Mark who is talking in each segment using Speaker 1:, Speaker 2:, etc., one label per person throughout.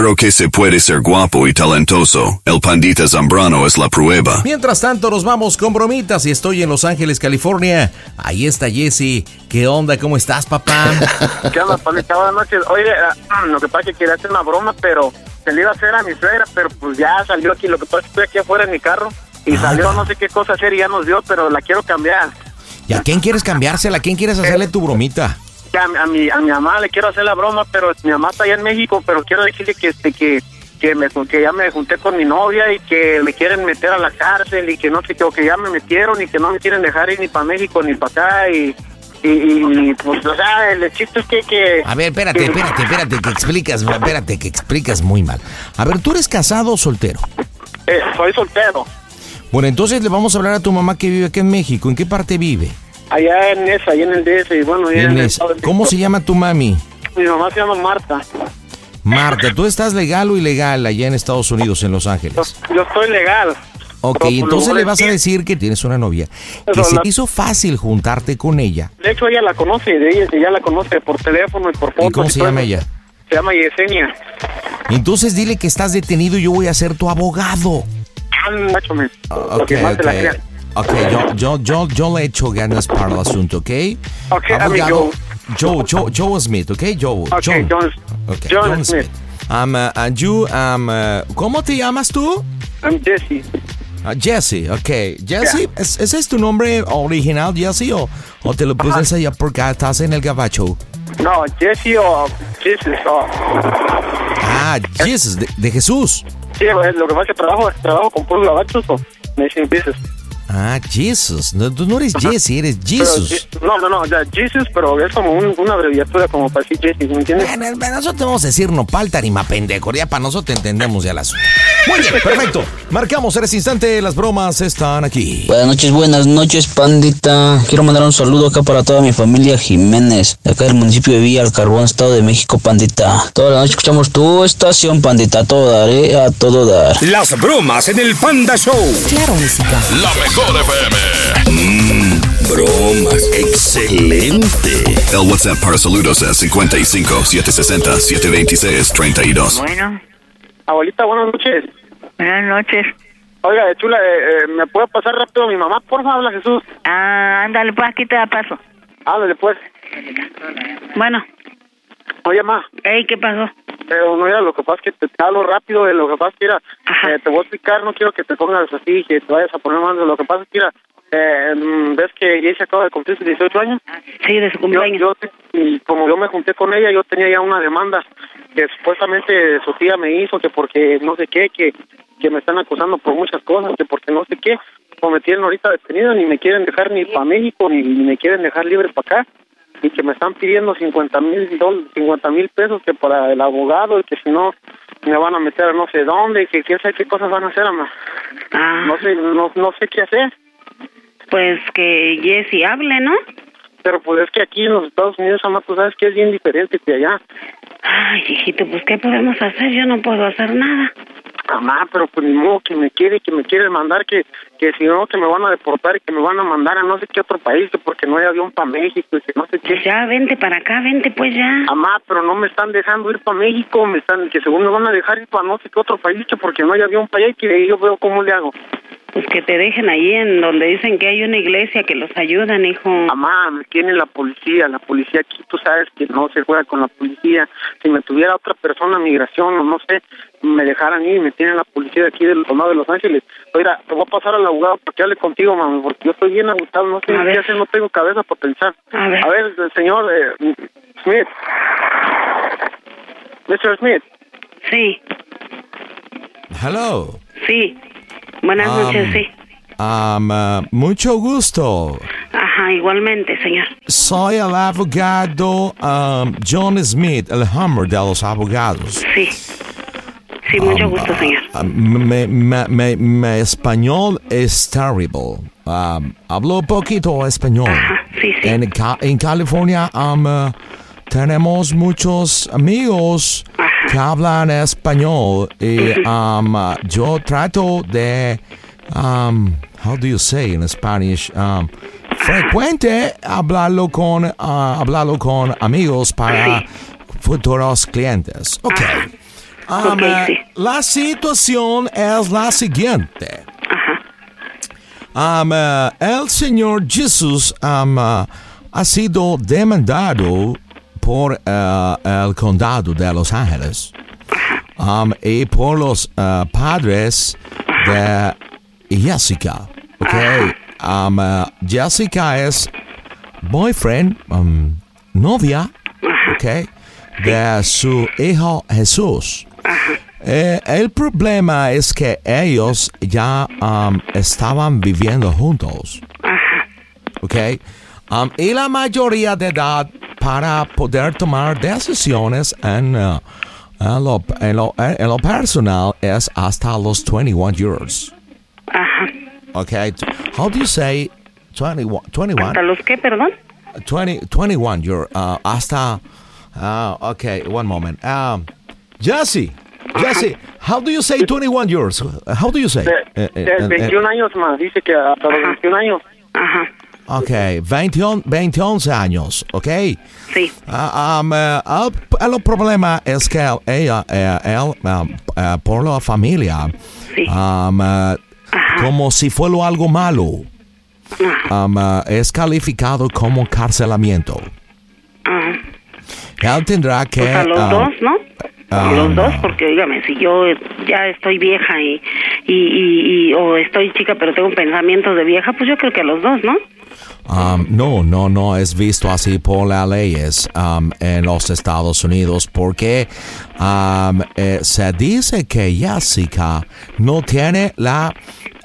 Speaker 1: Claro que se puede ser guapo y talentoso. El pandita Zambrano es la prueba.
Speaker 2: Mientras tanto, nos vamos con bromitas y estoy en Los Ángeles, California. Ahí está Jesse. ¿Qué onda? ¿Cómo estás, papá?
Speaker 3: ¿Qué onda, pandita? Buenas noches. Oye, ah, lo que pasa es que quería hacer una broma, pero se le iba a hacer a mi suegra, pero pues ya salió aquí. Lo que pasa es que estoy aquí afuera en mi carro y salió no sé qué cosa hacer y ya nos dio, pero la quiero cambiar.
Speaker 2: ¿Y a quién quieres cambiársela? ¿A quién quieres hacerle tu bromita?
Speaker 3: Que A, mi- a mi, a mi mamá le quiero hacer la broma, pero mi mamá está allá en México, pero quiero decirle que este que que, me, jun- que ya me junté con mi novia y que me quieren meter a la cárcel y que no sé qué, o que ya me metieron y que no me quieren dejar ir ni para México ni para acá y, y, y, pues, o sea, el chiste es que... que
Speaker 2: A ver, espérate, espérate, espérate, que explicas, espérate, que explicas muy mal. A ver, ¿tú eres casado o soltero?
Speaker 3: eh, soy soltero.
Speaker 2: Bueno, entonces le vamos a hablar a tu mamá que vive aquí en México. ¿En qué parte vive?
Speaker 3: Allá en esa, allá en el DF, y bueno, allá en
Speaker 2: En
Speaker 3: el
Speaker 2: es-
Speaker 3: estado de-
Speaker 2: ¿Cómo se llama tu mami?
Speaker 3: Mi mamá se llama Marta.
Speaker 2: Marta, ¿tú estás legal o ilegal allá en Estados Unidos, en Los Ángeles?
Speaker 3: Yo estoy legal.
Speaker 2: Ok,
Speaker 3: Pero, pues,
Speaker 2: entonces
Speaker 3: lo
Speaker 2: le
Speaker 3: voy
Speaker 2: vas a decir que tienes una novia, que
Speaker 3: Pero
Speaker 2: se
Speaker 3: la-
Speaker 2: te hizo fácil juntarte con ella.
Speaker 3: De hecho, ella la conoce, de ella, ella la conoce por teléfono y por foto.
Speaker 2: ¿Y cómo se llama ella?
Speaker 3: Se llama Yesenia.
Speaker 2: Entonces dile que estás detenido y yo voy a ser tu abogado.
Speaker 3: Ah, Nacho, me. lo
Speaker 2: Ok,
Speaker 3: que más te la
Speaker 2: ok.
Speaker 3: crea.
Speaker 2: Ok, yo, yo, yo, yo le echo ganas para el asunto, ¿ok?
Speaker 3: Ok, amigo.
Speaker 2: Joe, Joe, Joe Smith, ¿ok? Joe,
Speaker 3: Ok,
Speaker 2: John.
Speaker 3: John-
Speaker 2: Ok,
Speaker 3: John Smith.
Speaker 2: Um, uh, and you, um, uh, ¿Cómo te llamas tú?
Speaker 3: I'm Jesse.
Speaker 2: Ah, Jesse, ok. Jesse,
Speaker 3: Yeah.
Speaker 2: ¿es- ¿ese es tu nombre original, Jesse, o, o te lo pusiste allá porque estás en el gabacho?
Speaker 3: No, Jesse o Jesus. O...
Speaker 2: Ah, Jesus, de, de Jesús.
Speaker 3: Sí, pues, lo que pasa es que trabajo, trabajo con puros gabachos o me dicen Jesus.
Speaker 2: Ah, Jesus. No, tú no eres Jesse, eres
Speaker 3: Pero
Speaker 2: Jesus.
Speaker 3: Je- no, no, no, ya, Jesus, pero es como un- una abreviatura como para decir Jesse, ¿me entiendes?
Speaker 2: Bueno, hermano, nosotros te vamos a decir no palta ni ma pendejo. Ya para nosotros te entendemos ya las. Muy bien, perfecto. Marcamos en este instante. Las bromas están aquí.
Speaker 4: Buenas noches, buenas noches, pandita. Quiero mandar un saludo acá para toda mi familia Jiménez, de acá del municipio de Villa, Carbón, Estado de México, pandita. Toda la noche escuchamos tu estación, pandita, a todo dar, eh, a todo dar.
Speaker 5: Las bromas en el Panda Show.
Speaker 6: Claro Música.
Speaker 1: La mejor FM. Mm, bromas. Excelente. El WhatsApp para saludos es 55 760 726 32.
Speaker 7: Bueno,
Speaker 3: Abuelita, buenas noches.
Speaker 7: buenas noches.
Speaker 3: Oiga, chula, eh, eh, ¿me puede pasar rápido a mi mamá? Por favor, habla Jesús.
Speaker 7: Ah, ándale, pues aquí te da paso.
Speaker 3: Háblale, pues.
Speaker 7: Bueno,
Speaker 3: Oye, ma,
Speaker 7: hey, ¿qué pasó?
Speaker 3: pero no era lo que pasa es que te, te hablo rápido de lo que pasa es que era,
Speaker 7: Ajá.
Speaker 3: eh, te voy a explicar, no quiero que te pongas así, que te vayas a poner más, lo que pasa es que era, eh, mm, ves que ella acaba de cumplir sus 18 años.
Speaker 7: Sí, de su cumpleaños.
Speaker 3: Yo, yo- y como yo me junté con ella, yo tenía ya una demanda que supuestamente su tía me hizo, que porque no sé qué, que, que me están acusando por muchas cosas, que porque no sé qué, como me tienen ahorita detenido, ni me quieren dejar ni para México, ni, ni me quieren dejar libre para acá, y que me están pidiendo 50 mil dol- 50 mil pesos que para el abogado, y que si no me van a meter a no sé dónde, que quién sabe qué cosas van a hacer, ama.
Speaker 7: Ah,
Speaker 3: No sé, no, no sé qué hacer.
Speaker 7: pues que Jessy hable, ¿no?
Speaker 3: Pero pues es que aquí en los Estados Unidos, ama, tú sabes que es bien diferente que allá.
Speaker 7: Ay, hijito, pues ¿qué podemos hacer? Yo no puedo hacer nada.
Speaker 3: Mamá, pero pues ni modo que me quiere, que me quiere mandar, que, que si no, que me van a deportar y que me van a mandar a no sé qué otro país, que porque no hay avión para México y que no sé
Speaker 7: Pues
Speaker 3: qué.
Speaker 7: ya, vente para acá, vente pues ya.
Speaker 3: Mamá, pero no me están dejando ir para México, me están, que según me van a dejar ir para no sé qué otro país, que porque no hay avión para allá y que de ahí yo veo cómo le hago.
Speaker 7: Pues que te dejen ahí en donde dicen que hay una iglesia que los ayudan, hijo.
Speaker 3: Mamá, me tiene la policía, la policía aquí, tú sabes que no se juega con la policía. Si me tuviera otra persona, migración o no sé, me dejaran ir, me tiene la policía de aquí del condado de Los Ángeles. Oiga, te voy a pasar al abogado para que hable contigo, mami, porque yo estoy bien agotado, no sé
Speaker 7: A
Speaker 3: qué
Speaker 7: ver.
Speaker 3: hacer, no tengo cabeza para pensar.
Speaker 7: A ver.
Speaker 3: A ver, señor eh, Smith. Mr. Smith,
Speaker 7: Sí,
Speaker 2: Hello.
Speaker 7: sí. Buenas
Speaker 2: Um,
Speaker 7: noches, sí.
Speaker 2: um, uh, mucho gusto.
Speaker 7: Ajá, igualmente, señor.
Speaker 2: Soy el abogado um, John Smith, el Hammer de los abogados.
Speaker 7: Sí. Sí, mucho gusto, señor.
Speaker 2: Ah, me, me- me- me español es terrible. Um, hablo poquito español.
Speaker 7: Ajá, sí, sí.
Speaker 2: En, Ca- en California um, eh, tenemos muchos amigos
Speaker 7: Ajá.
Speaker 2: que hablan español y um, eh, yo trato de, um, how do you say in Spanish? Um, frecuente hablarlo con, ah, hablarlo con amigos para
Speaker 7: Sí.
Speaker 2: futuros clientes. Ok. Um,
Speaker 7: Ok,
Speaker 2: eh,
Speaker 7: sí.
Speaker 2: La situación es la siguiente.
Speaker 7: Ajá.
Speaker 2: Um, eh, el Señor Jesús um, eh, ha sido demandado por eh, el condado de Los Ángeles um, y por los eh, padres de Jessica. Okay. Um, eh, Jessica es boyfriend, um, novia, okay, de su hijo Jesús. Eh, el problema es que ellos ya um, estaban viviendo juntos. ¿Ok? Um, y la mayoría de edad para poder tomar decisiones en, uh, en lo, en lo- eh, en lo personal es hasta los 21 years.
Speaker 7: Ajá.
Speaker 2: ¿Ok? How do you say 21? 21?
Speaker 7: ¿Hasta los qué, perdón?
Speaker 2: 20, 21 year, uh, hasta. Uh, okay, one moment. Um, Jesse, Jesse, how do you say 21 years? How do you say?
Speaker 3: de,
Speaker 2: Eh, eh,
Speaker 3: de
Speaker 2: eh,
Speaker 3: 21 años más, dice que hasta los 21 años.
Speaker 7: Ajá.
Speaker 2: eh, Okay, 21, 21 años, okay?
Speaker 7: Sí.
Speaker 2: Ah, um, eh, el, el problema es que él- ella, eh, él, um, eh, por la familia,
Speaker 7: Sí.
Speaker 2: um, eh, como si fuera algo malo, um, eh, es calificado como carcelamiento.
Speaker 7: Ajá.
Speaker 2: Él tendrá que...
Speaker 7: Ah, Pues a los
Speaker 2: ah,
Speaker 7: dos, ¿no? A los dos, porque oígame, si yo ya estoy vieja y, y, y, y- o estoy chica pero tengo pensamientos de vieja, pues yo creo que a los dos, ¿no?
Speaker 2: Um, no, no, no es visto así por las leyes um, en los Estados Unidos porque um, eh, se dice que Jessica no tiene la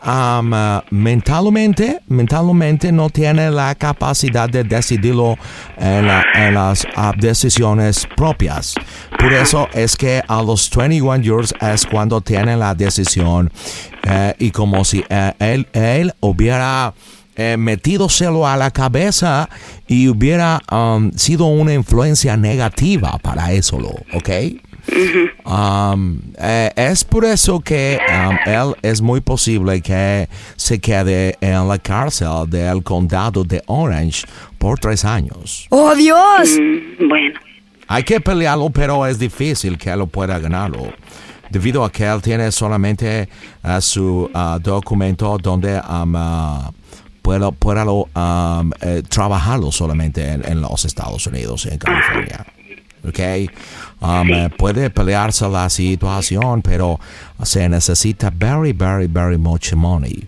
Speaker 2: um, eh, mentalmente, mentalmente no tiene la capacidad de decidirlo en, la- en las ah, decisiones propias. Por eso es que a los 21 years es cuando tiene la decisión eh, y como si eh, él, él hubiera eh, metidoselo a la cabeza y hubiera um, sido una influencia negativa para eso, lo- ¿ok? Um, eh, es por eso que um, él es muy posible que se quede en la cárcel del condado de Orange por tres años.
Speaker 8: ¡Oh, Dios!
Speaker 7: Mm, bueno,
Speaker 2: Hay que pelearlo, pero es difícil que él pueda ganarlo. Debido a que él tiene solamente eh, su ah, documento donde um, ah, pueda, pueda lo, um, eh, trabajarlo solamente en, en los Estados Unidos, en California. ¿Ok? Um, eh, puede pelearse la situación, pero se necesita very, very, very much money.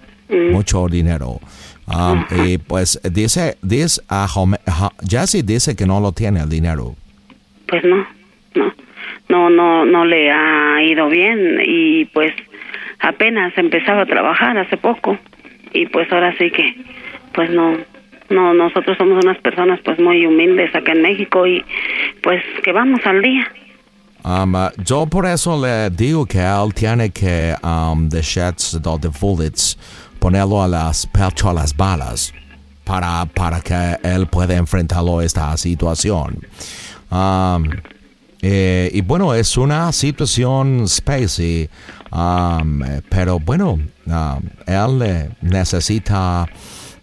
Speaker 2: mucho dinero. Um, y pues dice, dice a Jome- Ja- Jesse dice que no lo tiene el dinero.
Speaker 7: pues no, no, no, no, no le ha ido bien y pues apenas empezaba a trabajar hace poco y pues ahora sí que, pues no, no, nosotros somos unas personas pues muy humildes acá en México y pues que vamos al día.
Speaker 2: Um, uh, yo por eso le digo que él tiene que um, dejarse de de bullets, ponerlo a las pecho a las balas para, para que él pueda enfrentarlo a esta situación. Um, eh, y bueno, es una situación spacey, um, eh, pero bueno, um, él eh, necesita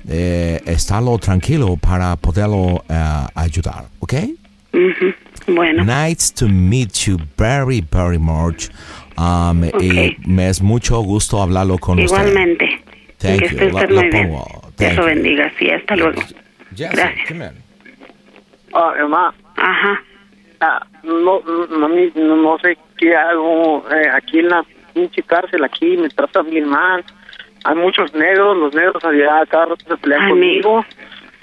Speaker 2: eh, estarlo tranquilo para poderlo eh, ayudar, ¿ok?
Speaker 7: Ujú. Bueno,
Speaker 2: Nice to meet you very, very much. Um, y
Speaker 7: Ok.
Speaker 2: me es mucho gusto hablarlo con
Speaker 7: igualmente.
Speaker 2: Thank you.
Speaker 7: que esté
Speaker 2: Lo-
Speaker 7: usted
Speaker 2: lo
Speaker 7: muy bien.
Speaker 2: pongo.
Speaker 7: Que
Speaker 2: Thank
Speaker 7: eso
Speaker 2: you.
Speaker 7: bendiga. Sí, hasta luego.
Speaker 2: usted.
Speaker 7: Gracias.
Speaker 2: come in.
Speaker 3: Ah, mamá,
Speaker 7: Ajá.
Speaker 3: ah, no, no, no, no sé qué hago eh, aquí en la pinche cárcel, aquí me tratan bien mal. Hay muchos negros, los negros allá cada rato se pelean
Speaker 7: Ay,
Speaker 3: conmigo.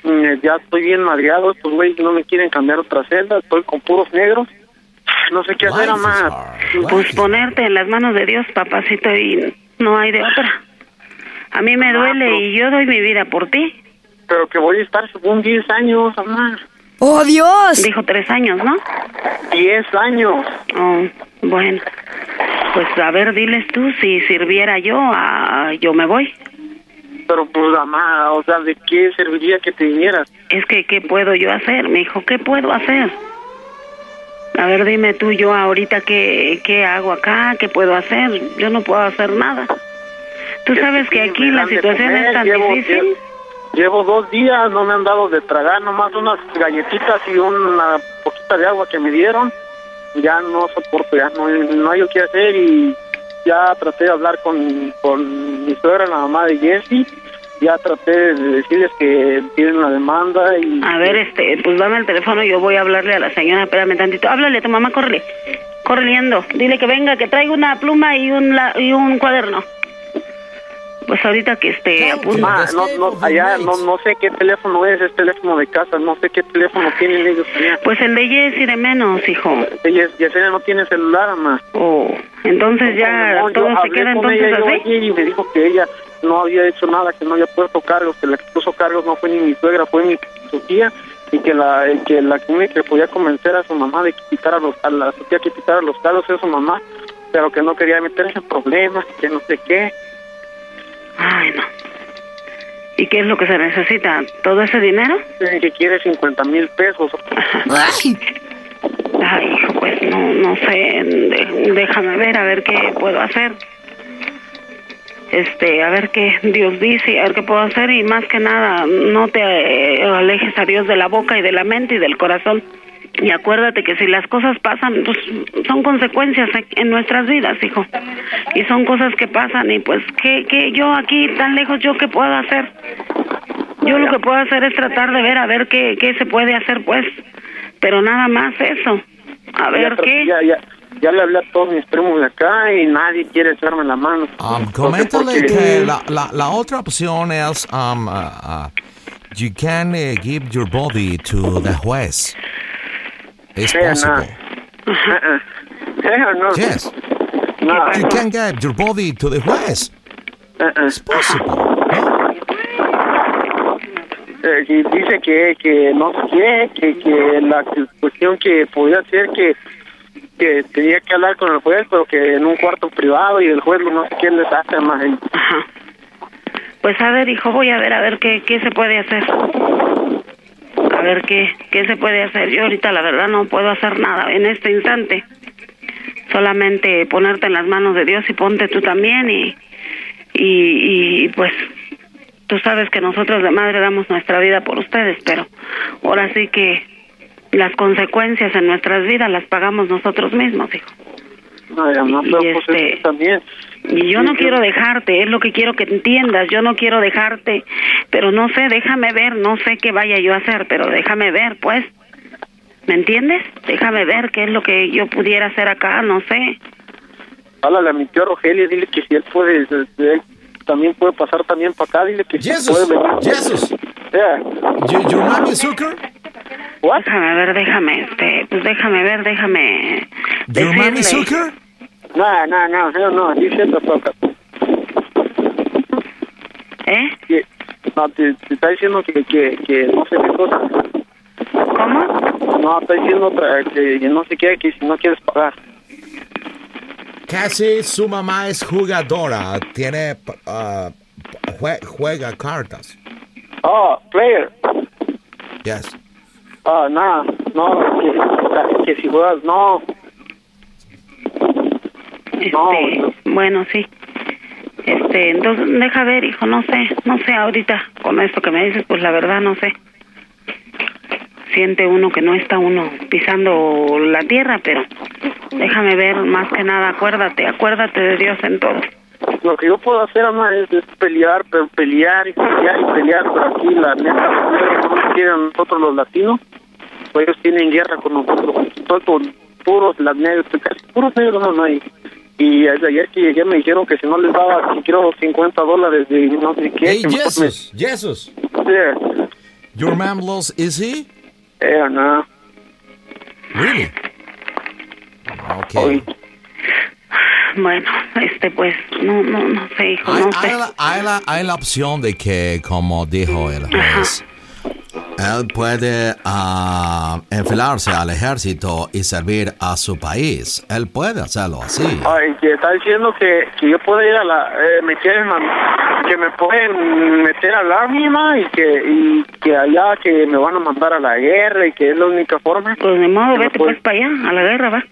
Speaker 3: Mm, Ya estoy bien madreado, estos güeyes no me quieren cambiar otra celda, estoy con puros negros. No sé qué hacer,
Speaker 2: Life is
Speaker 3: mamá.
Speaker 2: hard. Life
Speaker 7: Pues
Speaker 2: is-
Speaker 7: ponerte en las manos de Dios, papacito, y no hay de otra. A mí me duele y yo doy mi vida por ti.
Speaker 3: Pero que voy a estar según 10 años, mamá.
Speaker 6: ¡Oh, Dios!
Speaker 7: Dijo tres años, ¿no?
Speaker 3: 10 años.
Speaker 7: Oh, bueno, pues a ver, diles tú, si sirviera yo, ah, yo me voy.
Speaker 3: Pero pues, mamá, o sea, ¿de qué serviría que te vinieras?
Speaker 7: Es que, ¿qué puedo yo hacer? Me dijo, ¿qué puedo hacer? A ver, dime tú, yo ahorita, ¿qué, qué hago acá? ¿Qué puedo hacer? Yo no puedo hacer nada. Tú sabes que
Speaker 3: Sí,
Speaker 7: aquí
Speaker 3: me
Speaker 7: la
Speaker 3: dan de
Speaker 7: situación
Speaker 3: comer,
Speaker 7: es tan
Speaker 3: llevo-
Speaker 7: difícil.
Speaker 3: lle- Llevo dos días, no me han dado de tragar, nomás unas galletitas y una poquita de agua que me dieron. Ya no soporto, ya no, no hay lo que hacer y ya traté de hablar con, con mi suegra, la mamá de Jesse. Ya traté de decirles que tienen la demanda y...
Speaker 7: A ver, este, pues dame el teléfono, yo voy a hablarle a la señora, espérame tantito. Háblale a tu mamá, córrele. Corriendo. Dile que venga, que traiga una pluma y un, la- y un cuaderno. Pues ahorita que esté a punto.
Speaker 3: Ma, Ah, no, no, allá no, no sé qué teléfono es, es teléfono de casa, no sé qué teléfono tienen ellos allá.
Speaker 7: Pues el de Jessy de menos, hijo.
Speaker 3: Ella, Yesenia no tiene celular, mamá.
Speaker 7: Oh, entonces ya
Speaker 3: No, yo
Speaker 7: todo se
Speaker 3: hablé
Speaker 7: queda
Speaker 3: con
Speaker 7: entonces
Speaker 3: ella, yo
Speaker 7: así.
Speaker 3: ayer y me dijo que ella no había hecho nada, que no había puesto cargos, que la que puso cargos no fue ni mi suegra, fue mi su tía y que la eh, que la única que podía convencer a su mamá de que quitara los a la su tía que quitara los cargos era su mamá, pero que no quería meterse en problemas, que no sé qué.
Speaker 7: Ay, no. ¿Y qué es lo que se necesita? ¿Todo ese dinero?
Speaker 3: Dicen que quiere 50 mil pesos.
Speaker 6: ¡Ay!
Speaker 7: Ay, hijo, pues no, no sé. de- Déjame ver, a ver qué puedo hacer. Este, a ver qué Dios dice, a ver qué puedo hacer y más que nada, no te eh, alejes a Dios de la boca y de la mente y del corazón. Y acuérdate que si las cosas pasan, pues son consecuencias en nuestras vidas, hijo. Y son cosas que pasan y pues que que yo aquí tan lejos yo qué puedo hacer? Yo lo que puedo hacer es tratar de ver a ver qué qué se puede hacer pues, pero nada más eso. A ver
Speaker 3: ya, tra-
Speaker 7: qué.
Speaker 3: ya, ya, ya le hablé a todos mis primos de acá y nadie quiere echarme la mano.
Speaker 2: Um,
Speaker 3: No sé por
Speaker 2: coméntale
Speaker 3: qué.
Speaker 2: que la, la, la otra opción es um, uh, uh, you can uh, give your body to the juez. It's
Speaker 3: Yeah, no.
Speaker 2: possible.
Speaker 3: Ah, ah. no.
Speaker 2: Yes,
Speaker 3: No.
Speaker 2: you can give your body to the juez.
Speaker 3: Ah, ah.
Speaker 2: It's possible. ¿no?
Speaker 3: Eh, y dice que, que no sé qué, que, que la cuestión que podía ser que, que tenía que hablar con el juez, pero que en un cuarto privado y el juez no sé qué les hace más.
Speaker 7: Ajá. Pues a ver, hijo, voy a ver, a ver qué, qué se puede hacer. A ver qué, qué se puede hacer. Yo ahorita la verdad no puedo hacer nada en este instante. Solamente ponerte en las manos de Dios y ponte tú también y, y, y pues tú sabes que nosotros de madre damos nuestra vida por ustedes, pero ahora sí que las consecuencias en nuestras vidas las pagamos nosotros mismos, hijo.
Speaker 3: No, ya no,
Speaker 7: Y
Speaker 3: pero pues
Speaker 7: este-
Speaker 3: es que también.
Speaker 7: Y yo no
Speaker 3: Sí,
Speaker 7: quiero
Speaker 3: sí.
Speaker 7: dejarte, es lo que quiero que entiendas, yo no quiero dejarte, pero no sé, déjame ver, no sé qué vaya yo a hacer, pero déjame ver, pues, ¿me entiendes? Déjame ver qué es lo que yo pudiera hacer acá, no sé.
Speaker 3: Háblale a mi tío Rogelio y dile que si él puede, eh, él también puede pasar también para acá. Dile que
Speaker 9: Jesús,
Speaker 3: puede venir.
Speaker 9: Jesús.
Speaker 3: Yeah.
Speaker 9: Yo- yo mami Zucker.
Speaker 7: Déjame ver, déjame, este, pues déjame ver, déjame.
Speaker 9: Your mami
Speaker 7: decirle.
Speaker 9: Zucker?
Speaker 3: No, no, no, no, no, you said the fuck up.
Speaker 7: ¿Eh?
Speaker 3: No, te, te está diciendo que, que, que no sé qué cosa.
Speaker 7: ¿Cómo?
Speaker 3: No, está diciendo otra, que no sé qué, que si no quieres pagar.
Speaker 2: Casi su mamá es jugadora, tiene ah, jue- juega cartas.
Speaker 3: Oh, player.
Speaker 2: Yes.
Speaker 3: Oh, no, no, que, que si juegas, no.
Speaker 7: Este, bueno, sí. Este, entonces, deja ver, hijo, no sé, no sé ahorita con esto que me dices, pues la verdad no sé. Siente uno que no está uno pisando la tierra, pero déjame ver, más que nada, acuérdate, acuérdate de Dios en todo.
Speaker 3: Lo que yo puedo hacer, ama, es, es pelear, pero pelear y pelear y pelear. Pero aquí, la neta, no nos quieren a nosotros los latinos. Pues ellos tienen guerra con nosotros. Son con puros las negros, casi puros negros no, no hay. Y desde ayer que llegué me dijeron que si no les daba, si quiero 50 dólares de no sé qué.
Speaker 2: Hey,
Speaker 3: que mejor
Speaker 2: Jesus, Jesus.
Speaker 3: me- Yeah.
Speaker 2: Your mom lost Izzy?
Speaker 3: Eh, no.
Speaker 2: Really?
Speaker 3: Oye,
Speaker 7: Bueno, este, pues, no, no, no sé, hijo,
Speaker 2: Hay,
Speaker 7: no
Speaker 2: hay
Speaker 7: sé.
Speaker 2: la, hay la- hay la opción de que, como dijo el juez, él puede ah, enfilarse al ejército y servir a su país. Él puede hacerlo así.
Speaker 3: Ay, que está diciendo que, que yo puedo ir a la... eh, me quieren a- que me pueden meter a la misma y que, y que allá que me van a mandar a la guerra y que es la única forma.
Speaker 7: Pues de modo,
Speaker 3: que me
Speaker 7: vete
Speaker 3: pueden-
Speaker 7: pues para allá, a la guerra, va.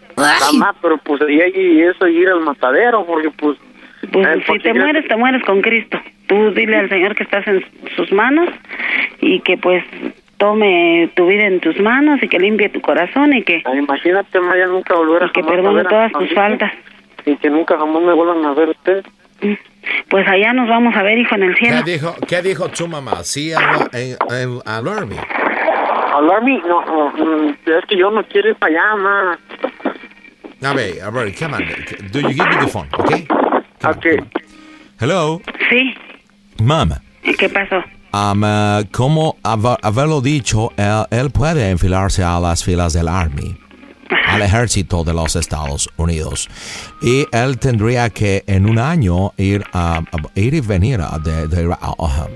Speaker 3: Mamá, pero pues y ahí eso ir al matadero porque pues...
Speaker 7: Pues
Speaker 3: eh,
Speaker 7: si
Speaker 3: porque
Speaker 7: te
Speaker 3: ya-
Speaker 7: mueres, te mueres con Cristo. Tú dile al Señor que estás en sus manos y que pues tome tu vida en tus manos y que limpie tu corazón y que,
Speaker 3: Ah, Imagínate, Maya, nunca volver a
Speaker 7: y que
Speaker 3: jamás
Speaker 7: perdone
Speaker 3: ver a
Speaker 7: todas
Speaker 3: mi
Speaker 7: tus
Speaker 3: familia
Speaker 7: faltas.
Speaker 3: Y que nunca jamás me vuelvan a ver ustedes.
Speaker 7: Pues allá nos vamos a ver, hijo, en el cielo.
Speaker 2: dijo, qué dijo tu mamá? Sí, habla- en- en- hablar me.
Speaker 3: Alarmi, no, no, mm, es que yo no quiero ir para allá, mamá.
Speaker 2: A ver, a ver, come on. Do you give me the phone, okay?
Speaker 3: Okay.
Speaker 2: Hello,
Speaker 7: Sí,
Speaker 2: mom.
Speaker 7: ¿qué pasó?
Speaker 2: Um, eh, como hab- haberlo dicho, él, él puede enfilarse a las filas del Army, al ejército de los Estados Unidos. Y él tendría que en un año ir, a, a- ir y venir a- de- de- a- a-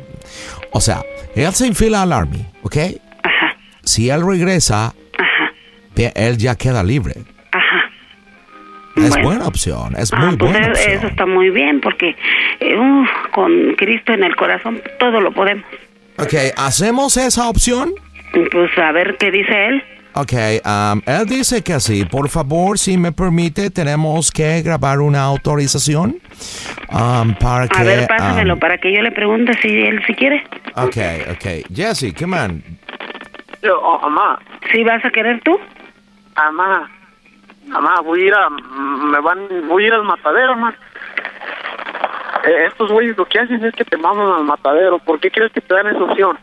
Speaker 2: O sea, él se enfila al Army, ¿ok? Si él regresa, pe- él ya queda libre. Es buena opción, es muy
Speaker 7: Pues
Speaker 2: buena
Speaker 7: es-
Speaker 2: opción.
Speaker 7: eso está muy bien porque eh, uf, con Cristo en el corazón todo lo podemos.
Speaker 2: Ok, ¿hacemos esa opción?
Speaker 7: Pues a ver qué dice él.
Speaker 2: Ok, um, él dice que sí. Por favor, si me permite, tenemos que grabar una autorización um, para que...
Speaker 7: A ver, pásamelo
Speaker 2: um,
Speaker 7: para que yo le pregunte si él si quiere.
Speaker 2: ok, ok. Jesse, come on.
Speaker 3: Yo, oh, mamá,
Speaker 7: ¿Sí vas a querer tú?
Speaker 3: mamá, mamá, voy a ir a... Me van, voy a ir al matadero, mamá. Eh, estos güeyes lo que hacen es que te mandan al matadero. ¿Por qué crees que te dan esa opción?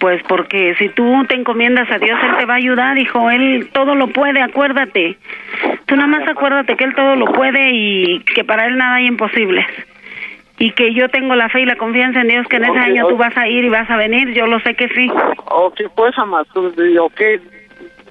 Speaker 7: Pues porque si tú te encomiendas a Dios, Él te va a ayudar, hijo. Él todo lo puede, acuérdate. Tú nada más acuérdate que Él todo lo puede y que para Él nada hay imposible. Y que yo tengo la fe y la confianza en Dios que en ese
Speaker 3: Ok,
Speaker 7: año tú
Speaker 3: ok.
Speaker 7: vas a ir y vas a venir. Yo lo sé que sí.
Speaker 3: Ok, pues, mamá, tú, di- ok,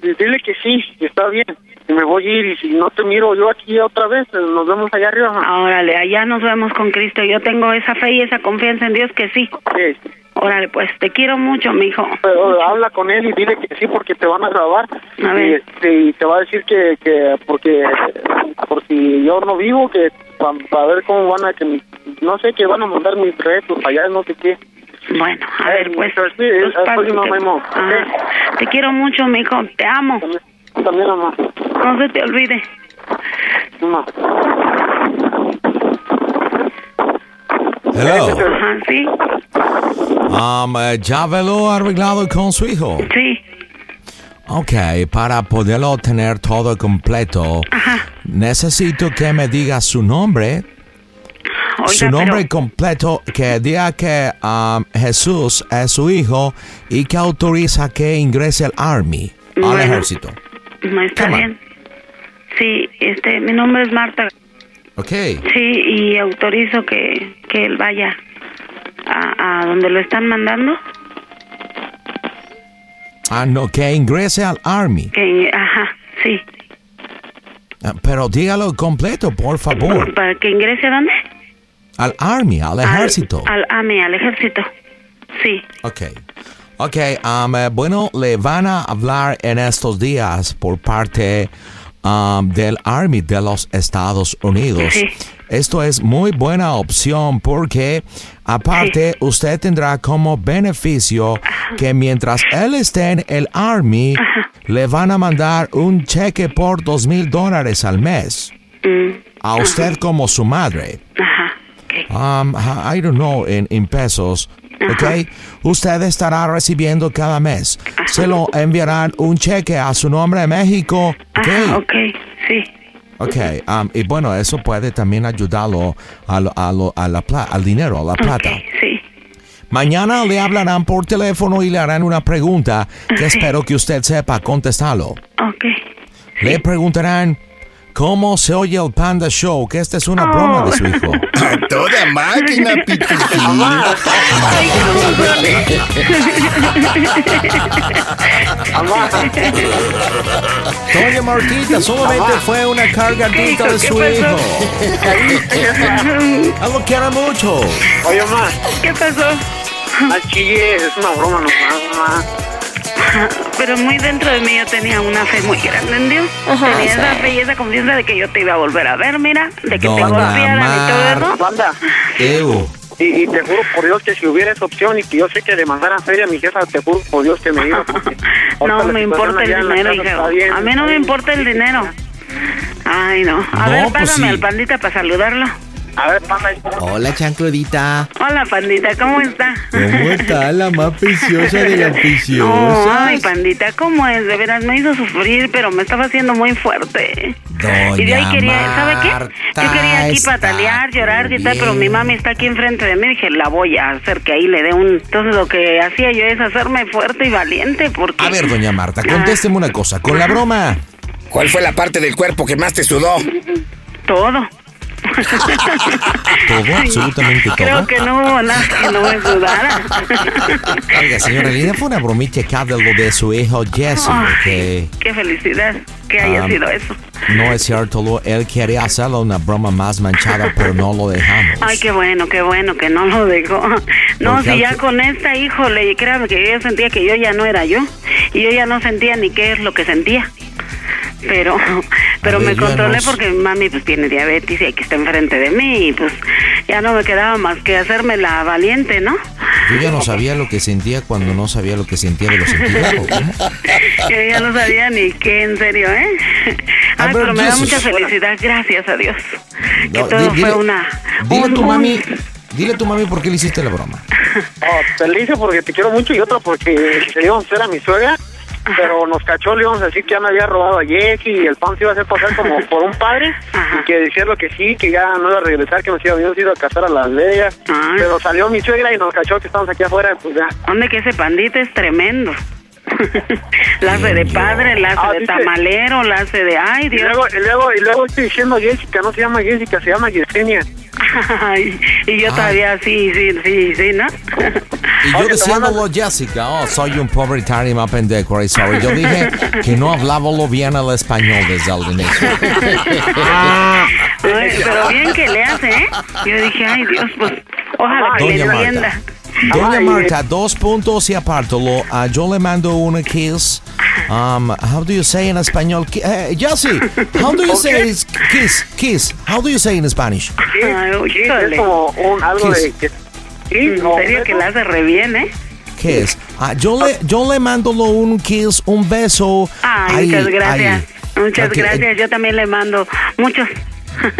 Speaker 3: di- dile que sí, que está bien. Y me voy a ir y si no te miro yo aquí otra vez, eh, nos vemos allá arriba, mamá.
Speaker 7: Órale, allá nos vemos con Cristo. Yo tengo esa fe y esa confianza en Dios que sí.
Speaker 3: Sí.
Speaker 7: Órale, pues te quiero mucho, mijo.
Speaker 3: Pero habla con él y dile que sí porque te van a grabar.
Speaker 7: A ver.
Speaker 3: Y, este, y te va a decir que, que porque por si yo no vivo, que para ver cómo van a que mi- no sé que van a mandar mis retos allá, no sé qué.
Speaker 7: Bueno, a ver, pues.
Speaker 3: Pero sí,
Speaker 7: tus
Speaker 3: es- es
Speaker 7: padres
Speaker 3: próximo,
Speaker 7: te-
Speaker 3: Memo.
Speaker 7: Ajá. Te quiero mucho, mijo. Te amo.
Speaker 3: También, mamá.
Speaker 7: No se te olvide. Ah.
Speaker 3: Mamá.
Speaker 2: Hello.
Speaker 7: Ajá, sí,
Speaker 2: Um, eh, ¿Ya lo arreglado con su hijo?
Speaker 7: sí.
Speaker 2: Ok, para poderlo tener todo completo, necesito que me diga su nombre.
Speaker 7: Oiga,
Speaker 2: su nombre completo, que diga que um, Jesús es su hijo y que autoriza que ingrese al Army, al
Speaker 7: Bueno.
Speaker 2: ejército.
Speaker 7: No está bien. Sí, este, mi nombre es Marta
Speaker 2: Okay.
Speaker 7: Sí, y autorizo que, que él vaya a, a donde lo están mandando.
Speaker 2: Ah, no, que ingrese al Army.
Speaker 7: Que, ajá, sí.
Speaker 2: Ah, Pero dígalo completo, por favor.
Speaker 7: ¿Para que ingrese a dónde?
Speaker 2: Al Army, al ejército.
Speaker 7: Al AME, al ejército. Sí.
Speaker 2: Ok. Ok, um, eh, bueno, le van a hablar en estos días por parte um, del Army de los Estados Unidos.
Speaker 7: Sí.
Speaker 2: Esto es muy buena opción porque aparte usted tendrá como beneficio que mientras él esté en el Army, le van a mandar un cheque por dos mil dólares al mes a usted como su madre. Um, I I don't know, en, en pesos. ¿Ok? Usted estará recibiendo cada mes. Se lo enviarán un cheque a su nombre de México.
Speaker 7: Ajá, ok, sí.
Speaker 2: Ok, um, y bueno, eso puede también ayudarlo a lo- a lo- a la pla- al dinero, a la plata.
Speaker 7: sí.
Speaker 2: Mañana le hablarán por teléfono y le harán una pregunta que espero que usted sepa contestarlo.
Speaker 7: Ok.
Speaker 2: Le preguntarán cómo se oye el Panda Show, que esta es una broma de su hijo.
Speaker 10: A toda máquina,
Speaker 2: Doña Martita solamente fue una cargadita de su hijo. Él lo quiere mucho.
Speaker 3: Oye, Ah, mamá.
Speaker 7: ¿Qué pasó?
Speaker 3: Al chile, es una broma nomás, mamá.
Speaker 7: Pero muy dentro de mí yo tenía una fe muy grande en Dios.
Speaker 3: Ajá,
Speaker 7: tenía
Speaker 3: sí.
Speaker 7: esa fe y esa confianza de que yo te iba a volver a ver, mira, de que
Speaker 2: Doña
Speaker 7: te golpearan y todo
Speaker 2: Mar-
Speaker 7: eso.
Speaker 3: Banda,
Speaker 2: Ew.
Speaker 3: y, y te juro por Dios que si hubiera esa opción y que yo sé que le mandara feria a mi jefa, te juro por Dios que me iba. porque ahorita
Speaker 7: No
Speaker 3: la
Speaker 7: me importa
Speaker 3: situación allá
Speaker 7: el
Speaker 3: en la
Speaker 7: dinero,
Speaker 3: casa
Speaker 7: hija.
Speaker 3: está bien.
Speaker 7: A mí no me importa el dinero. Ay, no. A
Speaker 11: No,
Speaker 7: ver,
Speaker 11: pues
Speaker 7: pásame
Speaker 11: sí.
Speaker 7: al pandita para saludarlo.
Speaker 3: A ver, pásame.
Speaker 11: Hola, chancludita.
Speaker 7: Hola, pandita, ¿cómo está?
Speaker 11: ¿Cómo está la más preciosa de las
Speaker 7: No,
Speaker 11: preciosas?
Speaker 7: ay, pandita, ¿cómo es? De veras, me hizo sufrir, pero me estaba haciendo muy fuerte. y de ahí quería, ¿sabe qué? Yo quería aquí
Speaker 11: está
Speaker 7: patalear, llorar,
Speaker 11: muy
Speaker 7: gritar, pero mi mami está aquí enfrente de mí. Dije, la voy a hacer que ahí le dé un... Entonces lo que hacía yo es hacerme fuerte y valiente, porque...
Speaker 2: A ver, doña Marta, contésteme una cosa. Con la broma.
Speaker 10: ¿Cuál fue la parte del cuerpo que más te sudó?
Speaker 11: Ah.
Speaker 7: Todo.
Speaker 2: Todo, absolutamente
Speaker 7: Creo
Speaker 2: todo.
Speaker 7: que no hubo nada que no me sudara.
Speaker 2: Oiga, señora Lina, fue una bromita acá de lo de su hijo Jesse, porque
Speaker 7: Qué felicidad que haya
Speaker 2: Ah.
Speaker 7: sido eso.
Speaker 2: no es cierto, lo- él quería hacerlo una broma más manchada, pero no lo dejamos.
Speaker 7: Ay, qué bueno, qué bueno que no lo dejó. No,
Speaker 2: Porque
Speaker 7: si ya
Speaker 2: al-
Speaker 7: con esta, híjole, y créame que yo ya sentía que yo ya no era yo. Y yo ya no sentía ni qué es lo que sentía. Pero pero
Speaker 12: ver,
Speaker 7: me
Speaker 12: ya
Speaker 7: controlé
Speaker 12: nos-
Speaker 7: porque mi mami pues tiene diabetes y aquí está enfrente de mí. Y pues ya no me quedaba más que hacerme la valiente, ¿no?
Speaker 2: Yo
Speaker 10: Ah.
Speaker 2: ya no sabía lo que sentía cuando no sabía lo ¿eh? que sentía de los sentidos.
Speaker 7: Yo ya no sabía ni qué, en serio, ¿eh?
Speaker 2: A
Speaker 7: Ay,
Speaker 2: ver,
Speaker 7: pero me da
Speaker 2: Jesus.
Speaker 7: mucha felicidad, gracias a Dios. Que
Speaker 2: No,
Speaker 7: todo
Speaker 2: di- dile-
Speaker 7: fue una...
Speaker 2: Dile a
Speaker 7: un-
Speaker 2: tu
Speaker 7: un-
Speaker 2: mami, dile a tu mami por qué le hiciste la broma.
Speaker 3: Oh, te le hice porque te quiero mucho y otra porque le íbamos a hacer a mi suegra, pero nos cachó, le íbamos a decir que ya me había robado a Jesse y el pan se iba a hacer pasar como por un padre y que decirlo que sí, que ya no iba a regresar, que nos habíamos ido a casar a las leyes. Pero salió mi suegra y nos cachó que estamos aquí afuera, pues ya.
Speaker 7: Hombre, que ese pandita es tremendo. la hace de padre, la hace
Speaker 3: Ah,
Speaker 7: de
Speaker 3: dice-
Speaker 7: tamalero, la hace de... ah. Ay,
Speaker 3: Y
Speaker 7: Dios.
Speaker 3: luego, y luego, y luego estoy diciendo Jessica, no se llama Jessica, se llama Yesenia.
Speaker 7: Ay, y yo todavía sí, sí, sí, sí, ¿no?
Speaker 2: Y yo diciéndolo, Jessica, oh, soy un pobretario y más pendejo, right, sorry. Yo dije que no hablaba lo bien el español desde el inicio.
Speaker 7: Ay, pero bien que le hace, ¿eh? Yo dije, ay, Dios, pues, ojalá que le
Speaker 2: Doña Marta.
Speaker 7: entienda.
Speaker 2: Doña Marta, dos puntos y apártalo. Ah, yo le mando un kiss. Um, how do you say in español? Ki- eh, Jesse, how do you say is- kiss? Kiss. How do you say in Spanish?
Speaker 7: Ay,
Speaker 3: Sí,
Speaker 7: híjole.
Speaker 3: es como un, algo de... Que, sí,
Speaker 7: En serio que la hace re bien, ¿eh?
Speaker 2: Kiss. Ah, yo le, yo le mando lo un kiss, un beso.
Speaker 7: Ay,
Speaker 2: Ahí,
Speaker 7: muchas gracias.
Speaker 2: ahí.
Speaker 7: Muchas
Speaker 2: Ok, eh,
Speaker 7: gracias. Yo también le mando muchos.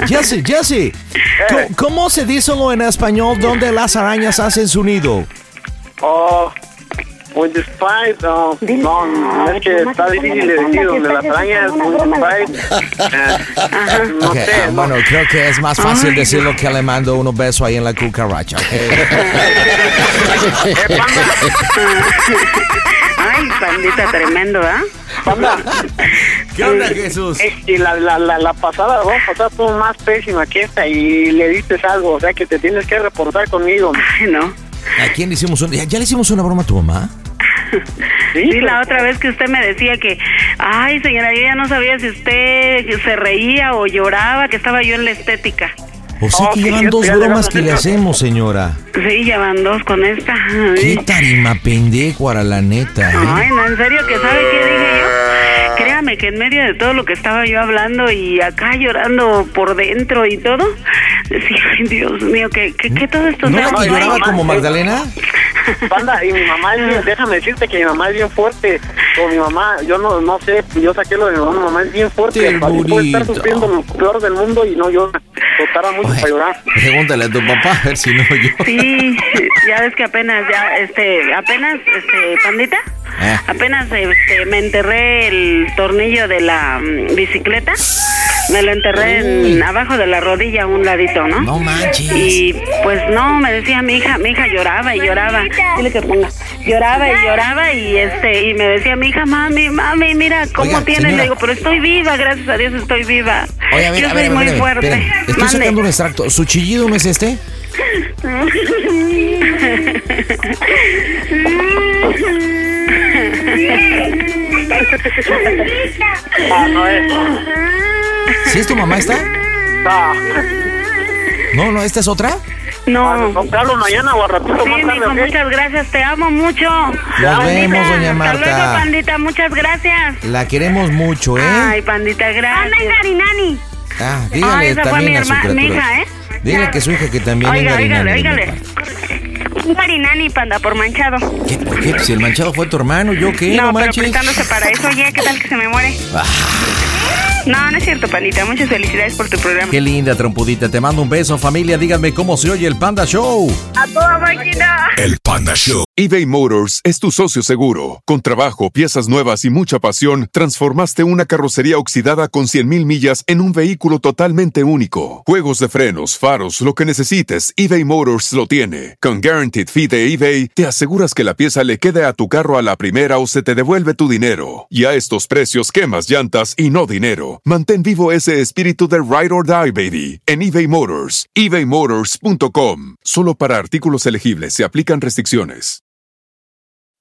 Speaker 2: Jesse, Jesse, ¿cómo, cómo se dice lo en español donde las arañas hacen su nido?
Speaker 3: Oh, with the spite, no, no, no, es que está difícil de decir donde la traña es with the spite. eh, no
Speaker 2: Ok,
Speaker 3: sé,
Speaker 2: ah,
Speaker 3: no.
Speaker 2: bueno, creo que es más fácil decirlo que le mando unos besos ahí en la cucaracha.
Speaker 7: Ay, pandita tremendo, ¿ah?
Speaker 3: Panda,
Speaker 13: ¿Qué onda, Jesús?
Speaker 3: Eh, Y la, la, la, la pasada, la pasada tú más pésima que esta y le diste algo, o sea que te tienes que reportar conmigo.
Speaker 7: Ay, no.
Speaker 13: ¿A quién le hicimos una? ¿Ya, ya le hicimos una broma a tu mamá?
Speaker 7: Sí, la otra vez que usted me decía que, ay señora, yo ya no sabía si usted se reía o lloraba, que estaba yo en la estética.
Speaker 13: O
Speaker 7: Oh,
Speaker 13: sea que llevan dos bromas que le hacemos, señora.
Speaker 7: Sí, ya van dos con esta.
Speaker 13: Qué
Speaker 7: Ay,
Speaker 13: tarima pendecuara, la neta, ¿eh?
Speaker 7: Ay, no, en serio, que sabe qué dije yo. Créame que en medio de todo lo que estaba yo hablando y acá llorando por dentro y todo, decía, ay Dios mío, que, que, que todo esto
Speaker 13: ¿No
Speaker 7: sea
Speaker 13: era que
Speaker 7: broma.
Speaker 13: lloraba como Magdalena?
Speaker 3: Banda, y mi mamá, es bien- déjame decirte que mi mamá es bien fuerte. O mi mamá, yo no, no sé, yo saqué lo de mi mamá, mi mamá es bien fuerte. para mí Puede estar
Speaker 13: Ternurito.
Speaker 3: sufriendo lo peor del mundo y no llora. O tarda mucho para llorar.
Speaker 13: Pregúntale a tu papá a ver si no yo.
Speaker 7: Sí, ya ves que apenas, ya, este, apenas, este, pandita,
Speaker 13: Eh.
Speaker 7: apenas este, me enterré el tornillo de la mm, bicicleta, me lo enterré en, abajo de la rodilla a un ladito, ¿no?
Speaker 13: No manches.
Speaker 7: Y pues no, me decía mi hija, mi hija lloraba y lloraba, dile que ponga, lloraba y lloraba y este, y me decía mi hija, mami, mami, mira cómo
Speaker 13: Oiga,
Speaker 7: tienes,
Speaker 13: señora.
Speaker 7: le digo, pero estoy viva, gracias a Dios estoy viva.
Speaker 13: Oye, a ver,
Speaker 7: Yo
Speaker 13: a
Speaker 7: soy
Speaker 13: ver, a
Speaker 7: muy
Speaker 13: ver, a ver,
Speaker 7: fuerte.
Speaker 13: espérame. Estoy
Speaker 7: Mande.
Speaker 13: sacando un extracto. ¿Su chillido no es este?
Speaker 3: Ah, no es.
Speaker 13: ¿Sí es tu mamá esta?
Speaker 3: Ah,
Speaker 13: No, no, ¿esta es otra?
Speaker 7: No.
Speaker 3: ¿Te hablo Ah, mañana o al ratito
Speaker 7: Sí,
Speaker 3: más tarde,
Speaker 7: mijo,
Speaker 3: ¿ok?
Speaker 7: muchas gracias, te amo mucho.
Speaker 13: Nos
Speaker 7: Pandita,
Speaker 13: vemos, doña Marta.
Speaker 7: Hasta luego, pandita, muchas gracias.
Speaker 13: La queremos mucho, ¿eh?
Speaker 7: Ay, pandita, gracias. Anda, Garinani.
Speaker 13: ah, dígale
Speaker 7: Ay, esa fue
Speaker 13: también
Speaker 7: mi
Speaker 13: a su
Speaker 7: herma-
Speaker 13: criatura.
Speaker 7: mi hija, ¿eh?
Speaker 13: Dígale que su hija que también
Speaker 7: Oiga,
Speaker 13: es
Speaker 7: oígale,
Speaker 13: garinana,
Speaker 7: oígale. Garinani, panda, por manchado.
Speaker 13: ¿Qué, por qué? Si el manchado fue tu hermano, ¿yo qué? No,
Speaker 7: no, pero
Speaker 13: manches.
Speaker 7: pues
Speaker 13: Ah.
Speaker 7: prestándose para eso, oye, ¿qué tal que se me muere? No, no es cierto, pandita. Muchas felicidades por tu programa.
Speaker 13: Qué linda trompudita. Te mando un beso, familia. Díganme cómo se oye el Panda Show.
Speaker 7: A toda máquina.
Speaker 14: El Panda Show. eBay Motors es tu socio seguro. Con trabajo, piezas nuevas y mucha pasión, transformaste una carrocería oxidada con 100.000 millas en un vehículo totalmente único. Juegos de frenos, faros, lo que necesites, eBay Motors lo tiene. Con Guaranteed Fee de eBay, te aseguras que la pieza le quede a tu carro a la primera o se te devuelve tu dinero. Y a estos precios, quemas llantas y no dinero. Mantén vivo ese espíritu de Ride or Die, baby, en eBay Motors. ebaymotors.com. Solo para artículos elegibles se aplican restricciones.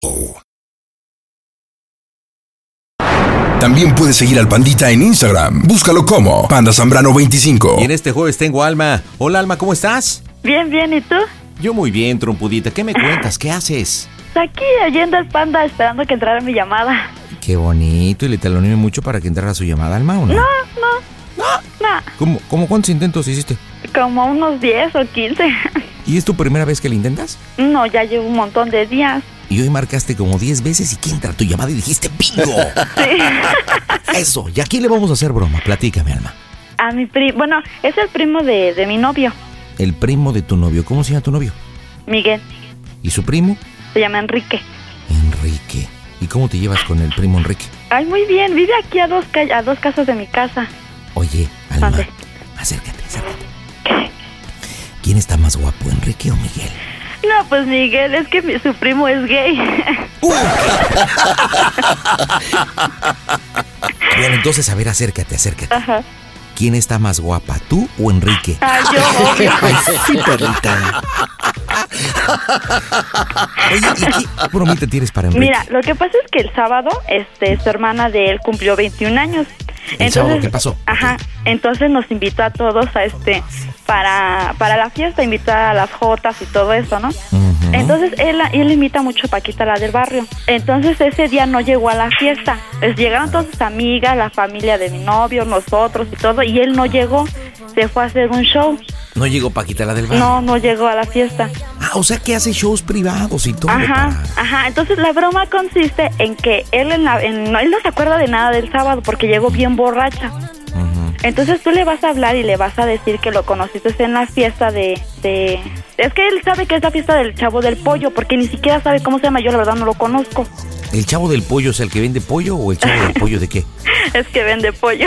Speaker 12: Oh.
Speaker 15: También puedes seguir al Pandita en Instagram. Búscalo como Panda Zambrano 25.
Speaker 13: Y en este jueves tengo a Alma. Hola, Alma, ¿cómo estás?
Speaker 16: Bien, bien, ¿y tú?
Speaker 13: Yo muy bien, trompudita. ¿Qué me cuentas? ¿Qué haces?
Speaker 16: Aquí oyendo al panda esperando que entrara mi llamada.
Speaker 13: Qué bonito. ¿Y le taloneé mucho para que entrara su llamada, Alma, o no?
Speaker 16: No, no. No.
Speaker 13: ¿Cómo, cómo cuántos intentos hiciste?
Speaker 16: Como unos 10 o 15.
Speaker 13: ¿Y es tu primera vez que le intentas?
Speaker 16: No, ya llevo un montón de días.
Speaker 13: Y hoy marcaste como 10 veces y que entra tu llamada y dijiste ¡bingo! Eso. ¿Y aquí le vamos a hacer broma? Platícame, Alma.
Speaker 16: A mi primo, bueno, es el primo de, de mi novio,
Speaker 13: El primo de tu novio. ¿Cómo se llama tu novio?
Speaker 16: Miguel.
Speaker 13: ¿Y su primo?
Speaker 16: Se llama Enrique.
Speaker 13: Enrique. ¿Y cómo te llevas con el primo Enrique?
Speaker 16: Ay, muy bien, vive aquí a dos, call- a dos casas de mi casa.
Speaker 13: Oye, Alma, acércate, acércate. ¿Quién está más guapo, Enrique o Miguel?
Speaker 16: No, pues Miguel, es que mi- su primo es gay.
Speaker 13: Bueno, entonces, a ver, acércate, acércate.
Speaker 16: Ajá.
Speaker 13: ¿Quién está más guapa, tú o Enrique?
Speaker 16: Ay, Ah, yo obvio.
Speaker 13: Ay, sí, perrita. Oye, ¿y qué bromita tienes para Enrique?
Speaker 16: Mira, lo que pasa es que el sábado, este, su hermana de él cumplió 21 años.
Speaker 13: El sábado, ¿qué pasó?
Speaker 16: Ajá, entonces nos invitó a todos a este para para la fiesta, invitó a las jotas y todo eso, ¿no? Entonces él, él invita mucho a Paquita, la del barrio. Entonces ese día no llegó a la fiesta. Pues, llegaron todas sus amigas, la familia de mi novio, nosotros y todo, y él no llegó. Se fue a hacer un show.
Speaker 13: No llegó Paquita la del barrio.
Speaker 16: No, no llegó a la fiesta.
Speaker 13: Ah, o sea que hace shows privados y todo.
Speaker 16: Ajá, ajá. Entonces la broma consiste en que él, en la- en- no, él no se acuerda de nada del sábado porque llegó bien borracha. Entonces tú le vas a hablar y le vas a decir que lo conociste en la fiesta de, de- Es que él sabe que es la fiesta del chavo del pollo porque ni siquiera sabe cómo se llama. Yo la verdad no lo conozco.
Speaker 13: ¿El chavo del pollo es el que vende pollo o el chavo del pollo de qué?
Speaker 16: Es que vende pollo.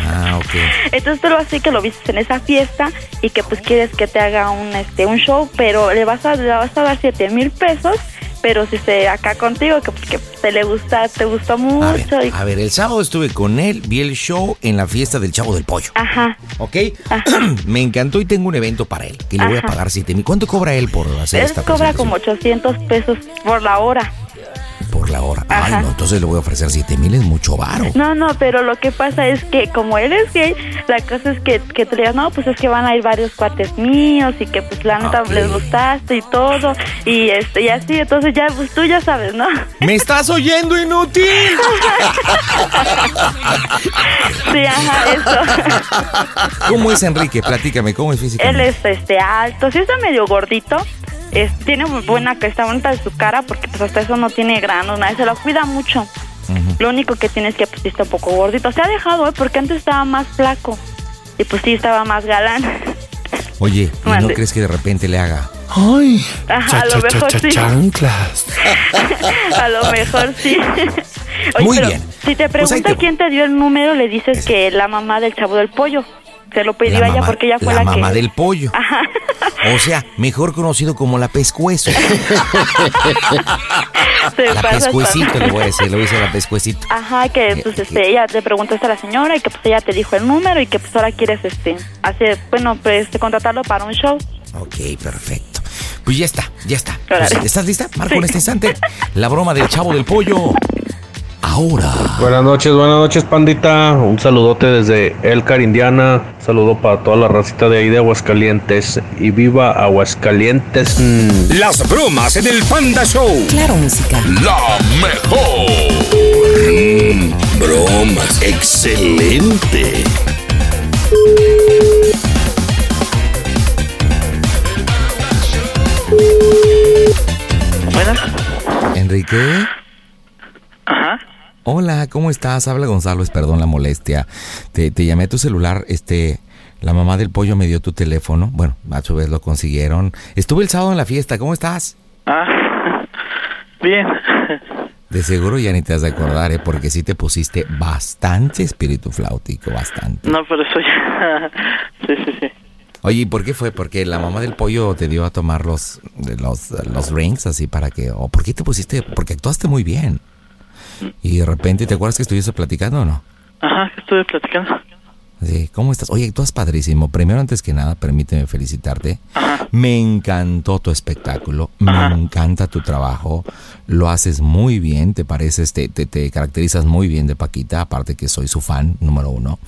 Speaker 13: Ah, ok.
Speaker 16: Entonces tú lo así que lo viste en esa fiesta y que pues quieres que te haga un este un show, pero le vas a, le vas a dar siete mil pesos, pero si se acá contigo que, pues, que te le gusta, te gustó
Speaker 13: A
Speaker 16: mucho y
Speaker 13: ver, a ver, el sábado estuve con él, vi el show en la fiesta del chavo del pollo.
Speaker 16: ajá.
Speaker 13: ¿Ok? Me encantó y tengo un evento para él, que le voy a
Speaker 16: Ajá.
Speaker 13: pagar siete mil. ¿Cuánto cobra él por hacer
Speaker 16: Él
Speaker 13: esta
Speaker 16: cobra
Speaker 13: presentación?
Speaker 16: como 800 pesos por la hora.
Speaker 13: Por la hora.
Speaker 16: Ajá.
Speaker 13: Ay, no, entonces le voy a ofrecer siete mil, es mucho varo.
Speaker 16: No, no, pero lo que pasa es que como él es gay, la cosa es que, que te digas, no, pues es que van a ir varios cuates míos y que pues la neta
Speaker 13: Ok.
Speaker 16: les gustaste y todo y este y así, entonces ya pues tú ya sabes, ¿no?
Speaker 13: ¿Me estás oyendo, inútil?
Speaker 16: Sí, ajá, eso.
Speaker 13: ¿Cómo es Enrique? Platícame, ¿cómo es físicamente?
Speaker 16: Él es este alto, sí está medio gordito. Es, tiene muy buena que está bonita de su cara porque pues hasta eso no tiene granos, nadie se lo cuida mucho. Lo único que tiene es que pues sí está un poco gordito. Se ha dejado, ¿eh? porque antes estaba más flaco y pues sí estaba más galán.
Speaker 13: Oye, ¿y no
Speaker 16: Mande.
Speaker 13: crees que de repente le haga?
Speaker 9: Ay.
Speaker 16: Ajá, a lo mejor sí.
Speaker 9: chanclas.
Speaker 16: A lo mejor sí.
Speaker 9: Muy
Speaker 16: pero
Speaker 9: bien.
Speaker 16: Si te
Speaker 9: Pues ahí
Speaker 16: pregunta
Speaker 9: te va.
Speaker 16: quién te dio el número, le dices que la mamá del chavo del pollo. Se lo pidió a ella
Speaker 13: mamá-
Speaker 16: porque ella fue
Speaker 13: la
Speaker 16: la,
Speaker 13: mamá
Speaker 16: que...
Speaker 13: del pollo. O sea, mejor conocido como la pescuezo.
Speaker 16: Se
Speaker 13: la
Speaker 16: pasa
Speaker 13: pescuecito
Speaker 16: con-
Speaker 13: le voy a decir, le voy a decir la pescuecito.
Speaker 16: Ajá, que
Speaker 17: Eh,
Speaker 16: pues este, ella le preguntaste a la señora y que pues ella te dijo el número y que pues ahora quieres este hacer, bueno, pues este, contratarlo para un show.
Speaker 13: Ok, perfecto. Pues ya está, ya está. Pues,
Speaker 16: Órale.
Speaker 13: ¿Estás lista? Marco en este instante. La broma del chavo del pollo. Ahora.
Speaker 18: Buenas noches, buenas noches, pandita. Un saludote desde Elcar, Indiana. Saludo para toda la racita de ahí de Aguascalientes. Y viva Aguascalientes. mm,
Speaker 5: Las bromas en el Panda Show.
Speaker 17: Claro, música.
Speaker 5: La mejor. Mm,
Speaker 19: bromas. Excelente.
Speaker 13: Enrique. Ajá. Hola, ¿cómo estás? Habla Gonzalo, es perdón la molestia. Te, te llamé a tu celular, este, la mamá del pollo me dio tu teléfono. Bueno, a su vez lo consiguieron. Estuve el sábado en la fiesta, ¿cómo estás?
Speaker 20: Ah, bien.
Speaker 13: De seguro ya ni te has de acordar, ¿eh? porque sí te pusiste bastante espíritu flautico, bastante.
Speaker 20: No, pero eso ya. Sí, sí, sí.
Speaker 13: Oye, ¿y por qué fue? ¿Porque la mamá del pollo te dio a tomar los, los, los drinks así para que... ¿O por qué te pusiste? Porque actuaste muy bien. Y de repente, ¿te acuerdas que estuviste platicando o no?
Speaker 20: Ajá, que estuve platicando.
Speaker 13: Sí, ¿cómo estás? Oye, tú padrísimo. Primero, antes que nada, permíteme felicitarte. Me encantó tu espectáculo, me encanta tu trabajo, lo haces muy bien, te pareces, te, te, te caracterizas muy bien de Paquita, aparte que soy su fan número uno.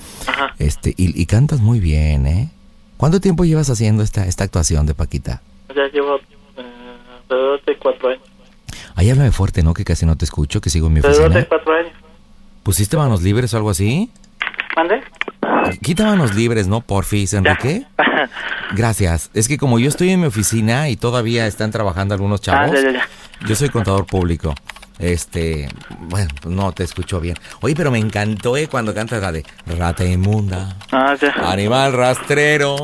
Speaker 13: Este, y, y cantas muy bien, ¿eh? ¿Cuánto tiempo llevas haciendo esta, esta actuación de Paquita?
Speaker 20: Ya llevo eh, alrededor de cuatro años.
Speaker 13: Ahí háblame fuerte, ¿no? Que casi no te escucho, que sigo en mi
Speaker 20: Alrededor
Speaker 13: oficina.
Speaker 20: de cuatro años.
Speaker 13: ¿Pusiste manos libres o algo así?
Speaker 20: ¿Mande?
Speaker 13: Quita manos libres, ¿no? Porfis, Enrique. Gracias. Es que como yo estoy en mi oficina y todavía están trabajando algunos chavos,
Speaker 20: Ah, ya, ya, ya.
Speaker 13: yo soy contador público. Este, bueno, no te escucho bien. Oye, pero me encantó eh, cuando cantas la de Rata Inmunda,
Speaker 20: Ah, ya.
Speaker 13: Animal Rastrero,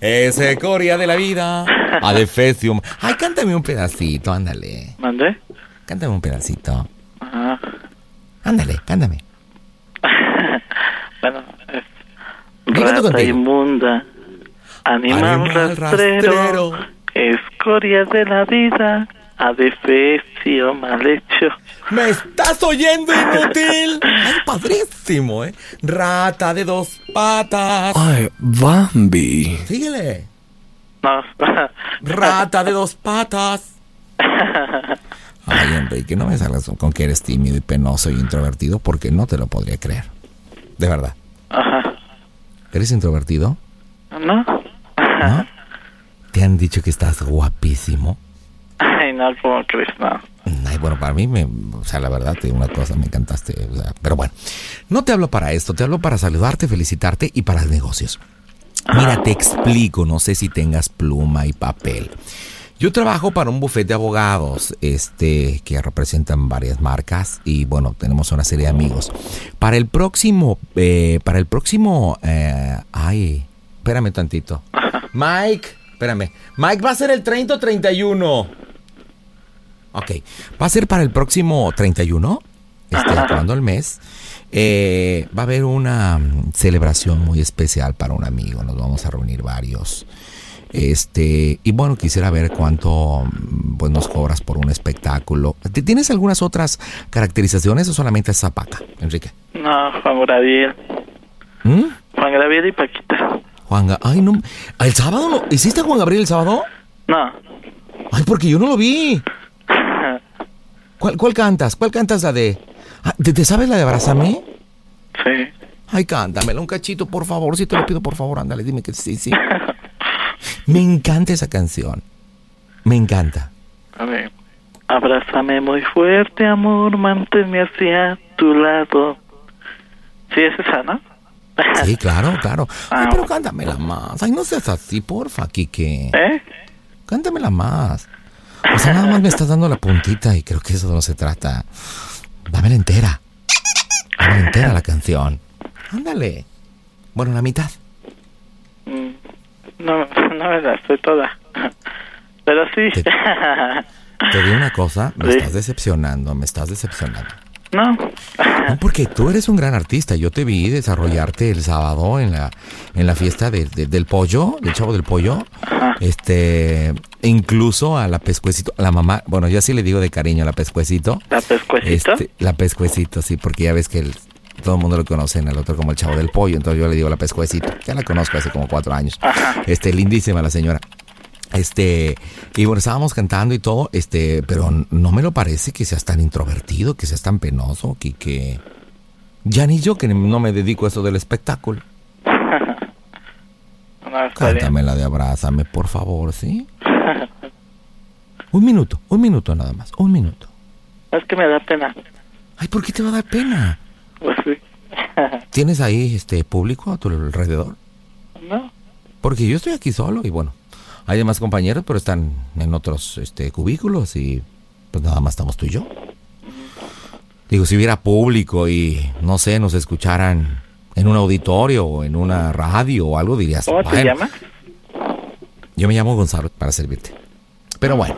Speaker 13: ese Coria de la Vida, Adefesium. Ah, Ay, cántame un pedacito, ándale.
Speaker 20: ¿Mande?
Speaker 13: Cántame un pedacito.
Speaker 20: Ajá.
Speaker 13: Ándale, cántame.
Speaker 20: Bueno, es.
Speaker 13: Yo canto
Speaker 20: Rata
Speaker 13: contigo.
Speaker 20: inmunda. Animal,
Speaker 13: Animal
Speaker 20: rastrero,
Speaker 13: rastrero.
Speaker 20: Escoria de la vida. Adefesio mal hecho.
Speaker 13: ¡Me estás oyendo, inútil! ¡Ay, padrísimo, eh! Rata de dos patas.
Speaker 19: Ay, Bambi.
Speaker 13: Síguele.
Speaker 20: No.
Speaker 13: Rata de dos patas. Ay, Enrique, no me salgas con que eres tímido y penoso y introvertido porque no te lo podría creer. De verdad.
Speaker 20: Ajá.
Speaker 13: ¿Eres introvertido?
Speaker 20: ¿No?
Speaker 13: ¿No? ¿Te han dicho que estás guapísimo?
Speaker 20: Ay, no, ¿cómo crees? No.
Speaker 13: Ay, bueno, para mí, me, o sea, la verdad, te digo una cosa, me encantaste. o sea, pero bueno, no te hablo para esto, te hablo para saludarte, felicitarte y para negocios. Mira, te explico, no sé si tengas pluma y papel. Yo trabajo para un bufete de abogados, este, que representan varias marcas y bueno, tenemos una serie de amigos. Para el próximo, eh, para el próximo, eh, ay, espérame tantito. Mike, espérame. Mike va a ser el 30 o 31. Ok, va a ser para el próximo 31, este, acabando el mes. Eh, va a haber una mm, celebración muy especial para un amigo, nos vamos a reunir varios. Este, y bueno, quisiera ver cuánto mm, pues, nos cobras por un espectáculo. ¿Te- ¿Tienes algunas otras caracterizaciones o solamente es Zapaca, Enrique?
Speaker 20: No, Juan Gabriel.
Speaker 13: ¿Mm?
Speaker 20: Juan Gabriel y Paquita.
Speaker 13: Juan, Ga- ay no, el sábado no, ¿hiciste a Juan Gabriel el sábado?
Speaker 20: No.
Speaker 13: Ay, porque yo no lo vi. ¿Cuál, cuál cantas? ¿Cuál cantas la de? Ah, ¿Te, te sabes la de Abrázame?
Speaker 20: Sí.
Speaker 13: Ay, cántamela un cachito, por favor, si te lo pido, por favor, ándale, dime que sí, sí. Me encanta esa canción. Me encanta.
Speaker 20: A ver. Abrázame muy fuerte, amor, manténme hacia tu lado. Sí, es esa, ¿no?
Speaker 13: Sí, claro, claro.
Speaker 20: Ah,
Speaker 13: Ay, pero cántamela más. Ay, no seas así, porfa, Kike.
Speaker 20: ¿Eh?
Speaker 13: Cántamela más. O sea, nada más me estás dando la puntita y creo que eso no se trata. Dámela entera. Dámela entera la canción. Ándale. Bueno, la mitad.
Speaker 20: Mm, No, no me la estoy toda. Pero sí.
Speaker 13: Te digo una cosa, me
Speaker 20: Sí.
Speaker 13: estás decepcionando, me estás decepcionando.
Speaker 20: no.
Speaker 13: No, porque tú eres un gran artista. Yo te vi desarrollarte el sábado en la, en la fiesta de- de- del pollo, del chavo del pollo. Este, e incluso a la pescuecito, a la mamá, bueno, yo así le digo de cariño a la pescuecito.
Speaker 20: ¿La pescuecito?
Speaker 13: Este, la pescuecito, sí, porque ya ves que el- todo el mundo lo conoce en el otro como el chavo del pollo, entonces yo le digo la pescuecito, ya la conozco hace como cuatro años. Este, lindísima la señora. Este, y bueno, estábamos cantando y todo, este, pero n- no me lo parece que seas tan introvertido, que seas tan penoso, que, que ya ni yo que no me dedico a eso del espectáculo. Este,
Speaker 20: No, está bien.
Speaker 13: Cántame la de abrázame, por favor, ¿sí? Un minuto, un minuto nada más, un minuto.
Speaker 20: Es que me da pena.
Speaker 13: Ay, ¿por qué te va a dar pena?
Speaker 20: Pues sí.
Speaker 13: ¿Tienes ahí este público a tu alrededor?
Speaker 20: No.
Speaker 13: Porque yo estoy aquí solo y bueno, hay demás compañeros, pero están en otros este, cubículos y pues nada más estamos tú y yo. Digo, si hubiera público y no sé, nos escucharan en un auditorio o en una radio o algo, dirías.
Speaker 21: Oh,
Speaker 20: ¿Cómo te
Speaker 13: "Bueno,
Speaker 20: llamas?
Speaker 13: Yo me llamo Gonzalo para servirte. Pero bueno,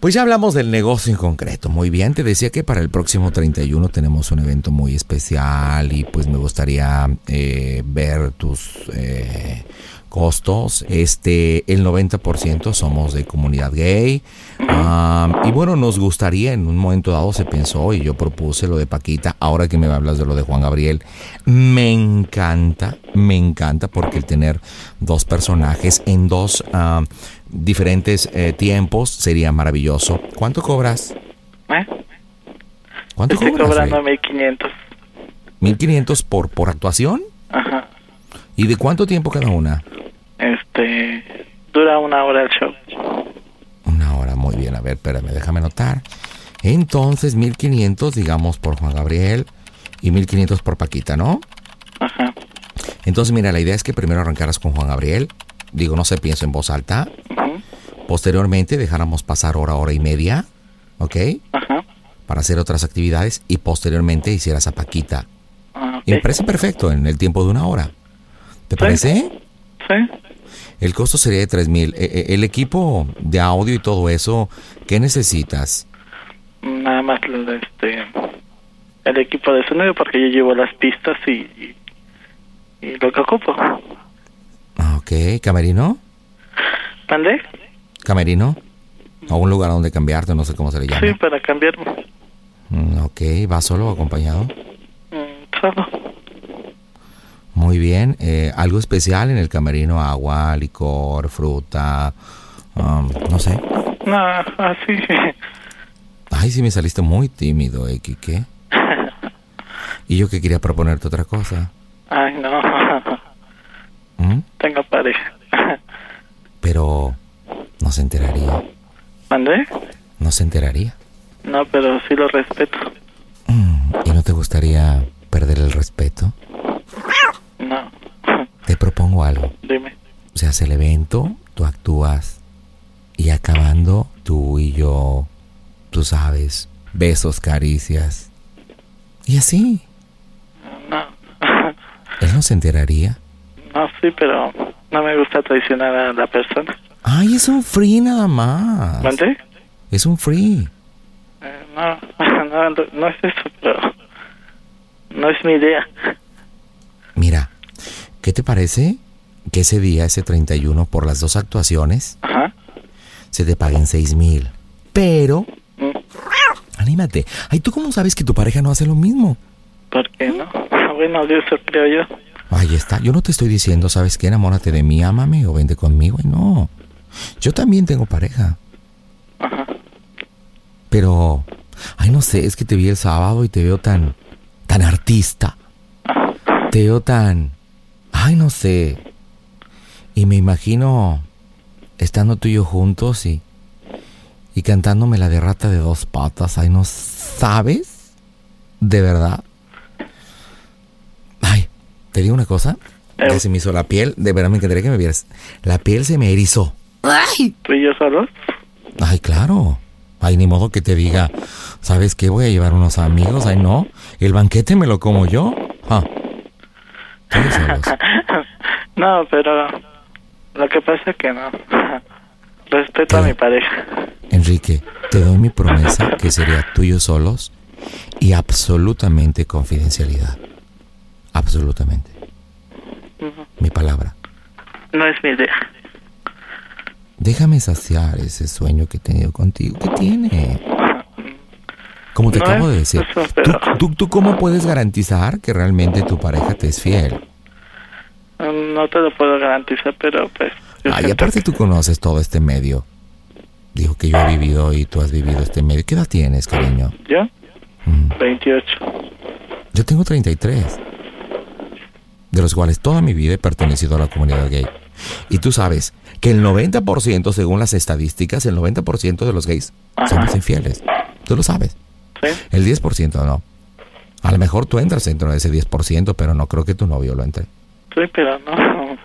Speaker 13: pues ya hablamos del negocio en concreto. Muy bien, te decía que para el próximo 31 tenemos un evento muy especial y pues me gustaría eh, ver tus eh, costos. Este, el 90% somos de comunidad gay. Ah, y bueno, nos gustaría, en un momento dado se pensó y yo propuse lo de Paquita, ahora que me hablas de lo de Juan Gabriel, me encanta, me encanta porque el tener dos personajes en dos ah, diferentes eh, tiempos sería maravilloso. ¿Cuánto cobras?
Speaker 20: ¿Eh?
Speaker 13: ¿Cuánto
Speaker 20: Estoy
Speaker 13: cobras?
Speaker 20: cobrando
Speaker 13: güey?
Speaker 20: 1500.
Speaker 13: 1500 por por actuación?
Speaker 20: Ajá.
Speaker 13: ¿Y de cuánto tiempo cada una?
Speaker 20: Este. Dura una hora el show.
Speaker 13: Una hora, muy bien. A ver, espérame, déjame anotar. Entonces, 1500, digamos, por Juan Gabriel y 1500 por Paquita, ¿no?
Speaker 20: Ajá.
Speaker 13: Entonces, mira, la idea es que primero arrancaras con Juan Gabriel. Digo, no se pienso en voz alta. Posteriormente dejáramos pasar hora, hora y media, ¿ok? Para hacer otras actividades y posteriormente hicieras a Paquita.
Speaker 20: Ah,
Speaker 13: Y me
Speaker 20: ok.
Speaker 13: parece perfecto en el tiempo de una hora. ¿Te parece?
Speaker 20: Sí.
Speaker 13: El costo sería de $3,000. mil. E, El equipo de audio y todo eso, ¿qué necesitas?
Speaker 20: Nada más el, este, el equipo de sonido porque yo llevo las pistas y, y, y lo que ocupo.
Speaker 13: Ah, Ok, camerino,
Speaker 20: ¿Mandé?
Speaker 13: camerino. A un lugar donde cambiarte, no sé cómo se le llama.
Speaker 20: Sí, para cambiarme.
Speaker 13: Mm, Ok, ¿va solo o acompañado?
Speaker 20: Mm, Solo.
Speaker 13: Muy bien. eh, ¿Algo especial en el camerino? Agua, licor, fruta, um, no sé.
Speaker 20: No, así.
Speaker 13: Ay, sí me saliste muy tímido, eh, Quique. Y yo que quería proponerte otra cosa.
Speaker 20: Ay, no.
Speaker 13: ¿Mm?
Speaker 20: Tengo pareja.
Speaker 13: Pero no se enteraría.
Speaker 20: ¿Mandé?
Speaker 13: No se enteraría.
Speaker 20: No, pero sí lo respeto.
Speaker 13: ¿Y no te gustaría perder el respeto?
Speaker 20: No.
Speaker 13: Te propongo algo. se hace el evento, tú actúas y acabando tú y yo, tú sabes, besos, caricias. Y así.
Speaker 21: No,
Speaker 13: Él no se enteraría.
Speaker 21: no, sí, pero no me gusta traicionar a la persona.
Speaker 13: Ay, es un free nada más.
Speaker 21: ¿Mandé?
Speaker 13: Es un free.
Speaker 21: Eh, no, no, no, no es eso, pero no es mi idea.
Speaker 13: Mira, ¿qué te parece que ese día, ese 31, por las dos actuaciones, se te paguen 6 mil? Pero, anímate. Ay, ¿tú cómo sabes que tu pareja no hace lo mismo?
Speaker 21: ¿Por qué no? Bueno, Dios, eso creo yo.
Speaker 13: Ahí está. Yo no te estoy diciendo, ¿sabes qué? Enamórate de mí, ámame o vente conmigo. Ay, no. Yo también tengo pareja. Pero, ay, no sé, es que te vi el sábado y te veo tan, tan artista. Te veo tan, ay, no sé. Y me imagino estando tú y yo juntos y, y cantándome la de rata de dos patas. Ay, no sabes, de verdad. Ay, te digo una cosa. Ya se me hizo la piel, de verdad me encantaría que me vieras. La piel se me erizó.
Speaker 21: ¿Tú y yo solos?
Speaker 13: Ay, claro. Ay, ni modo que te diga, ¿sabes qué? Voy a llevar unos amigos. Ay, no. El banquete me lo como yo. Ah,
Speaker 21: no, pero lo que pasa es que no. Respeto a mi pareja.
Speaker 13: Enrique, te doy mi promesa que sería tuyo solos y absolutamente confidencialidad. Absolutamente. Mi palabra.
Speaker 21: No es mi idea.
Speaker 13: Déjame saciar ese sueño que he tenido contigo. ¿Qué tiene? Como te
Speaker 21: No
Speaker 13: acabo
Speaker 21: es
Speaker 13: de decir,
Speaker 21: eso,
Speaker 13: ¿tú,
Speaker 21: pero-
Speaker 13: tú, tú cómo puedes garantizar que realmente tu pareja te es fiel?
Speaker 21: Mm, No te lo puedo garantizar, pero pues
Speaker 13: Ay, aparte tú conoces todo este medio. Digo que yo he vivido y tú has vivido este medio. ¿Qué edad tienes, cariño?
Speaker 21: yo, 28.
Speaker 13: Yo tengo 33, de los cuales toda mi vida he pertenecido a la comunidad gay. Y tú sabes que el 90%, según las estadísticas, el 90% de los gays somos infieles. Tú lo sabes. El 10% no. A lo mejor tú entras dentro de ese 10%, pero no creo que tu novio lo entre.
Speaker 21: Sí, pero no.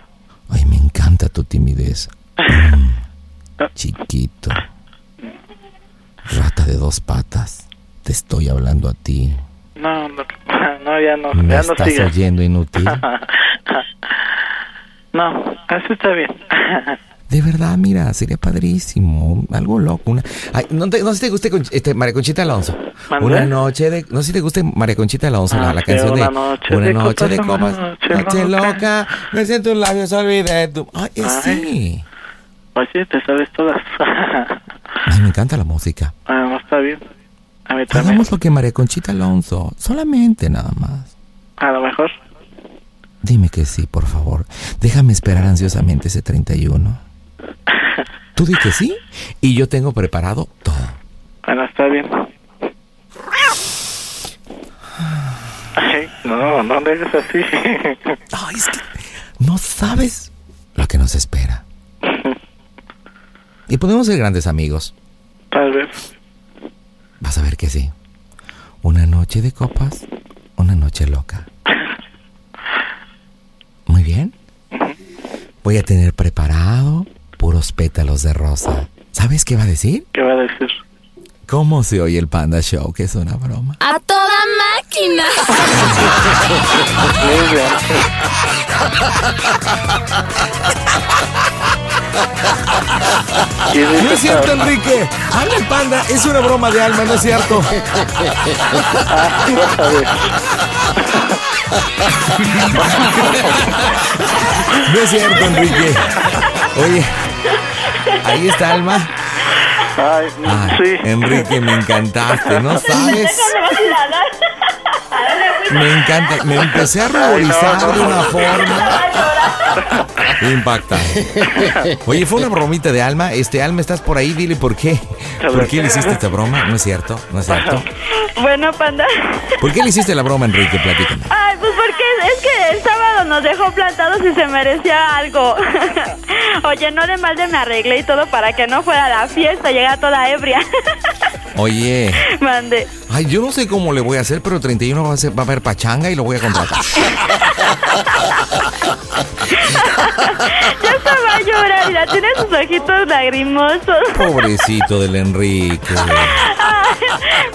Speaker 13: Canta tu timidez. Chiquito. Rata de dos patas. Te estoy hablando a ti.
Speaker 21: No, no, no, ya no,
Speaker 13: Me
Speaker 21: ya no
Speaker 13: estás
Speaker 21: sigas.
Speaker 13: oyendo inútil.
Speaker 21: no, así está bien.
Speaker 13: De verdad, mira, sería padrísimo. Algo loco. Una... Ay, no, te- no sé si te guste con- este, María Conchita Alonso.
Speaker 21: ¿Mandé?
Speaker 13: Una noche de. No sé si te guste María Conchita Alonso, la, la
Speaker 21: que
Speaker 13: canción de.
Speaker 21: Ah, una noche
Speaker 13: una
Speaker 21: de
Speaker 13: noche
Speaker 21: copas,
Speaker 13: de
Speaker 21: una
Speaker 13: copas.
Speaker 21: noche
Speaker 13: Noche loca. Me siento tus labios, olvidé tu. Ay, es
Speaker 21: Ay.
Speaker 13: sí.
Speaker 21: Oye, Pues te sabes todas.
Speaker 13: Ay, me encanta la música.
Speaker 21: ah, no está bien. A mí también.
Speaker 13: Hagamos lo que María Conchita Alonso. Solamente nada más.
Speaker 21: A lo mejor.
Speaker 13: Dime que sí, por favor. Déjame esperar ansiosamente ese 31. Tú di que sí y yo tengo preparado todo.
Speaker 21: Bueno, está bien. Ay, no, no le hagas así.
Speaker 13: Ay, es que no sabes lo que nos espera. Y podemos ser grandes amigos.
Speaker 21: Tal vez.
Speaker 13: Vas a ver que sí. Una noche de copas, una noche loca. Muy bien. Voy a tener preparado puros pétalos de rosa. ¿Sabes qué va a decir?
Speaker 21: ¿Qué va a decir?
Speaker 13: ¿Cómo se oye el Panda Show? Que es una broma.
Speaker 22: A toda máquina.
Speaker 6: No es cierto, Enrique. Habla el panda. Es una broma de alma, no es cierto.
Speaker 21: Ah,
Speaker 13: No es cierto, Enrique. Oye, ahí está Alma.
Speaker 21: Ay,
Speaker 13: sí. Enrique, me encantaste, ¿no sabes? Me encanta, me empecé a ruborizar
Speaker 6: Ay, no, no.
Speaker 13: de una forma. Impactado. Oye, fue una bromita de Alma. Este, Alma, ¿estás por ahí? Dile por qué. ¿Por qué le hiciste esta broma? No es cierto, no es cierto.
Speaker 16: Bueno, panda.
Speaker 13: ¿Por qué le hiciste la broma, Enrique? Platícame.
Speaker 16: Ay, pues porque es- es que el sábado nos dejó plantados y se merecía algo. Oye, no de mal de me arreglé y todo para que no fuera a la fiesta, llega toda ebria.
Speaker 13: Oye.
Speaker 16: Mande.
Speaker 13: Ay, yo no sé cómo le voy a hacer, pero 31 va a, ser- va a haber pachanga y lo voy a contratar.
Speaker 16: Ya se va a llorar, mira, tiene sus ojitos lagrimosos.
Speaker 13: Pobrecito del Enrique.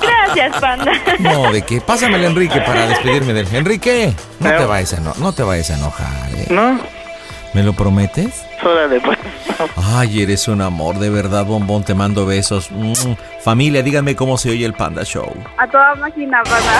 Speaker 16: Gracias, panda.
Speaker 13: No, ¿de qué? Pásame el Enrique para despedirme del Enrique. No te vayas a, eno- no te vayas a enojar. ¿eh?
Speaker 2: ¿No?
Speaker 13: ¿Me lo prometes?
Speaker 2: Órale, pues.
Speaker 13: Ay, eres un amor, de verdad, bombón. Te mando besos. Mm. Familia, díganme cómo se oye el Panda Show.
Speaker 16: A toda máquina, panda.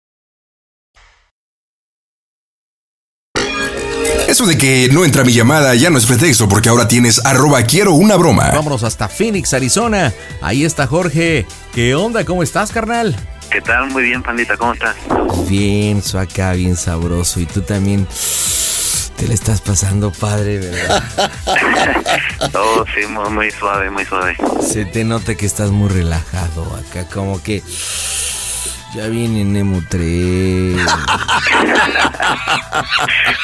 Speaker 15: Eso de que no entra mi llamada ya no es pretexto porque ahora tienes arroba quiero una broma.
Speaker 13: Vámonos hasta Phoenix, Arizona. Ahí está Jorge. ¿Qué onda? ¿Cómo estás, carnal?
Speaker 17: ¿Qué tal? Muy bien, pandita, ¿cómo estás?
Speaker 13: Bien, acá, bien sabroso. Y tú también te le estás pasando padre, ¿verdad?
Speaker 17: Todo Oh, sí, muy, muy suave, muy suave.
Speaker 13: Se te nota que estás muy relajado acá, como que ya viene Nemo 3.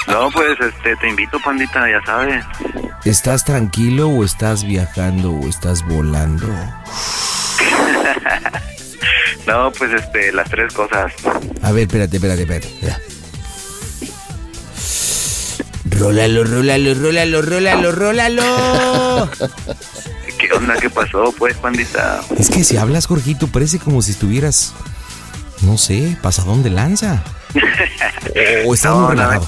Speaker 17: No, pues este, te invito, pandita, ya sabes.
Speaker 13: ¿Estás tranquilo o estás viajando o estás volando?
Speaker 17: No, pues este, las tres cosas.
Speaker 13: A ver, espérate, espérate, espérate. espera. Rólalo, rólalo, rólalo, rólalo, rólalo.
Speaker 17: ¿Qué onda? ¿Qué pasó, pues, pandita?
Speaker 13: Es que si hablas, Jorgito, parece como si estuvieras, no sé, pasadón de lanza. O estás muy
Speaker 17: nada,
Speaker 13: relajado.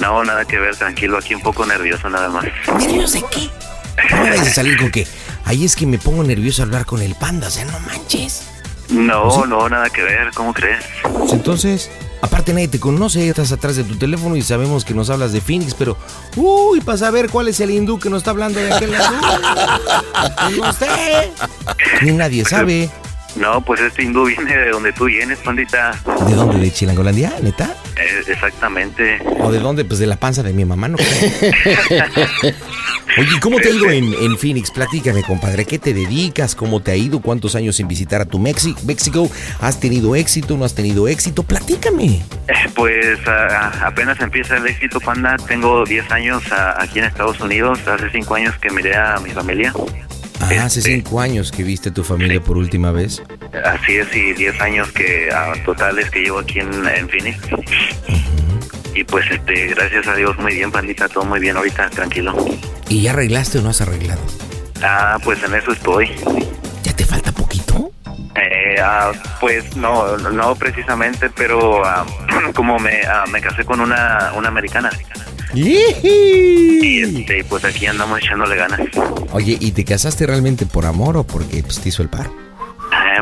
Speaker 17: no, nada que ver, tranquilo, aquí un poco nervioso nada más.
Speaker 13: ¿Nervioso de qué? No me vayas a salir con que, ahí es que me pongo nervioso al hablar con el panda, o sea, no manches.
Speaker 17: No, no, nada que ver, ¿cómo crees?
Speaker 13: Pues Entonces, aparte nadie te conoce, estás atrás de tu teléfono y sabemos que nos hablas de Phoenix, pero uy, para saber cuál es el hindú que nos está hablando de aquel lado. No sé. Ni nadie sabe.
Speaker 17: No, pues este hindú viene de donde tú vienes, pandita.
Speaker 13: ¿De dónde? ¿De Chilangolandia, neta?
Speaker 17: Eh, exactamente.
Speaker 13: ¿O de dónde? Pues de la panza de mi mamá, ¿no? Oye, ¿cómo te ha ido en, en Phoenix? Platícame, compadre. ¿Qué te dedicas? ¿Cómo te ha ido? ¿Cuántos años sin visitar a tu Mexi- México? ¿Has tenido éxito? ¿No has tenido éxito? Platícame.
Speaker 17: Eh, Pues a- apenas empieza el éxito, panda. Tengo 10 años a- aquí en Estados Unidos. Hace 5 años que miré a mi familia.
Speaker 13: Ah, hace cinco años que viste a tu familia por última vez.
Speaker 17: Así es, y 10 años que a totales que llevo aquí en, en Phoenix. Y pues, este, gracias a Dios, muy bien, pandita. Todo muy bien ahorita, tranquilo.
Speaker 13: ¿Y ya arreglaste o no has arreglado?
Speaker 17: Ah, pues en eso estoy.
Speaker 13: ¿Ya te falta poquito?
Speaker 17: Eh, ah, pues no, no precisamente, pero ah, como me, ah, me casé con una, una americana. Y este, pues aquí andamos echándole ganas. Eh,
Speaker 13: Oye, ¿y te casaste realmente por amor o porque pues, te hizo el paro?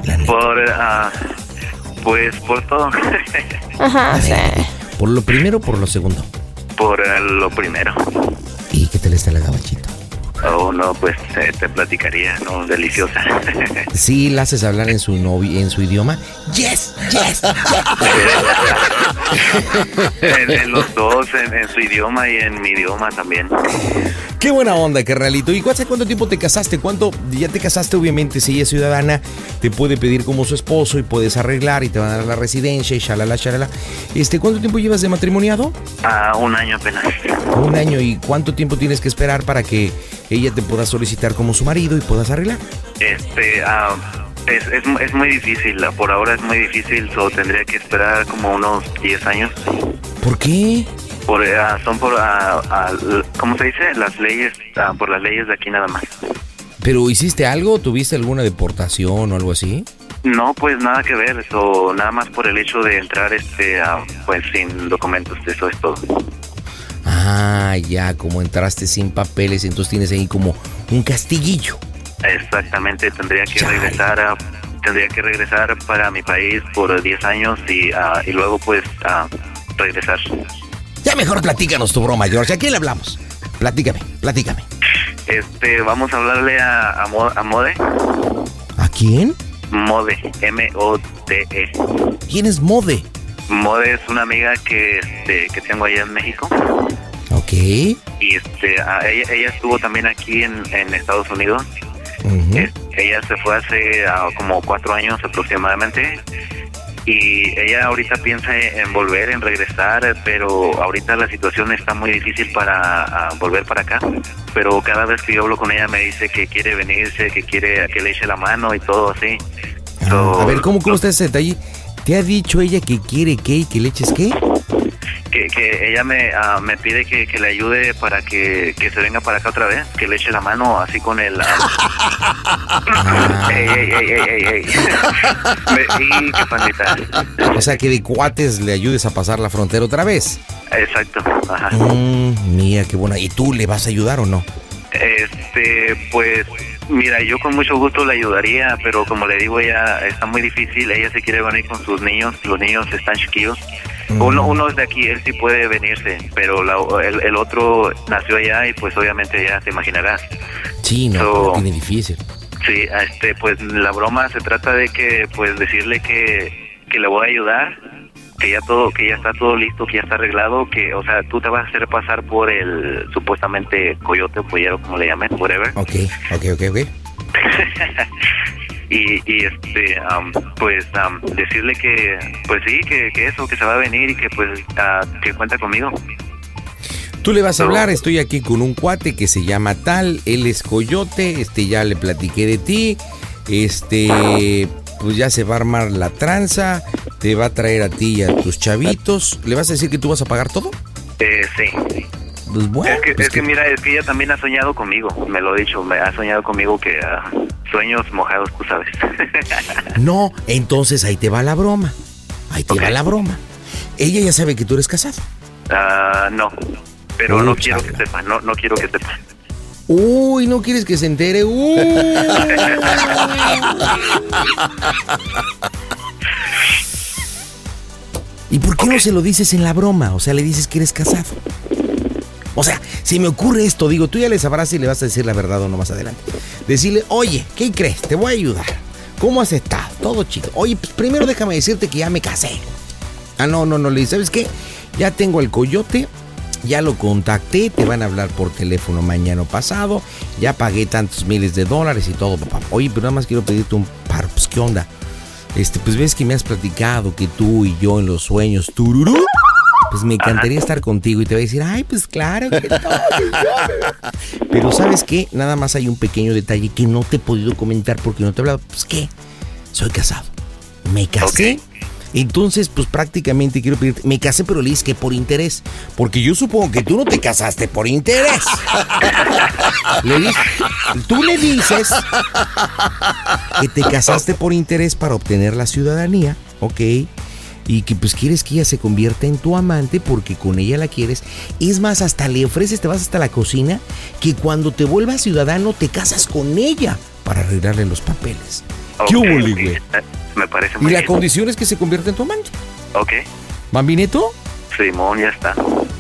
Speaker 17: Eh, por, ah, pues por todo.
Speaker 13: A ver, ¿Por lo primero o por lo segundo?
Speaker 17: por eh, lo primero.
Speaker 13: ¿Y qué tal está la gabachita?
Speaker 17: Oh, no, pues eh, te platicaría, ¿no? Deliciosa.
Speaker 13: ¿Sí la haces hablar en su novi en su idioma? Yes, yes.
Speaker 17: en, en los dos, en, en su idioma y en mi idioma también.
Speaker 13: Qué buena onda, carnalito. ¿Y cu- hace cuánto tiempo te casaste? ¿Cuánto? Ya te casaste, obviamente, si ella es ciudadana, te puede pedir como su esposo y puedes arreglar y te van a dar la residencia y shalala, shalala. Este, ¿cuánto tiempo llevas de matrimoniado?
Speaker 17: Ah, un año apenas.
Speaker 13: Un año. ¿Y cuánto tiempo tienes que esperar para que ella te pueda solicitar como su marido y puedas arreglar?
Speaker 17: Este, ah, es, es, mu- es muy difícil, la- por ahora es muy difícil, so tendría que esperar como unos 10 años.
Speaker 13: ¿Por qué?
Speaker 17: Por, ah, son por, ah, ah, l- ¿cómo se dice? Las leyes, ah, por las leyes de aquí nada más.
Speaker 13: ¿Pero hiciste algo? ¿Tuviste alguna deportación o algo así?
Speaker 17: No, pues nada que ver, eso nada más por el hecho de entrar este a- pues sin documentos, eso es todo.
Speaker 13: Ah, ya, como entraste sin papeles, entonces tienes ahí como un castiguillo.
Speaker 17: Exactamente, tendría que regresar a tendría que regresar para mi país por 10 años y ah, y luego pues ah, regresar.
Speaker 13: Ya mejor platícanos tu broma, George. ¿A quién le hablamos? Platícame, platícame.
Speaker 17: Este, vamos a hablarle a a, Mo- a Mode,
Speaker 13: ¿A quién?
Speaker 17: Mode, M O D E.
Speaker 13: ¿Quién es Mode?
Speaker 17: Mode es una amiga que este, que tengo allá en México.
Speaker 13: Ok.
Speaker 17: y este a- ella, ella estuvo también aquí en, en Estados Unidos Eh, ella se fue hace ah, como cuatro años aproximadamente y ella ahorita piensa en volver en regresar eh, pero ahorita la situación está muy difícil para ah, volver para acá pero cada vez que yo hablo con ella me dice que quiere venirse que quiere que le eche la mano y todo así
Speaker 13: a ver, ¿cómo, cómo está ese detalle? ¿Te ha dicho ella que quiere qué y que le eches qué?
Speaker 17: que, que ella me, ah, me pide que, que le ayude para que, que se venga para acá otra vez, que le eche la mano así con el... ah, ey, ey, ey, ey, ey, ey. Me- y qué pandita.
Speaker 13: O sea, que de cuates le ayudes a pasar la frontera otra vez.
Speaker 17: Exacto. Ajá.
Speaker 13: Mm, mira, qué buena. ¿Y tú le vas a ayudar o no?
Speaker 17: Este, pues, mira, yo con mucho gusto le ayudaría, pero como le digo, ella está muy difícil. Ella se quiere venir con sus niños. Los niños están chiquillos. Uno, uno es de aquí, él sí puede venirse, pero la- el, el otro nació allá y pues obviamente ya te imaginarás.
Speaker 13: Sí, no,
Speaker 17: So-
Speaker 13: lo tiene difícil.
Speaker 17: Sí, a este, pues la broma se trata de que, pues decirle que, que le voy a ayudar, que ya todo, que ya está todo listo, que ya está arreglado, que, o sea, tú te vas a hacer pasar por el supuestamente coyote o pollero, como le llamen, whatever.
Speaker 13: Ok, ok, ok, ok.
Speaker 17: Y, y este, am, pues am, decirle que, pues sí, que, que eso, que se va a venir y que, pues, ah, que cuenta conmigo.
Speaker 13: Tú le vas a hablar, estoy aquí con un cuate que se llama tal, él es Coyote, este ya le platiqué de ti, este pues ya se va a armar la tranza, te va a traer a ti y a tus chavitos, ¿le vas a decir que tú vas a pagar todo?
Speaker 17: Eh, sí.
Speaker 13: Pues bueno,
Speaker 17: es que, es que mira, es que ella también ha soñado conmigo, me lo ha dicho, me ha soñado conmigo que ah, sueños mojados, tú sabes.
Speaker 13: no, entonces ahí te va la broma, ahí te va la broma. Ella ya sabe que tú eres casado.
Speaker 17: Ah, no. Pero no quiero que sepa, no, no quiero que sepa.
Speaker 13: Uy, no quieres que se entere. Uy. ¿Y por qué no se lo dices en la broma? O sea, le dices que eres casado. O sea, si me ocurre esto, digo, tú ya le sabrás si le vas a decir la verdad o no más adelante. Decirle, oye, ¿qué crees? Te voy a ayudar. ¿Cómo has estado? Todo chido. Oye, pues primero déjame decirte que ya me casé. Ah, no, no, no, le dices, ¿sabes qué? Ya tengo al coyote, ya lo contacté, te van a hablar por teléfono mañana o pasado, ya pagué tantos miles de dólares y todo, papá. Oye, pero nada más quiero pedirte un par, pues, ¿qué onda? Este, pues ves que me has platicado que tú y yo en los sueños, tururú, pues me encantaría estar contigo y te va a decir, ay, pues claro que no, que yo". Pero ¿sabes qué? Nada más hay un pequeño detalle que no te he podido comentar porque no te he hablado. Pues qué, soy casado. Me casé. Entonces, pues prácticamente quiero pedirte, me casé, pero le dices que por interés. Porque yo supongo que tú no te casaste por interés. Le di- tú le dices que te casaste por interés para obtener la ciudadanía, ¿ok? Y que pues quieres que ella se convierta en tu amante porque con ella la quieres. Es más, hasta le ofreces, te vas hasta la cocina, que cuando te vuelvas ciudadano te casas con ella para arreglarle los papeles. ¿Qué hubo,
Speaker 17: Ok,
Speaker 13: Ligüe?
Speaker 17: eh, Me parece
Speaker 13: Y
Speaker 17: muy
Speaker 13: la
Speaker 17: bien.
Speaker 13: condición es que se convierta en tu amante.
Speaker 17: Ok,
Speaker 13: ¿Bambineto?
Speaker 17: Simón, ya está.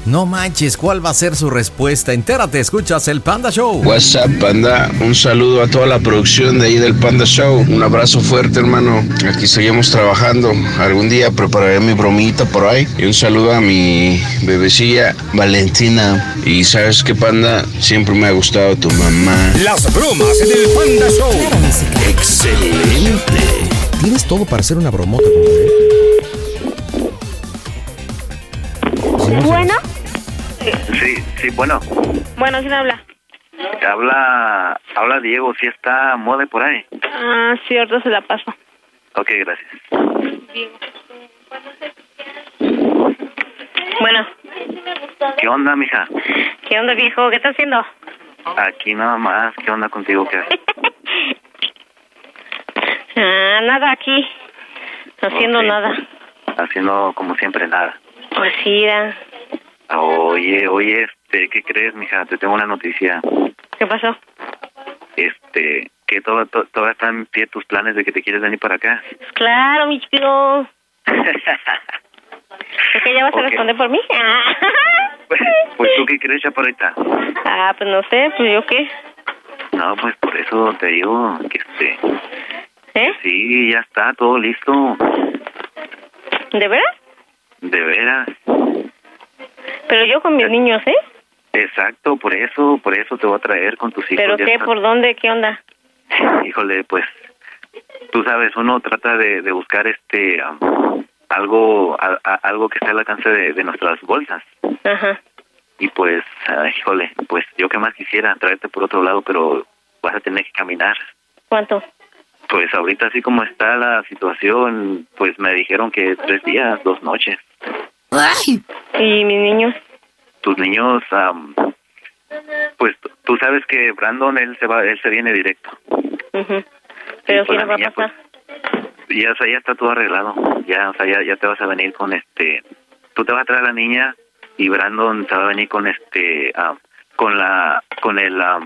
Speaker 23: No manches, ¿cuál va a ser su respuesta? Entérate, escuchas el Panda Show.
Speaker 24: What's up, panda? Un saludo a toda la producción de ahí del Panda Show. Un abrazo fuerte, hermano. Aquí seguimos trabajando. Algún día prepararé mi bromita por ahí. Y un saludo a mi bebecilla Valentina. Y sabes qué, panda? Siempre me ha gustado tu mamá.
Speaker 5: Las bromas en el Panda Show. Excelente.
Speaker 13: Tienes todo para ser una bromota.
Speaker 9: Bueno,
Speaker 17: Sí, sí, bueno,
Speaker 9: bueno, ¿quién habla?
Speaker 17: habla, habla Diego, si está mode por ahí.
Speaker 9: Ah, cierto, se la paso.
Speaker 17: Ok, gracias.
Speaker 25: Bueno,
Speaker 17: ¿Qué onda, mija?
Speaker 25: ¿qué onda, viejo? ¿Qué estás haciendo?
Speaker 17: Aquí nada más, ¿qué onda contigo? ¿Qué?
Speaker 1: Ah, nada aquí, haciendo
Speaker 17: Ok.
Speaker 1: nada.
Speaker 17: haciendo como siempre nada.
Speaker 1: Pues sí, ah,
Speaker 17: Oye, oye, este, ¿qué crees, mija? Te tengo una noticia.
Speaker 1: ¿qué pasó?
Speaker 17: Este, que todo, to- todavía están en pie tus planes de que te quieres venir para acá.
Speaker 1: Pues claro, mi chico. ¿Es que ya vas
Speaker 17: Ok.
Speaker 1: a responder por mí? Ah,
Speaker 17: Pues tú qué crees, chaparrita.
Speaker 1: ah, pues no sé, pues yo qué.
Speaker 17: No, pues por eso te digo que este.
Speaker 1: ¿Eh?
Speaker 17: Sí, ya está, todo listo.
Speaker 1: ¿De veras?
Speaker 17: De veras.
Speaker 1: Pero yo con mis niños, ¿eh?
Speaker 17: Exacto, por eso, por eso te voy a traer con tus hijos.
Speaker 1: ¿Pero
Speaker 17: pues ya
Speaker 1: qué?
Speaker 17: está.
Speaker 1: ¿Por dónde? ¿Qué onda?
Speaker 17: Híjole, pues tú sabes, uno trata de, de buscar este um, algo a- a- algo que esté al alcance de, de nuestras bolsas.
Speaker 1: Ajá.
Speaker 17: Y pues, ah, híjole, pues yo que más quisiera traerte por otro lado, pero vas a tener que caminar.
Speaker 1: ¿Cuánto?
Speaker 17: Pues ahorita así como está la situación, pues me dijeron que tres días, dos noches.
Speaker 1: ¿Y mis niños?
Speaker 17: Tus niños, am, pues t- tú sabes que Brandon, él se va, él se viene directo.
Speaker 1: Ujú.
Speaker 17: Sí,
Speaker 1: ¿Pero qué
Speaker 17: pues,
Speaker 1: les
Speaker 17: la
Speaker 1: va a
Speaker 17: niña,
Speaker 1: pasar?
Speaker 17: Ya, o sea, ya está todo arreglado. Ya, o sea, ya, ya te vas a venir con este. Tú te vas a traer a la niña y Brandon se va a venir con este. ah, con la. Con el. ah,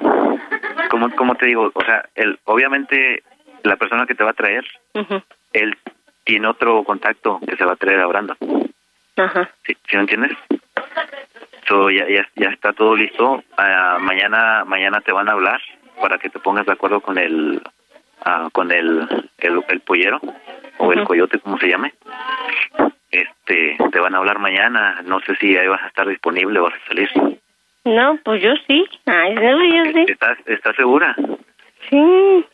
Speaker 17: ¿cómo, ¿Cómo te digo? O sea, el, obviamente la persona que te va a traer,
Speaker 1: Ujú.
Speaker 17: él tiene otro contacto que se va a traer a Brandon.
Speaker 1: Ajá.
Speaker 17: ¿Sí, sí me entiendes? So, ya, ya, ya está todo listo. Ah, mañana mañana te van a hablar para que te pongas de acuerdo con el ah, con el, el, el pollero o el
Speaker 4: Ujú.
Speaker 17: coyote, como se llame. Este, te van a hablar mañana. No sé si ahí vas a estar disponible, vas a salir.
Speaker 1: No, pues yo sí. Ay, no, yo sí.
Speaker 17: ¿Estás, estás segura?
Speaker 1: Sí.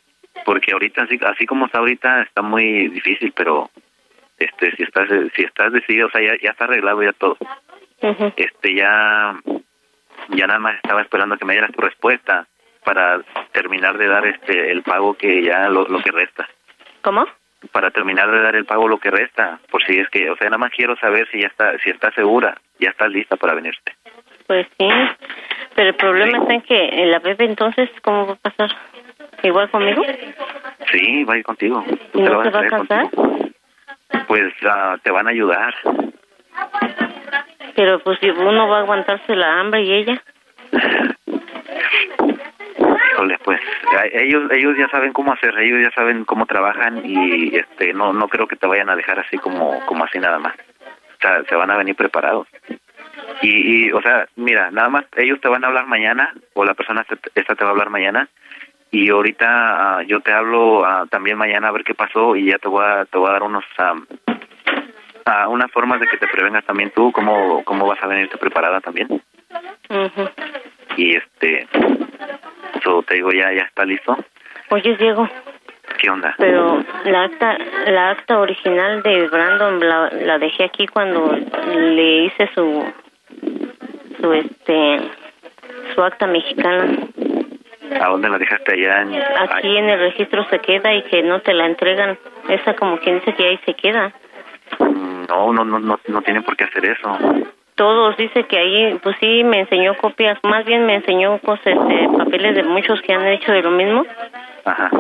Speaker 17: Porque ahorita, así, así como está ahorita, está muy difícil, pero este, si estás, si estás decidido, o sea, ya, ya está arreglado ya todo.
Speaker 1: Ujú.
Speaker 17: este ya ya nada más estaba esperando que me dieras tu respuesta para terminar de dar este el pago que ya lo, lo que resta
Speaker 1: ¿Cómo?
Speaker 17: para terminar de dar el pago lo que resta por si es que o sea nada más quiero saber si ya está si estás segura ya estás lista para venirte
Speaker 1: Pues sí. Pero el problema está en que la bebé entonces, ¿cómo va a pasar? ¿Igual conmigo?
Speaker 17: sí va a ir contigo Tú te la
Speaker 1: ¿No
Speaker 17: vas
Speaker 1: se
Speaker 17: a
Speaker 1: va a
Speaker 17: traer
Speaker 1: casar?
Speaker 17: contigo. pues ah, te van a ayudar
Speaker 1: Pero pues si uno va a aguantarse la hambre y ella.
Speaker 17: Híjole, pues a- ellos ellos ya saben cómo hacer ellos ya saben cómo trabajan y este no no creo que te vayan a dejar así como como así nada más o sea se van a venir preparados y, y o sea mira nada más ellos te van a hablar mañana o la persona esta- esta te va a hablar mañana y ahorita ah, yo te hablo ah, también mañana a ver qué pasó y ya te voy a te voy a dar unos am, ah, unas formas de que te prevengas también tú cómo cómo vas a venirte preparada también
Speaker 1: Ujú.
Speaker 17: y este so, te digo ya ya está listo
Speaker 1: Oye, Diego,
Speaker 17: qué onda
Speaker 1: pero la acta, la acta original de Brandon la, la dejé aquí cuando le hice su, su este, su acta mexicana.
Speaker 17: a dónde la dejaste allá en
Speaker 1: Aquí en el registro se queda y que no te la entregan. Esa como quien dice que ahí se queda.
Speaker 17: no no no no no tiene por qué hacer eso
Speaker 1: Todos dice que ahí, pues sí, me enseñó copias, más bien me enseñó cosas, este, papeles de muchos que han hecho de lo mismo.
Speaker 17: ajá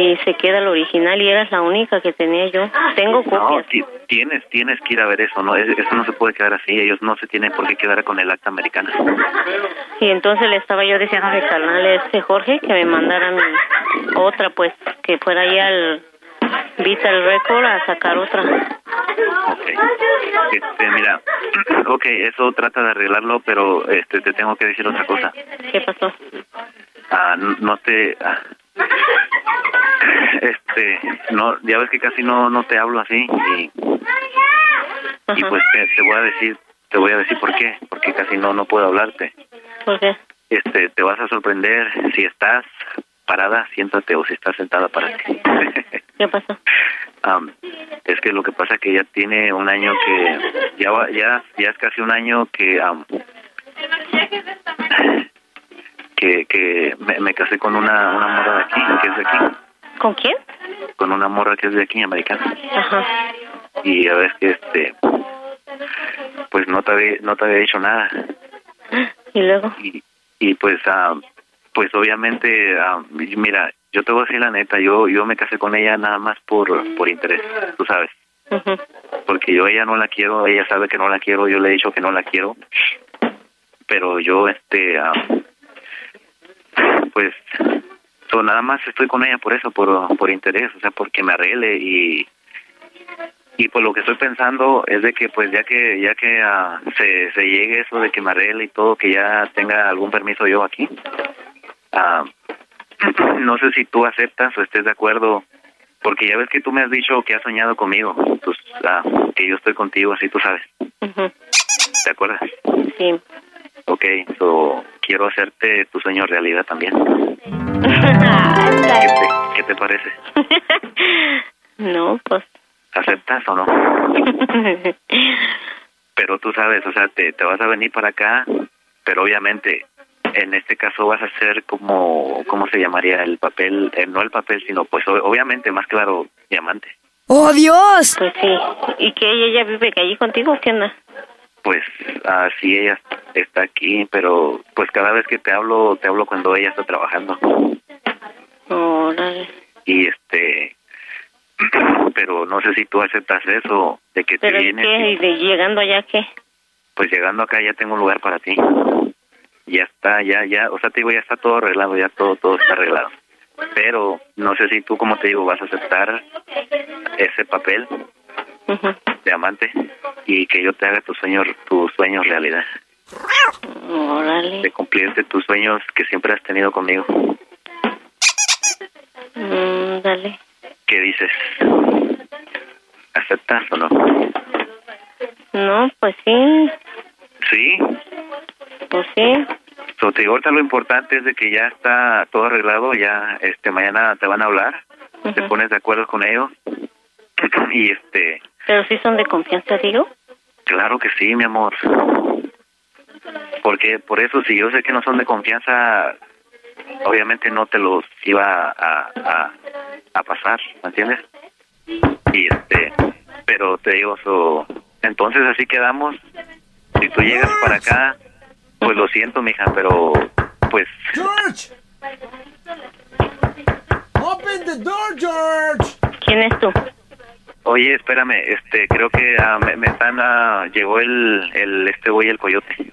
Speaker 1: Y se queda el original y eras la única que tenía yo. Tengo
Speaker 17: no
Speaker 1: copias.
Speaker 17: ti- tienes tienes que ir a ver eso no Es- eso no se puede quedar así ellos no se tienen por qué quedar con el acta americana
Speaker 1: Y entonces le estaba yo diciendo a mi carnal este Jorge que me mandara mi otra, pues, que fuera ahí al Vital Record a sacar otra.
Speaker 17: este mira ok, eso trata de arreglarlo pero este te tengo que decir otra cosa
Speaker 1: ¿Qué pasó?
Speaker 17: ah n- no te ah. este no ya ves que casi no no te hablo así y y pues te, te voy a decir te voy a decir por qué porque casi no no puedo hablarte
Speaker 1: ¿Por qué?
Speaker 17: este te vas a sorprender si estás parada siéntate o si estás sentada párate
Speaker 1: ¿Qué pasó?
Speaker 17: Am, es que lo que pasa que ya tiene un año que ya va- ya ya es casi un año que am, que que me, me casé con una una morra de aquí que es de aquí
Speaker 1: ¿Con quién?
Speaker 17: con una morra que es de aquí americana
Speaker 1: Ajá.
Speaker 17: y a ver que este pues no te había, no te había dicho nada
Speaker 1: Y luego,
Speaker 17: y pues ah, pues obviamente ah, mira yo te voy a decir la neta, yo yo me casé con ella nada más por por interés, tú sabes.
Speaker 1: Ujú.
Speaker 17: Porque yo a ella no la quiero, ella sabe que no la quiero, yo le he dicho que no la quiero. Pero yo este ah, pues so, nada más estoy con ella por eso, por por interés, o sea, porque me arregle y y pues lo que estoy pensando es de que pues ya que ya que ah, se, se llegue eso de que me arregle y todo, que ya tenga algún permiso yo aquí. ah, no sé si tú aceptas o estés de acuerdo, porque ya ves que tú me has dicho que has soñado conmigo, pues, ah, que yo estoy contigo, así tú sabes,
Speaker 1: Ujú.
Speaker 17: ¿te acuerdas?
Speaker 1: Sí.
Speaker 17: Ok, so, quiero hacerte tu sueño realidad también.
Speaker 1: Ay,
Speaker 17: ¿Qué te parece?
Speaker 1: no, pues.
Speaker 17: ¿Aceptas o no? Pero tú sabes, o sea, te, te vas a venir para acá, pero obviamente en este caso vas a hacer como, ¿cómo se llamaría el papel? Eh, no el papel, sino pues o- obviamente, más claro, diamante.
Speaker 1: ¡Oh, Dios! Pues sí. ¿Y que ella vive allí contigo o qué onda?
Speaker 17: Pues así ella está aquí, pero pues cada vez que te hablo, te hablo cuando ella está trabajando.
Speaker 1: Órale.
Speaker 17: Y este, pero no sé si tú aceptas eso, de que
Speaker 1: ¿Pero
Speaker 17: te
Speaker 1: y
Speaker 17: vienes.
Speaker 1: qué? ¿Y de llegando allá qué?
Speaker 17: pues llegando acá ya tengo un lugar para ti. Ya está, ya, ya, o sea, te digo, ya está todo arreglado, ya todo, todo está arreglado. Pero no sé si tú, como te digo, vas a aceptar ese papel de amante y que yo te haga tus sueños, tus sueños realidad,
Speaker 1: Órale.
Speaker 17: de cumplirte tus sueños que siempre has tenido conmigo.
Speaker 1: Mm, dale.
Speaker 17: ¿Qué dices? ¿Aceptas o no?
Speaker 1: No, pues sí.
Speaker 17: Sí,
Speaker 1: Pues sí.
Speaker 17: So, te digo, ahorita lo importante es de que ya está todo arreglado, ya este mañana te van a hablar, te pones de acuerdo con ellos y este,
Speaker 1: Pero sí son de confianza, digo.
Speaker 17: claro que sí, mi amor. Porque por eso si yo sé que no son de confianza, obviamente no te los iba a, a, a pasar, ¿me entiendes? Y este, pero te digo, so, entonces así quedamos. Si tú llegas para acá, pues lo siento, mija, pero pues
Speaker 1: George. Open the door, George. ¿Quién es tú?
Speaker 17: Oye, espérame, este, creo que ah, me, me están, ah, llegó el, el, este güey, el coyote.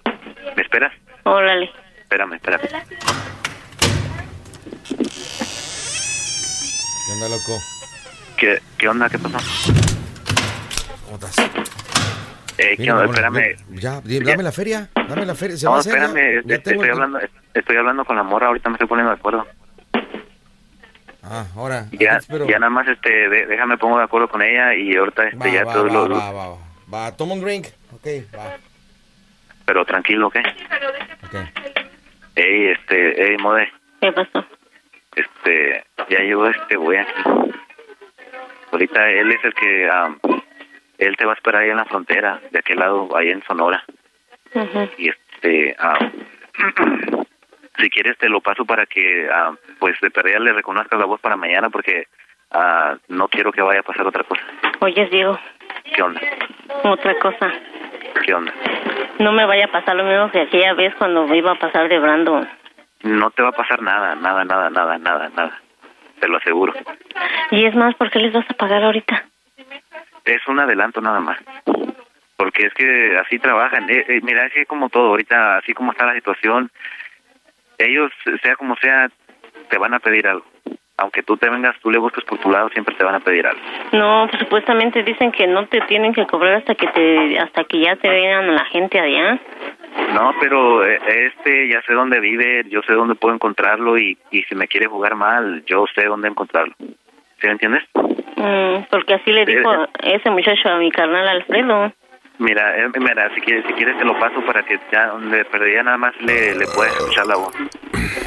Speaker 17: ¿Me esperas?
Speaker 1: Órale.
Speaker 17: Espérame, espérame.
Speaker 13: ¿Qué onda, loco?
Speaker 17: ¿Qué, qué onda? ¿Qué pasó?
Speaker 13: ¿Cómo estás?
Speaker 17: Eh, ¿qué
Speaker 13: Mira,
Speaker 17: onda?
Speaker 13: vámonos,
Speaker 17: Espérame.
Speaker 13: ven. Ya, di- dame la feria. Dame la feria. ¿Se va
Speaker 17: No,
Speaker 13: a hacer? ya?
Speaker 17: espérame,
Speaker 13: Ya
Speaker 17: este,
Speaker 13: tengo
Speaker 17: estoy,
Speaker 13: el-
Speaker 17: hablando, estoy hablando con la morra, ahorita me estoy poniendo de acuerdo.
Speaker 13: Ah, ahora.
Speaker 17: Ya,
Speaker 13: espero.
Speaker 17: ya nada más, este, de- déjame pongo de acuerdo con ella y ahorita, este,
Speaker 13: Va,
Speaker 17: ya
Speaker 13: va,
Speaker 17: todo
Speaker 13: va,
Speaker 17: lo...
Speaker 13: va, va, va. Va, toma un drink. Ok, va.
Speaker 17: Pero tranquilo, ¿qué?
Speaker 13: Ok.
Speaker 17: Ey, este, ey, mode,
Speaker 1: ¿Qué pasó?
Speaker 17: este, ya llegó este güey aquí. Ahorita él es el que, ah, él te va a esperar ahí en la frontera, de aquel lado, ahí en Sonora.
Speaker 13: Pues
Speaker 1: Ujú.
Speaker 17: y este ah, si quieres te lo paso para que ah, pues de perdida le reconozcas la voz para mañana porque ah, no quiero que vaya a pasar otra cosa
Speaker 1: Oye, Diego,
Speaker 17: qué onda
Speaker 1: otra cosa.
Speaker 17: qué onda
Speaker 1: No me vaya a pasar lo mismo que aquella vez cuando me iba a pasar de Brando.
Speaker 17: no te va a pasar nada nada nada nada nada nada te lo aseguro
Speaker 1: Y es más, ¿por qué les vas a pagar ahorita?
Speaker 17: es un adelanto nada más porque es que así trabajan Eh, eh, mira es que como todo ahorita así como está la situación ellos sea como sea te van a pedir algo aunque tú te vengas tú le busques por tu lado siempre te van a pedir algo
Speaker 1: No, pues, supuestamente dicen que no te tienen que cobrar hasta que te, hasta que ya te vean a la gente allá.
Speaker 17: No, pero eh, este ya sé dónde vive, yo sé dónde puedo encontrarlo y, y si me quiere jugar mal, yo sé dónde encontrarlo. ¿Sí me entiendes?
Speaker 1: Mm, porque así le dijo ese muchacho a mi carnal Alfredo.
Speaker 17: Mira, eh, mira, si quieres, si quieres te lo paso para que ya donde perdería nada más le, le puedes escuchar la voz.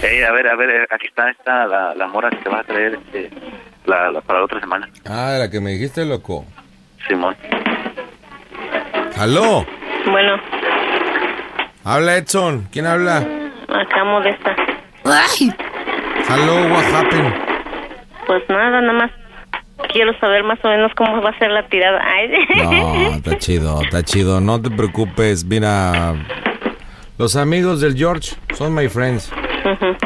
Speaker 17: Ey, a ver, a ver, eh, aquí está esta, la, la mora que te vas a traer este, la, la- para la otra semana.
Speaker 13: Ah, la que me dijiste, loco.
Speaker 17: Simón.
Speaker 13: ¡Aló!
Speaker 1: Bueno,
Speaker 13: Habla Edson. ¿Quién habla?
Speaker 1: acá modesta.
Speaker 13: ¡Aló, what happened?
Speaker 1: Pues nada, nada más quiero saber más o menos cómo va a ser la tirada. Ay,
Speaker 13: No, está chido, está chido. No te preocupes. Mira, los amigos del George son my friends.
Speaker 1: Ujú.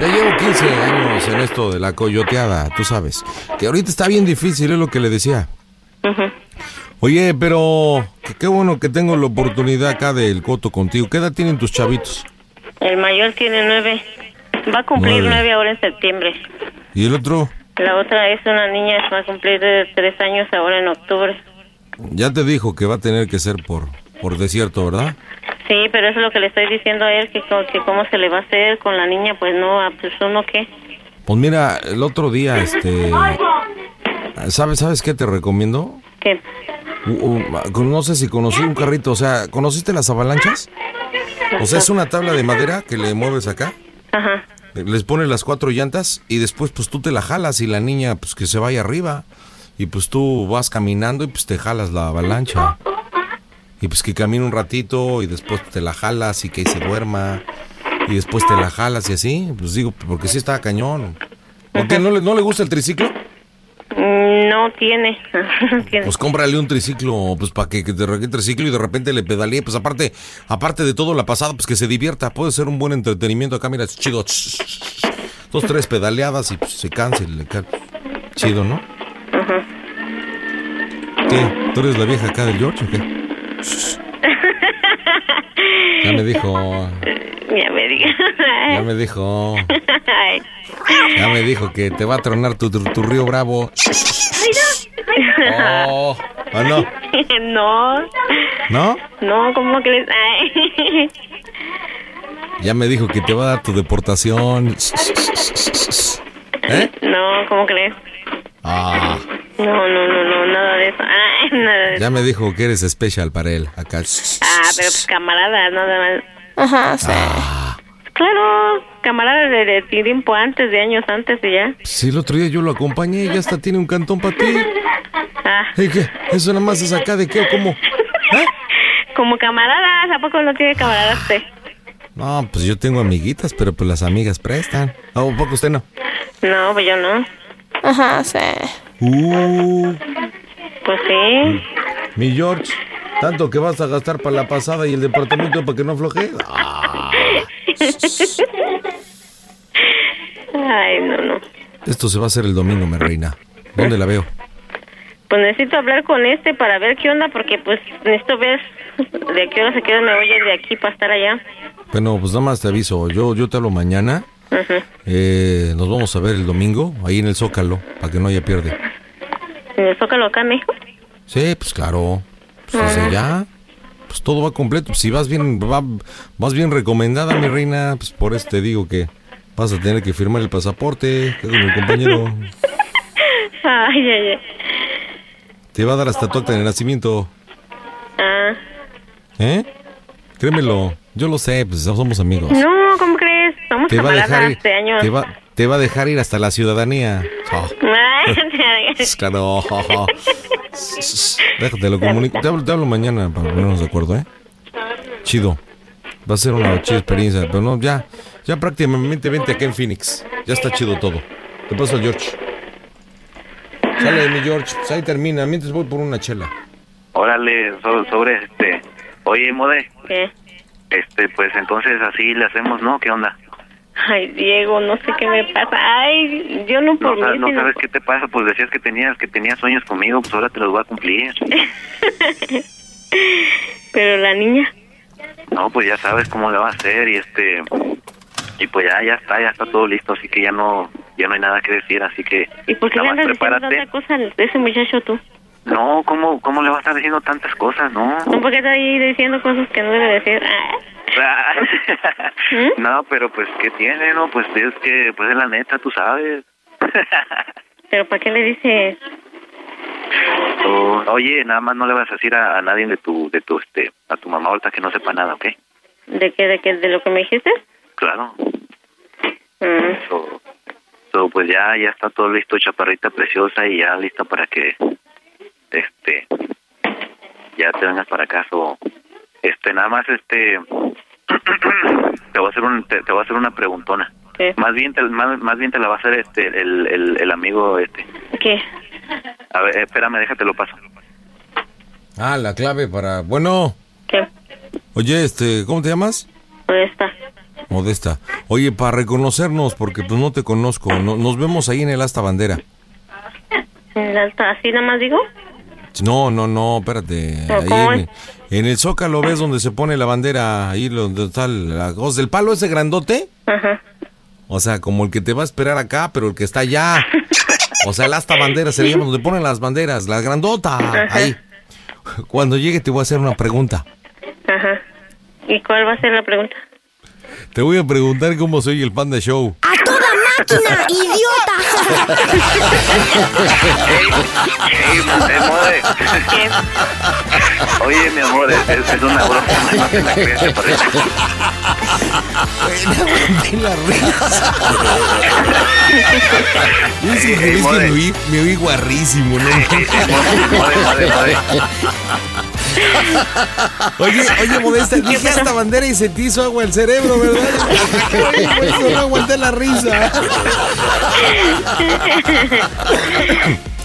Speaker 4: Ya llevo 15 años en esto de la coyoteada, tú sabes. Que ahorita está bien difícil, es lo que le decía. Oye, pero qué- qué bueno que tengo la oportunidad acá del coto contigo. ¿Qué edad tienen tus chavitos?
Speaker 1: El mayor tiene nueve. Va a cumplir
Speaker 4: Nueve.
Speaker 1: nueve ahora en septiembre.
Speaker 4: ¿Y el otro?
Speaker 1: La otra es una niña, va a cumplir de tres años ahora en octubre.
Speaker 4: Ya te dijo que va a tener que ser por, por desierto, ¿verdad?
Speaker 1: Sí, pero eso es lo que le estoy diciendo a él, que, co- que cómo se le va a hacer con la niña, pues no, ah, pues uno qué.
Speaker 4: Pues mira, el otro día, este... ¿Sabes, ¿Sabes qué te recomiendo?
Speaker 1: ¿Qué?
Speaker 4: U- u- no sé si conocí un carrito, o sea, ¿conociste las avalanchas? O sea, es una tabla de madera que le mueves acá, Eh,
Speaker 1: Ajá.
Speaker 4: les pones las cuatro llantas y después pues tú te la jalas y la niña pues que se vaya arriba y pues tú vas caminando y pues te jalas la avalancha. Y pues que camine un ratito y después te la jalas y que se duerma y después te la jalas y así, pues digo, porque sí está cañón. ¿Por qué no le, no le gusta el triciclo?
Speaker 1: Mm, No tiene. No tiene.
Speaker 4: Pues cómprale un triciclo, pues para que, que te regue el triciclo y de repente le pedalee. Pues aparte, aparte de todo la pasada, pues que se divierta. Puede ser un buen entretenimiento acá, mira, es chido. Dos, tres pedaleadas y pues, se cansa. y le ca- Chido, ¿no? ¿Qué? ¿Tú eres la vieja acá del George o qué? Ya me dijo,
Speaker 1: Ya me diga.
Speaker 4: ya me dijo,
Speaker 1: Ay.
Speaker 4: ya me dijo que te va a tronar tu, tu- tu río bravo. Oh, ah, no,
Speaker 1: no,
Speaker 4: ¿no?
Speaker 1: no, ¿cómo crees? Ay.
Speaker 4: Ya me dijo que te va a dar tu deportación. ¿Eh?
Speaker 1: No, ¿cómo crees?
Speaker 4: Ah,
Speaker 1: No, no, no, no, nada de eso. Ay, nada de eso.
Speaker 4: ya me dijo que eres especial para él. Acá.
Speaker 1: Ah, pero pues camaradas, nada más. Ajá, sí.
Speaker 4: Ah,
Speaker 1: Claro, camaradas de, de tiempo antes, de años antes y ya.
Speaker 4: sí, el otro día yo lo acompañé y ya hasta tiene un cantón para ti.
Speaker 1: Ah,
Speaker 4: ¿Y qué? ¿Eso nada más es acá de qué o cómo?
Speaker 1: como camaradas, ¿a poco no tiene camaradas usted?
Speaker 4: No, pues yo tengo amiguitas, pero pues las amigas prestan. Ah, ¿A poco usted no?
Speaker 1: No, pues yo no. Ajá, sí.
Speaker 4: Uh,
Speaker 1: Pues sí.
Speaker 4: mi George, tanto que vas a gastar para la pasada y el departamento para que no Ah, floje.
Speaker 1: Ay, no, no.
Speaker 4: Esto se va a hacer el domingo, mi reina. ¿Dónde la veo?
Speaker 1: Pues necesito hablar con este para ver qué onda, porque pues necesito ver de qué hora se queda me voy a ir de aquí para estar allá.
Speaker 4: Bueno, pues nada más te aviso. Yo, yo te hablo mañana.
Speaker 1: Ajá.
Speaker 4: Eh, nos vamos a ver el domingo ahí en el Zócalo, para que no haya pierde.
Speaker 1: En el Zócalo acá, mijo.
Speaker 4: Sí, pues claro. Pues desde ya, pues todo va completo. Si vas bien, va- vas bien recomendada, mi reina, pues por eso te digo que vas a tener que firmar el pasaporte, que es mi compañero.
Speaker 1: Ay, ay, ay.
Speaker 4: Te va a dar hasta tu acta de nacimiento,
Speaker 1: Ah.
Speaker 4: ¿eh? Créemelo, yo lo sé, pues ya somos amigos.
Speaker 1: No, ¿cómo crees? Somos
Speaker 4: Te va a este dejar
Speaker 1: camaradas
Speaker 4: ir,
Speaker 1: de años.
Speaker 4: te va, te va a dejar ir hasta la ciudadanía. Oh,
Speaker 1: Ay,
Speaker 4: pues claro. Déjate, lo comunico. Te hablo, te hablo mañana para ponernos de acuerdo, ¿eh? Chido. Va a ser una chida experiencia, pero no, ya, ya prácticamente vente acá en Phoenix. Ya está chido todo. Te paso al George. Sale de mi George, pues ahí termina. Mientras voy por una chela.
Speaker 17: Órale, so- sobre este. Oye, Mode,
Speaker 1: ¿Qué?
Speaker 17: este, pues entonces así le hacemos, ¿no? ¿Qué onda?
Speaker 1: Ay, Diego, no sé qué me pasa. Ay, yo no
Speaker 17: No,
Speaker 1: por
Speaker 17: sa-
Speaker 1: mí.
Speaker 17: no
Speaker 1: sino
Speaker 17: sabes
Speaker 1: por-
Speaker 17: qué te pasa, pues decías que tenías que tenías sueños conmigo, pues ahora te los voy a cumplir.
Speaker 1: Pero la niña.
Speaker 17: No, pues ya sabes cómo le va a hacer y este y pues ya ya está, ya está todo listo, así que ya no ya no hay nada que decir, así que
Speaker 1: ¿Y por qué le
Speaker 17: nada más
Speaker 1: andas diciendo
Speaker 17: prepárate.
Speaker 1: tanta cosa a ese muchacho tú?
Speaker 17: No, ¿cómo cómo le vas a estar diciendo tantas cosas, no?
Speaker 1: ¿No por qué está ahí diciendo cosas que no debe decir? Ah, ¿Mm?
Speaker 17: no, pero pues qué tiene, no, pues es que pues es la neta, tú sabes.
Speaker 1: ¿Pero para qué le dices?
Speaker 17: O- oye, nada más no le vas a decir a, a nadie de tu de tu este a tu mamá ahorita que no sepa nada, ¿ok?
Speaker 1: ¿De qué, de qué, de lo que me dijiste?
Speaker 17: Claro.
Speaker 1: Mm.
Speaker 17: So, so, pues ya, ya está todo listo, chaparrita preciosa, y ya lista para que, este, ya te vengas para acá. So, este, nada más, este, te voy a hacer un, te, te voy a hacer una preguntona.
Speaker 1: ¿Qué?
Speaker 17: Más bien, te, más, más bien te la va a hacer este, el, el, el amigo, este.
Speaker 1: ¿Qué?
Speaker 17: A ver, espérame, déjate lo paso.
Speaker 4: Ah, la clave para. Bueno.
Speaker 1: ¿Qué?
Speaker 4: Oye, este, ¿cómo te llamas?
Speaker 1: ¿Dónde Pues está?
Speaker 13: Modesta. Oye, para reconocernos, porque pues no te conozco, no- nos vemos ahí en el asta bandera.
Speaker 1: ¿En la alta? ¿Así nada más digo?
Speaker 13: No, no, no, espérate.
Speaker 1: Pero,
Speaker 13: Ahí
Speaker 1: ¿cómo
Speaker 13: en, en el Zócalo ves donde se pone la bandera, ahí lo- donde está la cosa del palo ese grandote.
Speaker 1: Ajá.
Speaker 13: O sea, como el que te va a esperar acá, pero el que está allá. O sea, el asta bandera se le llama donde ponen las banderas, la grandota, ahí. Cuando llegue te voy a hacer una pregunta.
Speaker 1: Ajá. ¿Y cuál va a ser la pregunta?
Speaker 13: Te voy a preguntar cómo soy el Panda Show.
Speaker 6: ¡Máquina, idiota!
Speaker 17: Ey, mi amor, eh. Oye, mi amor, es, es una broma. no te la creas, te parece.
Speaker 13: Es que es que me oí, me oí guarrísimo, ¿no? Oye, oye, Modesta, dije esta bandera y se te hizo agua el cerebro, ¿verdad? Por eso no aguanté la risa.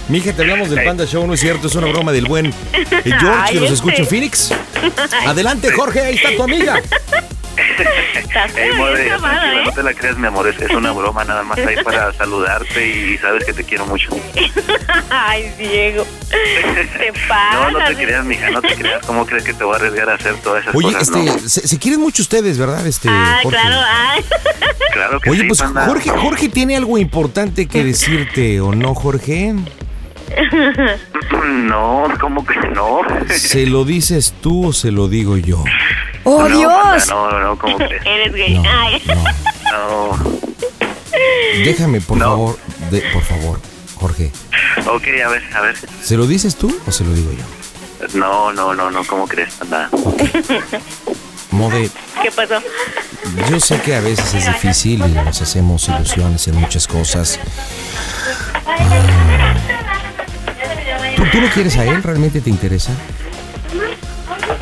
Speaker 13: Mija, te hablamos del Panda Show, no es cierto, es una broma del buen eh, George
Speaker 1: Ay,
Speaker 13: que nos
Speaker 1: este.
Speaker 13: escucha en Phoenix. Adelante, Jorge, ahí está tu amiga.
Speaker 17: Ey, madre,
Speaker 1: esa vara,
Speaker 17: tranquila,
Speaker 1: ¿eh?
Speaker 17: no te la creas, mi amor, es, es una broma nada más ahí para saludarte y sabes que te quiero mucho.
Speaker 1: Ay, Diego. Te
Speaker 17: No,
Speaker 1: pasas.
Speaker 17: no te creas, mija, no te creas. ¿Cómo crees que te voy a arriesgar a hacer todas esas
Speaker 13: Oye,
Speaker 17: cosas? No.
Speaker 13: este, se, se quieren mucho ustedes, ¿verdad? Este,
Speaker 1: Ah,
Speaker 13: Jorge?
Speaker 1: claro, ay.
Speaker 17: Claro que
Speaker 13: Oye,
Speaker 17: sí,
Speaker 13: pues
Speaker 17: panda.
Speaker 13: Jorge, Jorge tiene algo importante que decirte, ¿o no, Jorge?
Speaker 17: No, ¿cómo que no?
Speaker 13: ¿Se lo dices tú o se lo digo yo?
Speaker 1: Oh,
Speaker 13: Oh,
Speaker 17: No, panda, No, no, no, ¿cómo crees?
Speaker 1: Eres gay. Ay.
Speaker 17: No.
Speaker 13: Déjame, por favor, de- por favor, Jorge.
Speaker 17: Ok, a ver, a ver.
Speaker 13: ¿Se lo dices tú o se lo digo yo?
Speaker 17: No, no, no, no, ¿cómo crees, panda?
Speaker 13: Mode,
Speaker 1: ¿Qué pasó?
Speaker 13: yo sé que a veces es difícil y nos hacemos ilusiones en muchas cosas. Ah. ¿Tú, tú lo quieres a él? ¿Realmente te interesa?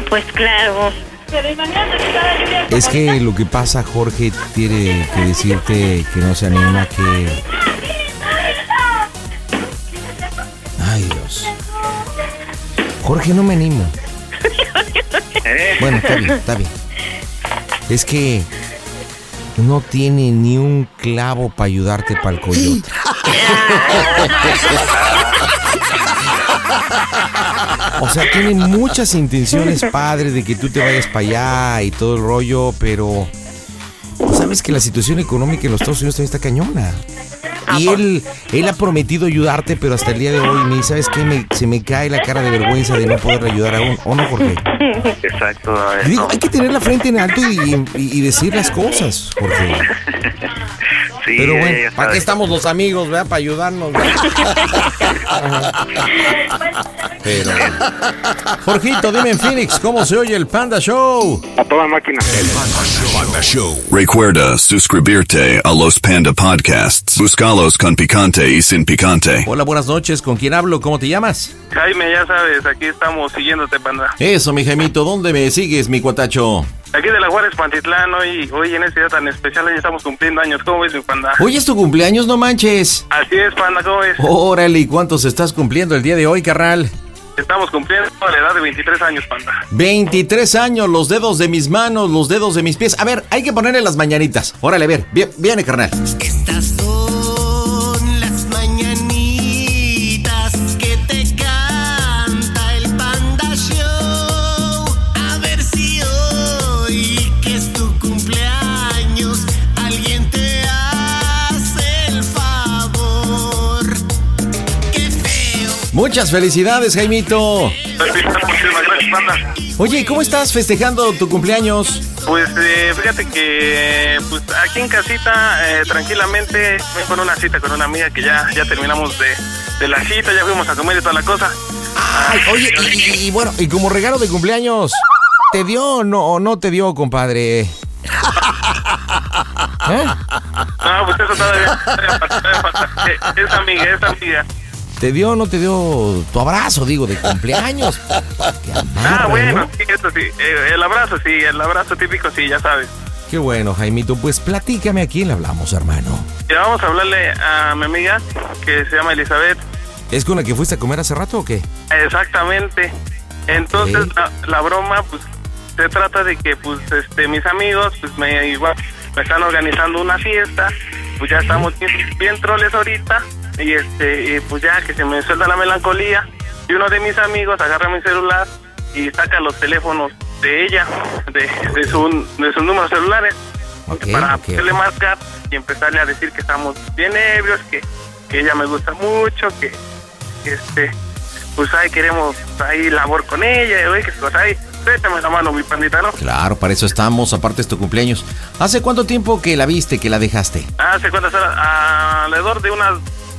Speaker 1: Pues claro.
Speaker 13: Es que lo que pasa, Jorge, tiene que decirte que no se anima, que... Ay, Dios. Jorge, no me animo. Bueno, está bien, está bien. Es que no tiene ni un clavo para ayudarte para el coyote. O sea, tiene muchas intenciones, padre, de que tú te vayas para allá y todo el rollo, pero pues, sabes que la situación económica en los Estados Unidos también está cañona.
Speaker 17: Ah,
Speaker 13: Y él, él ha prometido ayudarte, pero hasta el día de hoy me dice, ¿sabes qué? Me- se me cae la cara de vergüenza de no poder ayudar aún. ¿O no, Jorge?
Speaker 17: Exacto, a ver,
Speaker 13: Digo,
Speaker 17: no.
Speaker 13: hay que tener la frente en alto y, y- y decir las cosas, Jorge.
Speaker 17: Sí,
Speaker 13: Pero
Speaker 17: ya, ya
Speaker 13: bueno, ¿para qué
Speaker 17: sabes.
Speaker 13: estamos los amigos, verdad? Para ayudarnos. ¿verdad? Pero... Jorgito, dime en Phoenix, ¿cómo se oye el Panda Show?
Speaker 20: A toda máquina.
Speaker 26: Recuerda suscribirte a los Panda Podcasts. Buscalos con picante y sin picante.
Speaker 13: Hola, buenas noches. ¿Con quién hablo? ¿Cómo te llamas?
Speaker 20: Jaime, ya sabes, aquí estamos siguiéndote, panda.
Speaker 13: Eso, mi gemito. ¿Dónde me sigues, mi cuatacho?
Speaker 20: Aquí de la Juárez Pantitlán, hoy, hoy en este día tan especial, ya estamos cumpliendo años. ¿Cómo ves, mi panda?
Speaker 13: Hoy es tu Oh. cumpleaños, no manches.
Speaker 20: Así es, panda, ¿cómo ves?
Speaker 13: Órale, ¿y cuántos estás cumpliendo el día de hoy, carnal?
Speaker 20: Estamos cumpliendo la edad de 23 años, panda.
Speaker 13: 23 años, los dedos de mis manos, los dedos de mis pies. A ver, hay que ponerle las mañanitas. Órale, a ver, bien, viene, carnal.
Speaker 6: Son las mañanitas que te canta el Panda Show. A ver si hoy, que es tu cumpleaños, alguien te hace el favor. ¡Qué feo!
Speaker 13: Muchas felicidades, Jaimito.
Speaker 20: Muchísimas gracias, panda.
Speaker 13: Oye, ¿y ¿cómo estás festejando tu cumpleaños?
Speaker 20: Pues eh, fíjate que pues, aquí en casita, eh, tranquilamente, fui con una cita con una amiga que ya, ya terminamos de, de la cita, ya fuimos a comer y toda la cosa.
Speaker 13: Ay, oye, y, y- y bueno, y como regalo de cumpleaños, ¿te dio o no, o no te dio, compadre? ¿Eh?
Speaker 20: No, pues eso todavía, todavía falta, todavía falta. Eh, Es amiga, es amiga.
Speaker 13: ¿Te dio o no te dio tu abrazo, digo, de cumpleaños?
Speaker 20: Ah, bueno, sí, eso sí. Eh, el abrazo, sí, el abrazo típico, sí, ya sabes.
Speaker 13: Qué bueno, Jaimito. Pues platícame a quién le hablamos, hermano.
Speaker 20: Ya vamos a hablarle a mi amiga, que se llama Elizabeth.
Speaker 13: ¿Es con la que fuiste a comer hace rato o qué?
Speaker 20: Exactamente. Entonces
Speaker 13: Ok.
Speaker 20: la, la broma pues se trata de que pues este mis amigos pues me igual me están organizando una fiesta, pues ya estamos bien, bien troles ahorita, y este, y pues ya que se me suelta la melancolía, y uno de mis amigos agarra mi celular y saca los teléfonos de ella, de, de, su, de sus números celulares, para poderle marcar y empezarle a decir que estamos bien ebrios, que, que ella me gusta mucho, que, que este, pues ahí queremos ahí labor con ella, y, oye, que pues ahí, suéltame la mano, mi pandita, ¿no?
Speaker 13: Claro, para eso estamos, aparte es tu cumpleaños. ¿Hace cuánto tiempo que la viste, que la dejaste?
Speaker 20: Hace cuántas horas, alrededor de unas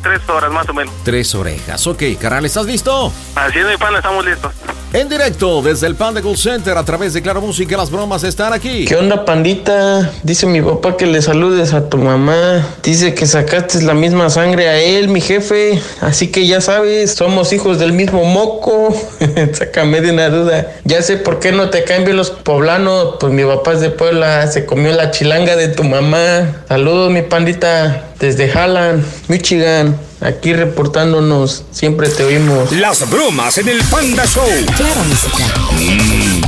Speaker 20: tres horas más o menos.
Speaker 13: Tres orejas. Ok, carnal, ¿estás listo?
Speaker 20: Así es, mi pana, estamos listos.
Speaker 13: En directo desde el Panda Call Center a través de Claro Música, las bromas están aquí.
Speaker 3: ¿Qué onda, pandita? Dice mi papá que le saludes a tu mamá. Dice que sacaste la misma sangre a él, mi jefe. Así que ya sabes, somos hijos del mismo moco. Sácame de una duda. Ya sé por qué no te cambian los poblanos. Pues mi papá es de Puebla, se comió la chilanga de tu mamá. Saludos, mi pandita. Desde Halland, Michigan, aquí reportándonos. Siempre te oímos.
Speaker 27: Las bromas en el Panda Show.
Speaker 11: Claro, música.
Speaker 6: Mm,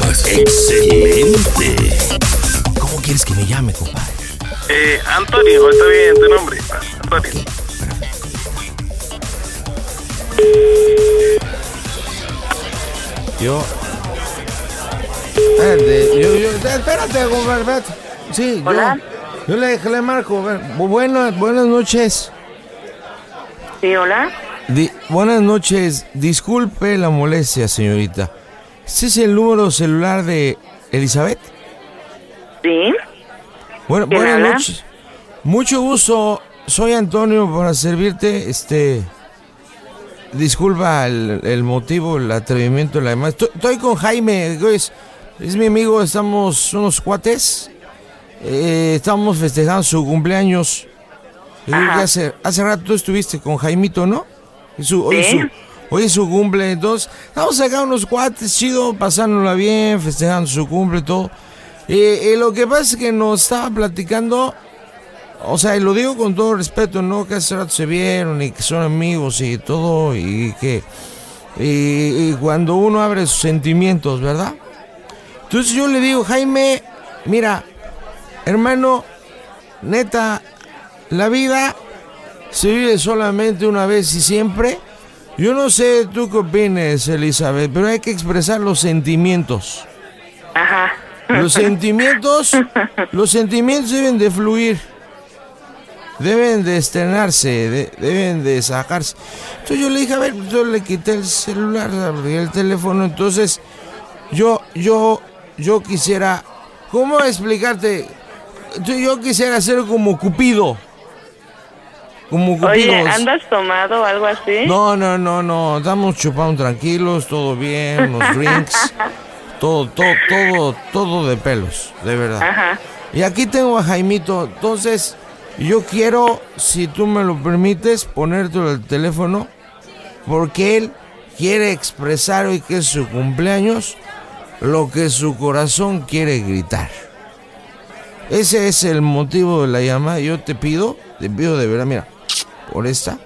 Speaker 6: Bromas. Excelente.
Speaker 13: ¿Cómo quieres que me llame, compadre?
Speaker 20: Eh, Antonio, está bien tu nombre. Antonio.
Speaker 23: Yo. Espérate, yo, yo- Eh, espérate, compadre, espérate. Sí, yo-
Speaker 11: Hola.
Speaker 23: Yo, le dejé, le marco. a ver. Bu- Buenas, buenas noches.
Speaker 11: Sí, hola.
Speaker 23: Di- buenas noches. Disculpe la molestia, señorita. ¿Este es el número celular de Elizabeth?
Speaker 11: Sí.
Speaker 23: Bueno,
Speaker 11: ¿Quién
Speaker 23: buenas
Speaker 11: habla?
Speaker 23: noches. Mucho gusto. Soy Antonio para servirte. Este. Disculpa el, el motivo, el atrevimiento, la demás. Estoy, estoy con Jaime, es, es mi amigo, estamos unos cuates. Eh, estamos festejando su cumpleaños. Yo creo que
Speaker 11: Ajá.
Speaker 23: hace, hace rato tú estuviste con Jaimito, ¿no? Es su- hoy, es
Speaker 11: Sí.
Speaker 23: su, hoy es su cumple, entonces estamos acá unos cuates, chido, pasándola bien, festejando su cumple y todo. Eh, eh, lo que pasa es que nos estaba platicando o sea, y lo digo con todo respeto, ¿no? Que hace rato se vieron y que son amigos y todo, y que. Y, y cuando uno abre sus sentimientos, ¿verdad? Entonces yo le digo, Jaime, mira, hermano, neta, la vida se vive solamente una vez y siempre. Yo no sé tú qué opines, Elizabeth, pero hay que expresar los sentimientos.
Speaker 11: Ajá.
Speaker 23: Los sentimientos, los sentimientos deben de fluir, deben de estrenarse, de- deben de sacarse. Entonces yo le dije, a ver, yo le quité el celular, abrí el teléfono, entonces yo, yo, yo quisiera, ¿cómo explicarte? Yo, yo quisiera ser como Cupido, como Cupido.
Speaker 28: Oye, ¿andas tomado o algo así?
Speaker 23: No, no, no, no. Estamos chupando tranquilos, todo bien, los drinks, todo, todo, todo, todo de pelos, de verdad.
Speaker 11: Ajá.
Speaker 23: Y aquí tengo a Jaimito. Entonces, yo quiero, si tú me lo permites, ponerte el teléfono, porque él quiere expresar hoy que es su cumpleaños lo que su corazón quiere gritar. Ese es el motivo de la llamada. Yo te pido, te pido de verdad, mira, por esta.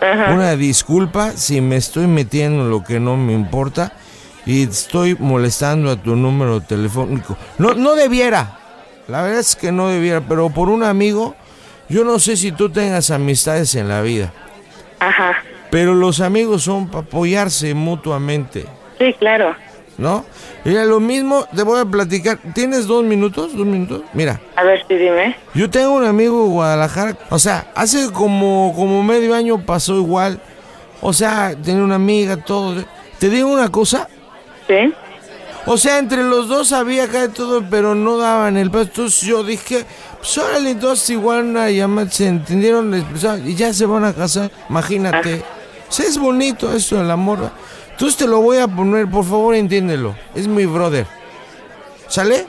Speaker 23: Una disculpa si me estoy metiendo en lo que no me importa y estoy molestando a tu número telefónico. No, no debiera. La verdad es que no debiera, pero por un amigo, yo no sé si tú tengas amistades en la vida.
Speaker 11: Ajá.
Speaker 23: Pero los amigos son para apoyarse mutuamente,
Speaker 11: Sí, claro.
Speaker 23: ¿no? Mira, lo mismo te voy a platicar. ¿Tienes dos minutos? ¿Dos minutos? Mira.
Speaker 11: A ver, sí, dime.
Speaker 23: Yo tengo un amigo de Guadalajara, o sea, hace como, como medio año pasó igual. O sea, tenía una amiga, todo. ¿Te digo una cosa?
Speaker 11: Sí.
Speaker 23: O sea, entre los dos había acá de todo, pero no daban el paso. Entonces yo dije, pues órale, entonces igual una llamada, se entendieron, les expresaron, y ya se van a casar. Imagínate. O sea, es bonito eso, el amor. Entonces te lo voy a poner, por favor, entiéndelo. Es mi brother. ¿Sale?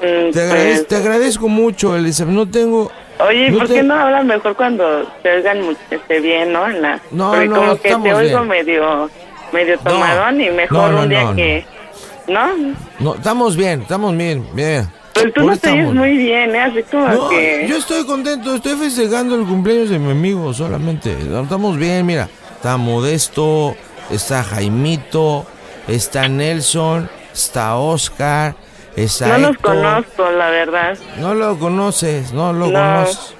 Speaker 11: Mm,
Speaker 23: Te, agradez-
Speaker 11: pues,
Speaker 23: te agradezco mucho, Elizabeth. No tengo.
Speaker 11: Oye,
Speaker 23: no
Speaker 11: ¿por
Speaker 23: te-
Speaker 11: qué no hablan mejor cuando se oigan mu- este, bien, no? En la-
Speaker 23: No,
Speaker 11: Porque
Speaker 23: no,
Speaker 11: como que te
Speaker 23: estamos
Speaker 11: oigo
Speaker 23: bien.
Speaker 11: medio, medio tomadón y mejor
Speaker 23: No, no,
Speaker 11: un día
Speaker 23: no, no.
Speaker 11: que... ¿No?
Speaker 23: No, estamos bien, estamos bien, bien.
Speaker 11: Pues tú
Speaker 23: Ahorita
Speaker 11: no te oyes
Speaker 23: estamos-
Speaker 11: muy bien, ¿eh? Así como
Speaker 23: No,
Speaker 11: que...
Speaker 23: yo estoy contento, estoy festejando el cumpleaños de mi amigo solamente. Estamos bien, mira. Está Modesto, está Jaimito, está Nelson, está Oscar,
Speaker 2: Exacto.
Speaker 11: No los conozco, la verdad.
Speaker 2: No lo conoces, no lo
Speaker 11: No,
Speaker 2: conoces.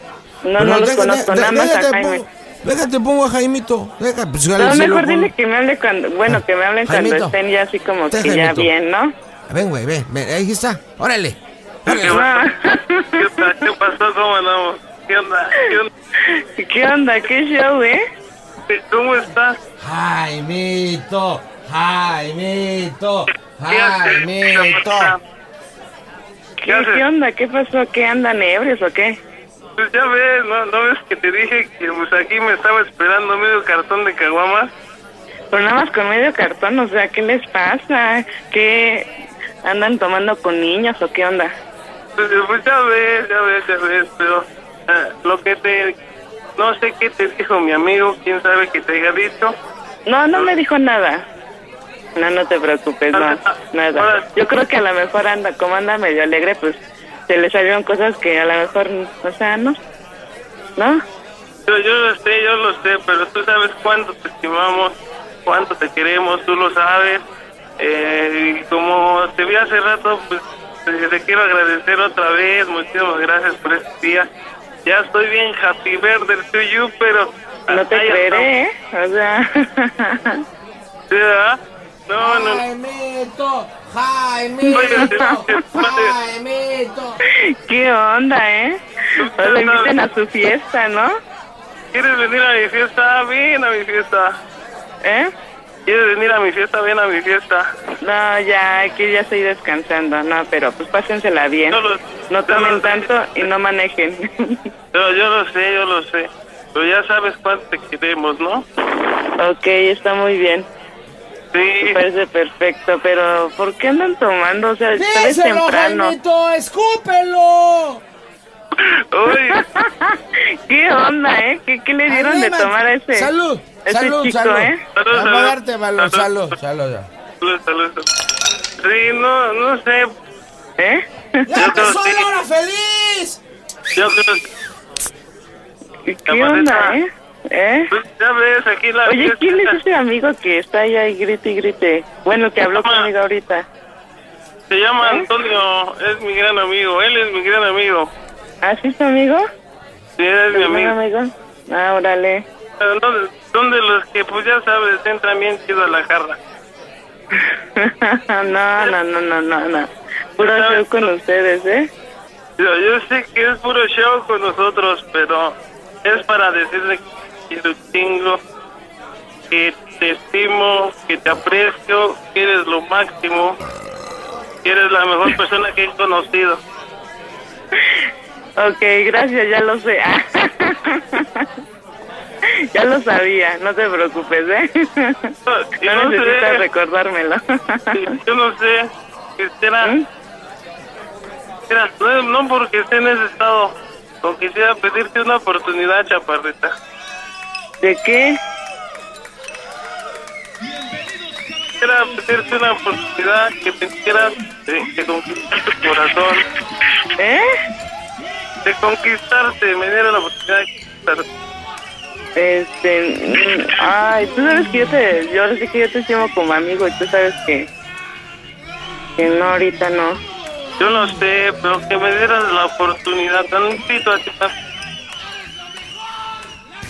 Speaker 11: no,
Speaker 2: Pero
Speaker 11: no los
Speaker 2: déjate-
Speaker 11: conozco,
Speaker 2: de-
Speaker 11: nada más a
Speaker 2: déjate
Speaker 23: pues,
Speaker 11: Jaime.
Speaker 2: pongo- Déjate, pongo a Jaimito. Deja, pues,
Speaker 11: No,
Speaker 2: si lo
Speaker 11: mejor
Speaker 2: cono-
Speaker 11: dile que me hable cuando, bueno, que me hablen
Speaker 2: Jaimito.
Speaker 11: cuando estén ya así como
Speaker 2: Está
Speaker 11: que ya
Speaker 2: Jaimito.
Speaker 11: bien, ¿no?
Speaker 2: Ven, güey, ven, ven, ahí está. Órale.
Speaker 11: Ah.
Speaker 20: ¿Qué, pa- qué pasó? ¿Cómo andamos? ¿Qué onda? ¿Qué onda?
Speaker 11: ¿Qué onda? ¿Qué show, eh?
Speaker 20: ¿Cómo estás?
Speaker 2: Jaimito, Jaimito,
Speaker 11: Jaimito. ¿Qué, qué onda? ¿Qué pasó? ¿Qué andan ebrios o qué?
Speaker 20: Pues ya ves, ¿no, ¿no ves que te dije que pues aquí me estaba esperando medio cartón de caguamas?
Speaker 11: Pero nada más con medio cartón, o sea, ¿qué les pasa? ¿Qué andan tomando con niños o qué onda?
Speaker 20: Pues, pues ya ves, ya ves, ya ves, pero ah, lo que te... No sé qué te dijo mi amigo, quién sabe qué te haya dicho.
Speaker 11: No, no me dijo nada. No, no te preocupes, Pues no, nada. Yo creo que a lo mejor anda, como anda medio alegre, pues se le salieron cosas que a lo mejor, o sea, no, ¿no?
Speaker 20: Yo, yo lo sé, yo lo sé, pero tú sabes cuánto te estimamos, cuánto te queremos, tú lo sabes. Eh, y como te vi hace rato, pues te, te quiero agradecer otra vez, muchísimas gracias por este día. Ya estoy bien happy verde to you, pero...
Speaker 11: No te
Speaker 20: Ay,
Speaker 11: creeré, ¿eh? O sea,
Speaker 20: hasta- ¿Sí, verdad? No, no, no.
Speaker 2: Jaimito,
Speaker 11: Jaimito, este,
Speaker 2: Jaimito.
Speaker 11: ¿qué onda, eh? O lo inviten a su fiesta, ¿no?
Speaker 20: ¿Quieres venir a mi fiesta? Ven a mi fiesta.
Speaker 11: ¿Eh?
Speaker 20: ¿Quieres venir a mi fiesta? Ven a mi fiesta.
Speaker 11: No, ya, aquí ya estoy descansando, no, pero pues pásensela bien. No tomen tanto y no manejen.
Speaker 20: Yo, yo lo sé, yo lo sé. Pero ya sabes cuánto te queremos, ¿no?
Speaker 11: Ok, está muy bien.
Speaker 20: Sí.
Speaker 11: Me parece perfecto, pero ¿por qué andan tomando? O sea, tal vez temprano.
Speaker 2: escúpelo.
Speaker 11: ¿Qué onda, eh? ¿Qué, qué le dieron de
Speaker 2: Anímate.
Speaker 11: tomar a ese?
Speaker 2: Salud,
Speaker 11: a ese
Speaker 2: salud,
Speaker 11: chico,
Speaker 2: salud.
Speaker 11: eh?
Speaker 20: Salud,
Speaker 2: Vamos a
Speaker 20: salud.
Speaker 2: darte, Valor,
Speaker 20: Salud.
Speaker 2: salud, salud.
Speaker 20: Saludos, saludos. Sí, no, no sé.
Speaker 11: ¿Eh?
Speaker 20: Yo creo, sí,
Speaker 2: hora feliz!
Speaker 20: yo creo.
Speaker 11: ¿Qué onda, eh? ¿Eh?
Speaker 20: Pues ya ves, aquí la
Speaker 11: Oye,
Speaker 20: fiesta-
Speaker 11: ¿quién es ese amigo que está allá y grite y grite? Bueno, que habló conmigo ahorita.
Speaker 20: se
Speaker 11: ¿Eh?
Speaker 20: llama Antonio, es mi gran amigo, él es mi gran amigo.
Speaker 11: ¿Ah, sí es tu amigo?
Speaker 20: Sí, es mi
Speaker 11: ¿Tu buen
Speaker 20: amigo.
Speaker 11: amigo? Ah, órale.
Speaker 20: Pero no, Son de los que, pues ya sabes, entran bien chido a la jarra.
Speaker 11: no, no, no, no, no, no. Puro show con ustedes, ¿eh?
Speaker 20: Yo, yo sé que es puro show con nosotros, pero es para decirle que lo chingo, que te estimo, que te aprecio, que eres lo máximo, que eres la mejor persona que he conocido.
Speaker 11: Ok, gracias, ya lo sé. ya lo sabía, no te preocupes, ¿eh?
Speaker 20: yo
Speaker 11: no
Speaker 20: no sé.
Speaker 11: necesitas recordármelo.
Speaker 20: Yo no sé, que será, será- no, no porque esté en ese estado, o quisiera pedirte una oportunidad, chaparrita.
Speaker 11: ¿De qué?
Speaker 20: Quisiera pedirte una oportunidad que te quieras de, de conquistar tu corazón.
Speaker 11: ¿Eh?
Speaker 20: De conquistarte, me dieron la oportunidad de conquistarte.
Speaker 11: Este, mm, ay, tú sabes que yo te, yo ahora sí que yo te estimo como amigo y tú sabes que, que no, ahorita no.
Speaker 20: Yo no sé, pero que me dieras la oportunidad, tantito así. tan-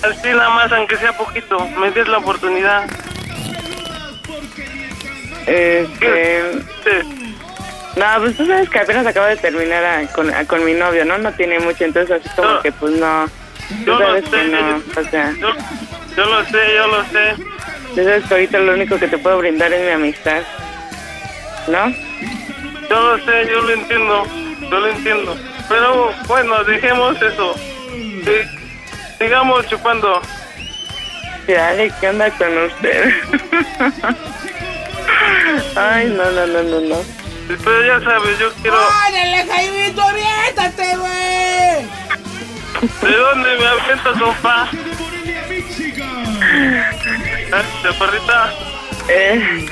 Speaker 20: Así nada más, aunque sea poquito, me des la oportunidad.
Speaker 11: Este, no, pues tú sabes que apenas acabo de terminar a- con, a- con mi novio, ¿no? No tiene mucho, entonces así como que pues no, tú
Speaker 20: Yo no
Speaker 11: sabes que
Speaker 20: sé.
Speaker 11: no, o sea...
Speaker 20: Yo, yo lo sé, yo lo sé.
Speaker 11: Ya sabes que ahorita lo único que te puedo brindar es mi amistad. ¿No?
Speaker 20: Yo lo sé, yo lo entiendo, yo lo entiendo. Pero bueno, dejemos eso. Sí, sigamos chupando.
Speaker 11: Dale, ¿qué onda con usted? Ay, no, no, no, no, no.
Speaker 20: Pero ya sabes, yo quiero...
Speaker 2: ¡Órale, Jaimito, aviéntate, güey!
Speaker 20: ¿De dónde me avientas, compa? Ah, Chaparrita.
Speaker 11: Eh.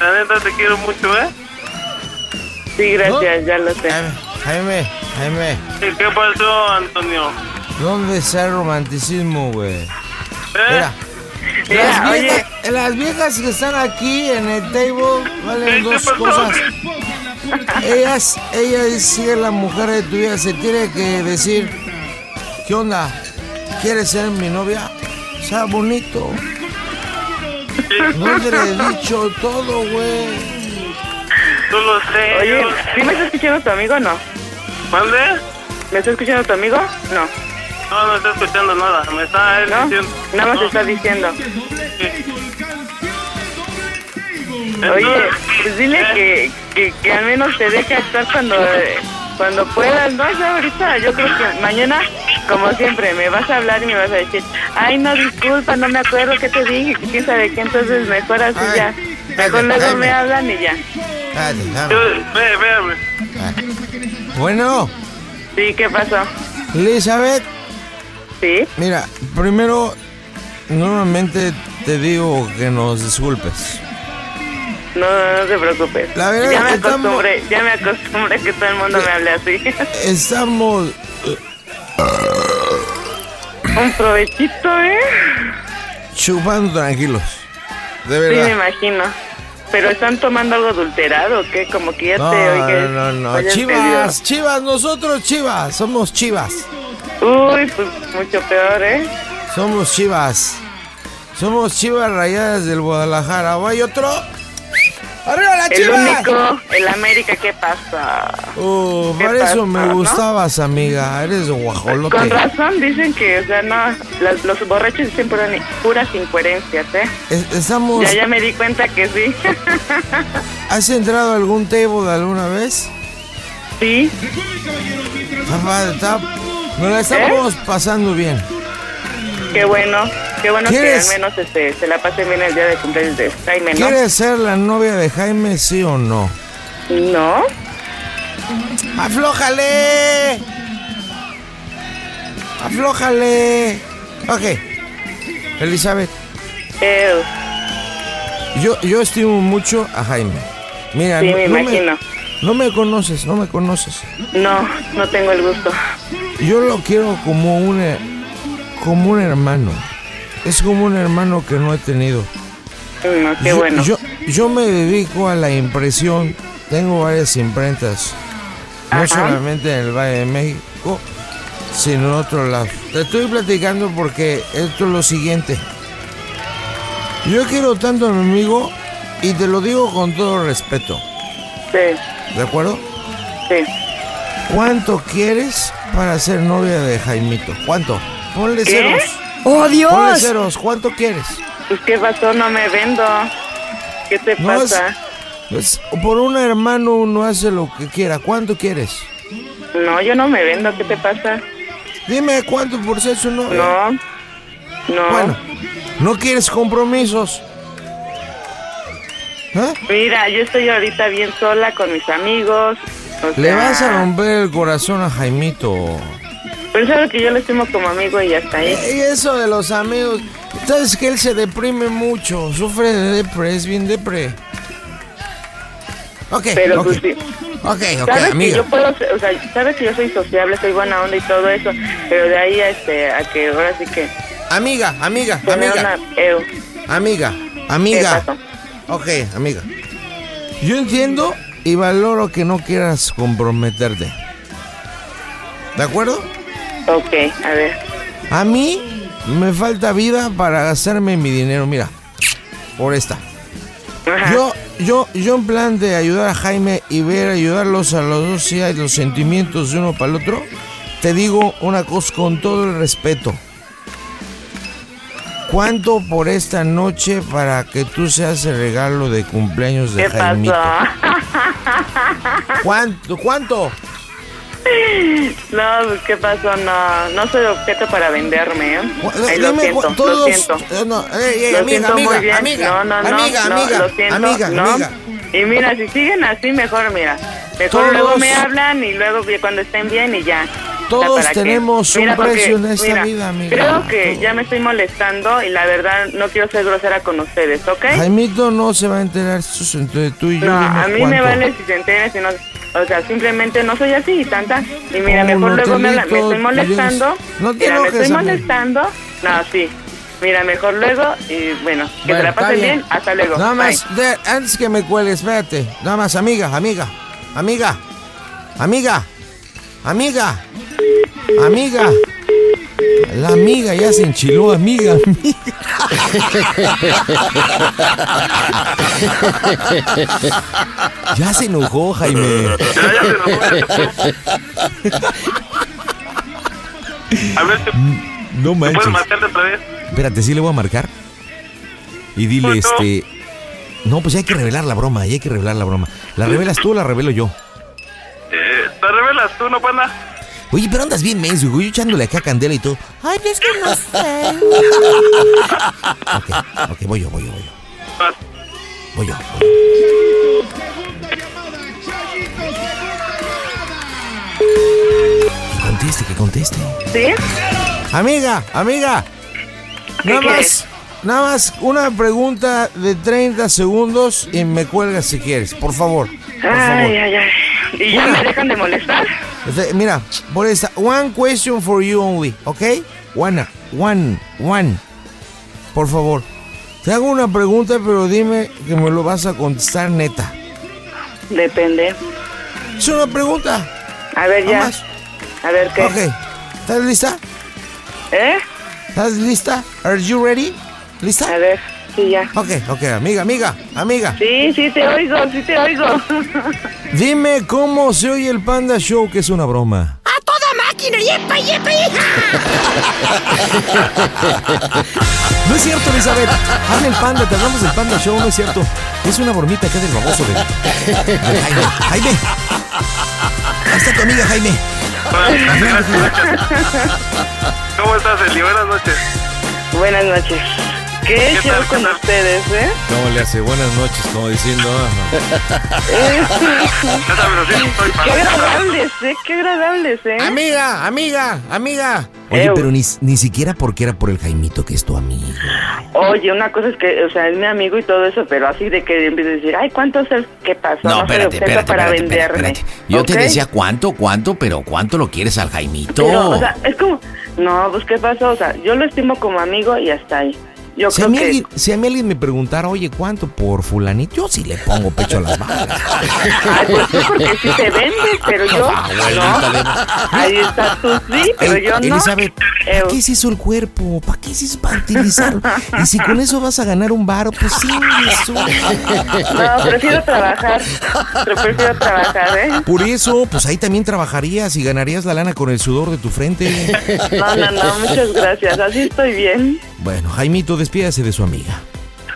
Speaker 20: La neta te quiero mucho, ¿eh?
Speaker 11: Sí, gracias, ya lo sé.
Speaker 2: Jaime, Jaime,
Speaker 20: ¿Y qué pasó, Antonio?
Speaker 2: ¿dónde está el romanticismo, güey?
Speaker 20: Mira,
Speaker 2: Las viejas, las viejas que están aquí en el table valen
Speaker 20: ¿Qué
Speaker 2: dos
Speaker 20: pasó?
Speaker 2: cosas.
Speaker 23: Ella, es- ella es- si es la mujer de tu vida, se tiene que decir, ¿qué onda? ¿Quieres ser mi novia? Sea bonito. No te lo he dicho todo, güey.
Speaker 20: Tú lo sé.
Speaker 11: Oye,
Speaker 20: yo lo
Speaker 11: ¿sí me está escuchando tu amigo o no?
Speaker 20: ¿Mande?
Speaker 11: ¿Me está escuchando tu amigo? No.
Speaker 20: No, no está escuchando nada. Me está él diciendo.
Speaker 11: Nada más
Speaker 20: No.
Speaker 11: está diciendo. Oye,
Speaker 20: Entonces,
Speaker 11: pues dile que, que, que al menos te deje actuar cuando, eh, cuando puedas, ¿no? Ya
Speaker 16: ¿eh?
Speaker 11: ahorita yo creo que mañana, como siempre, me vas a hablar y me vas a decir, ay, no, disculpa, no me acuerdo qué te dije, que quién sabe qué, entonces mejor así ya. Mejor
Speaker 23: dale,
Speaker 11: luego
Speaker 23: dale.
Speaker 11: me hablan y ya.
Speaker 23: Dale, dale.
Speaker 20: Ve, ve, ve.
Speaker 23: Ah, Bueno,
Speaker 11: Sí, ¿qué pasó?
Speaker 23: Elizabeth.
Speaker 11: Sí.
Speaker 23: Mira, primero, normalmente te digo que nos disculpes.
Speaker 11: No, no, no te preocupes.
Speaker 23: La verdad
Speaker 11: ya me
Speaker 23: es que estamos-
Speaker 11: acostumbré, ya me acostumbré que todo el mundo me hable así.
Speaker 23: Estamos. eh,
Speaker 11: Un provechito, ¿eh?
Speaker 23: Chupando tranquilos. De
Speaker 11: Sí, me
Speaker 23: verdad.
Speaker 11: imagino. Pero están tomando algo adulterado, que como que ya
Speaker 23: No,
Speaker 11: te oye.
Speaker 23: no, no, no.
Speaker 11: oye,
Speaker 23: Chivas, chivas, nosotros chivas. Somos chivas.
Speaker 11: Uy, pues mucho peor, ¿eh?
Speaker 23: Somos chivas. Somos chivas rayadas del Guadalajara. ¿Hay otro? ¡Arriba la
Speaker 11: El
Speaker 23: chivas!
Speaker 11: único, el América, ¿qué pasa?
Speaker 23: Oh,
Speaker 11: ¿Qué
Speaker 23: para eso
Speaker 11: pasa,
Speaker 23: me
Speaker 11: no?
Speaker 23: gustabas, amiga. Eres guajolote.
Speaker 11: Con razón dicen que, o sea, no, las- los borrachos dicen pura ni- puras incoherencias, ¿eh?
Speaker 23: Es- estamos.
Speaker 11: Ya, ya me di cuenta que sí.
Speaker 23: ¿Has entrado a algún table alguna vez?
Speaker 11: Sí.
Speaker 23: Está padre, está- Nos la estamos
Speaker 11: ¿Eh?
Speaker 23: pasando bien.
Speaker 11: qué bueno, qué bueno que al
Speaker 23: ¿Quieres?
Speaker 11: menos este, se la pasen bien el día de cumpleaños de Jaime, ¿no?
Speaker 23: ¿Quieres ser la novia de Jaime, sí o no?
Speaker 11: No.
Speaker 23: ¡Aflójale! ¡Aflójale! Ok. Elizabeth,
Speaker 11: Eh,
Speaker 23: yo, yo estimo mucho a Jaime. Mira,
Speaker 11: Sí, me
Speaker 23: Me,
Speaker 11: imagino.
Speaker 23: no me conoces, no me conoces.
Speaker 11: no, no tengo el gusto.
Speaker 23: Yo lo quiero como un, he- como un hermano. Es como un hermano que no he tenido.
Speaker 11: No, qué
Speaker 23: yo,
Speaker 11: bueno.
Speaker 23: Yo, yo me dedico a la impresión. Tengo varias imprentas. No
Speaker 11: Ajá.
Speaker 23: solamente en el Valle de México, sino en otro lado. Te estoy platicando porque esto es lo siguiente. Yo quiero tanto a mi amigo y te lo digo con todo respeto.
Speaker 11: Sí.
Speaker 23: ¿De acuerdo?
Speaker 11: Sí.
Speaker 23: ¿Cuánto quieres para ser novia de Jaimito? ¿Cuánto? Ponle
Speaker 11: ¿Qué?
Speaker 23: ceros.
Speaker 11: ¡Oh, Dios!
Speaker 23: Ponle ceros. ¿Cuánto quieres?
Speaker 11: Pues qué pasó, no me vendo. ¿Qué te
Speaker 23: No, es-
Speaker 11: pasa?
Speaker 23: Pues, por un hermano uno hace lo que quiera. ¿Cuánto quieres?
Speaker 11: No, yo no me vendo, ¿qué te pasa?
Speaker 23: Dime cuánto por ser su novia.
Speaker 11: No. No.
Speaker 23: Bueno, no quieres compromisos. ¿Eh?
Speaker 11: Mira, yo estoy ahorita bien sola con mis amigos. o
Speaker 23: Le
Speaker 11: sea,
Speaker 23: vas a romper el corazón a Jaimito.
Speaker 11: Pero sabes que yo lo estimo como amigo y hasta ahí.
Speaker 23: Y eso de los amigos. Sabes que él se deprime mucho. Sufre de depre, es bien depre. Ok,
Speaker 11: Pero
Speaker 23: ok.
Speaker 11: pues sí.
Speaker 23: Ok, ok,
Speaker 11: sabes que
Speaker 23: amiga.
Speaker 11: yo puedo, ser- o sea, sabes que yo soy sociable, soy buena onda y todo eso, pero de ahí a este, a que ahora sí que
Speaker 23: Amiga, amiga,
Speaker 11: tener
Speaker 23: amiga.
Speaker 11: una- eu.
Speaker 23: Amiga, amiga.
Speaker 11: ¿Qué pasó?
Speaker 23: Ok, amiga. Yo entiendo y valoro que no quieras comprometerte. ¿De acuerdo?
Speaker 11: Ok, a ver.
Speaker 23: A mí me falta vida para gastarme mi dinero, mira. Por esta. Yo, yo, yo en plan de ayudar a Jaime y ver ayudarlos a los dos y los sentimientos de uno para el otro, te digo una cosa con todo el respeto. ¿Cuánto por esta noche para que tú seas el regalo de cumpleaños de
Speaker 11: ¿Qué
Speaker 23: Jaimito?
Speaker 11: pasó?
Speaker 23: ¿Cuánto? ¿Cuánto?
Speaker 11: No, pues qué pasó, no, no soy objeto para venderme, ¿eh? Ay, lo
Speaker 23: Dime
Speaker 11: siento,
Speaker 23: cu- todos-
Speaker 11: lo siento.
Speaker 23: eh, no, ey, ey,
Speaker 11: lo
Speaker 23: amiga,
Speaker 11: siento muy
Speaker 23: amiga,
Speaker 11: bien.
Speaker 23: amiga,
Speaker 11: no, no, no,
Speaker 23: amiga,
Speaker 11: no,
Speaker 23: amiga,
Speaker 11: lo siento,
Speaker 23: amiga,
Speaker 11: no.
Speaker 23: amiga.
Speaker 11: Y mira, si siguen así, mejor, mira. Mejor
Speaker 23: Todos-
Speaker 11: luego me hablan y luego que cuando estén bien y ya. O sea,
Speaker 23: Todos
Speaker 11: ¿para qué?
Speaker 23: tenemos un
Speaker 11: porque,
Speaker 23: precio en esta
Speaker 11: mira,
Speaker 23: vida, amiga.
Speaker 11: Creo que ya me estoy molestando y la verdad no quiero ser grosera con ustedes, ¿ok?
Speaker 23: Jaimito no se va a enterar sus- entre tú y yo.
Speaker 11: No,
Speaker 23: dime
Speaker 11: a mí me
Speaker 23: cuánto.
Speaker 11: vale si se enteran, si no. O sea, simplemente no soy así y tanta. Y mira,
Speaker 23: Oh,
Speaker 11: mejor luego me, habla- me
Speaker 23: Nortelito,
Speaker 11: estoy molestando.
Speaker 23: tú eres- No te
Speaker 11: mira, me
Speaker 23: enojes,
Speaker 11: estoy
Speaker 23: amor.
Speaker 11: molestando. No, sí. Mira, mejor luego y bueno, que
Speaker 23: Bueno,
Speaker 11: te la
Speaker 23: está
Speaker 11: pasen bien. Hasta luego.
Speaker 23: Nada
Speaker 11: Bye.
Speaker 23: más, de- antes que me cueles, espérate. Nada más, amiga, amiga. Amiga. Amiga. Amiga. Amiga. La amiga ya se enchiló, amiga. amiga. ya se enojó, Jaime.
Speaker 20: A ver, ¿te,
Speaker 13: Mm, No
Speaker 20: te puedes
Speaker 13: manches.
Speaker 20: marcarle otra vez?
Speaker 13: Espérate, sí le voy a marcar. Y dile, este. No, pues ya hay que revelar la broma, ya hay que revelar la broma. ¿La revelas tú o la revelo yo?
Speaker 20: Eh, ¿Te revelas tú, no, panda?
Speaker 13: Oye, pero andas bien menso, güey, yo echándole acá candela y todo.
Speaker 6: Ay, es que no sé.
Speaker 13: Ok, ok, voy yo, voy yo, voy yo. Voy yo. Que conteste, que conteste.
Speaker 11: ¿Sí?
Speaker 23: Amiga, amiga.
Speaker 11: ¿Qué
Speaker 23: Nada
Speaker 11: quieres?
Speaker 23: más, nada más una pregunta de 30 segundos y me cuelgas si quieres, por favor. Por favor.
Speaker 11: Ay, ay, ay. ¿Y ya me dejan de molestar?
Speaker 23: Este, Mira, por esta, one question for you only, ¿ok? One, one, one. Por favor, te hago una pregunta, pero dime que me lo vas a contestar neta.
Speaker 11: Depende.
Speaker 23: Es una pregunta.
Speaker 11: A ver, ya. A ver, ¿qué?
Speaker 23: Ok, ¿estás lista?
Speaker 11: ¿Eh?
Speaker 23: ¿Estás lista? Are you ready? ¿Lista? A
Speaker 11: ver, sí, ya.
Speaker 23: Ok, ok, amiga, amiga, amiga.
Speaker 11: Sí, sí te oigo, sí te oigo.
Speaker 23: Dime cómo se oye el Panda Show, que es una broma.
Speaker 6: ¡A toda máquina! ¡Yepa, yepa,
Speaker 13: No es cierto, Elizabeth. Habla el panda, te hablamos del panda show, no es cierto. Es una bromita que es del baboso de, de Jaime. Jaime. Ahí está tu amiga, Jaime.
Speaker 20: ¿Cómo estás, Eli? Buenas noches.
Speaker 11: Buenas noches. ¿Qué
Speaker 20: ¿Qué
Speaker 11: show
Speaker 20: tal,
Speaker 11: con ustedes, eh?
Speaker 13: ¿Cómo le hace? Buenas noches, como diciendo. ah,
Speaker 11: Qué agradables, eh, qué agradables, eh.
Speaker 23: Amiga, amiga, amiga.
Speaker 20: Eh,
Speaker 13: Oye, pero ni, ni siquiera porque era por el Jaimito que es tu amigo.
Speaker 11: Oye, una cosa es que, o sea, es mi amigo y todo eso, pero así de que empieza a decir, ay, ¿cuánto es el que pasó?
Speaker 29: No,
Speaker 11: se lo
Speaker 29: espérate,
Speaker 11: obtengo
Speaker 29: espérate,
Speaker 11: para
Speaker 29: espérate, espérate,
Speaker 11: venderme.
Speaker 29: espérate. Yo
Speaker 11: ¿Ok?
Speaker 29: te decía cuánto, cuánto, pero cuánto lo quieres al Jaimito.
Speaker 11: Pero, o sea, es como, no, pues qué pasó, o sea, yo lo estimo como amigo y hasta ahí. Yo
Speaker 13: Si a,
Speaker 11: creo
Speaker 13: mí
Speaker 11: que
Speaker 13: alguien, si a mí alguien me preguntara, oye, ¿cuánto por fulanito? Yo sí le pongo pecho a las balas.
Speaker 11: Ay, pues tú porque sí te vendes, pero yo
Speaker 13: Ah, Abuelita
Speaker 11: no. Ahí está tú sí, pero
Speaker 13: Ey,
Speaker 11: yo no.
Speaker 13: Elizabeth, ¿para qué se hizo el cuerpo? ¿Para qué se hizo para utilizarlo? Y si con eso vas a ganar un varo, pues sí, eso.
Speaker 11: No, prefiero trabajar. Pero prefiero trabajar, ¿eh?
Speaker 13: Por eso, pues ahí también trabajarías y ganarías la lana con el sudor de tu frente.
Speaker 11: No, no, no, muchas gracias. Así estoy bien.
Speaker 13: Bueno, Jaimito, despídase de su amiga.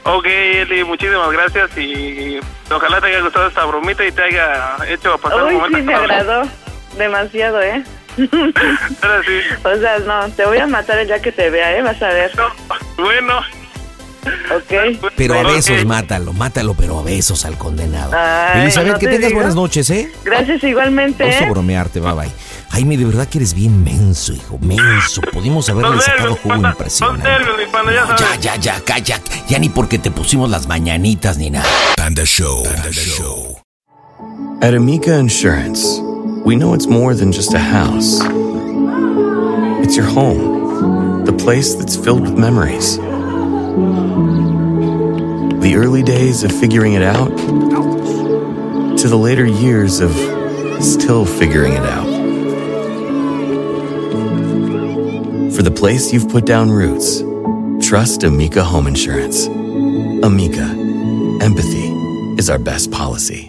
Speaker 20: Ok, Eli, muchísimas gracias y ojalá te haya gustado esta bromita y te haya hecho pasar un
Speaker 11: Uy,
Speaker 20: momento.
Speaker 11: sí, me agradó. Demasiado, ¿eh? O sea, no, te voy a matar el día que te vea, ¿eh? Vas a ver.
Speaker 20: Bueno. pues,
Speaker 11: Ok.
Speaker 13: Pero a
Speaker 11: Ok.
Speaker 13: besos, mátalo, mátalo, pero a besos al condenado.
Speaker 11: Ay,
Speaker 13: Elizabeth,
Speaker 11: no
Speaker 13: que
Speaker 11: te
Speaker 13: tengas
Speaker 11: digo.
Speaker 13: buenas noches, ¿eh?
Speaker 11: Gracias igualmente,
Speaker 13: Vamos a
Speaker 11: ¿eh?
Speaker 13: bromearte, bye bye. Jaime, de verdad que eres bien menso, hijo, menso. Pudimos haberle
Speaker 29: Los
Speaker 13: sacado
Speaker 29: nervios,
Speaker 13: jugo impresionante.
Speaker 20: ya
Speaker 29: Ya, ya, ya, calla. Ya ni porque te pusimos las mañanitas ni nada.
Speaker 30: Panda Show. Panda Show.
Speaker 10: At Amica Insurance, we know it's more than just a house. It's your home, the place that's filled with memories. The early days of figuring it out to the later years of still figuring it out. For the place you've put down roots, trust Amica Home Insurance. Amica, empathy is our best policy.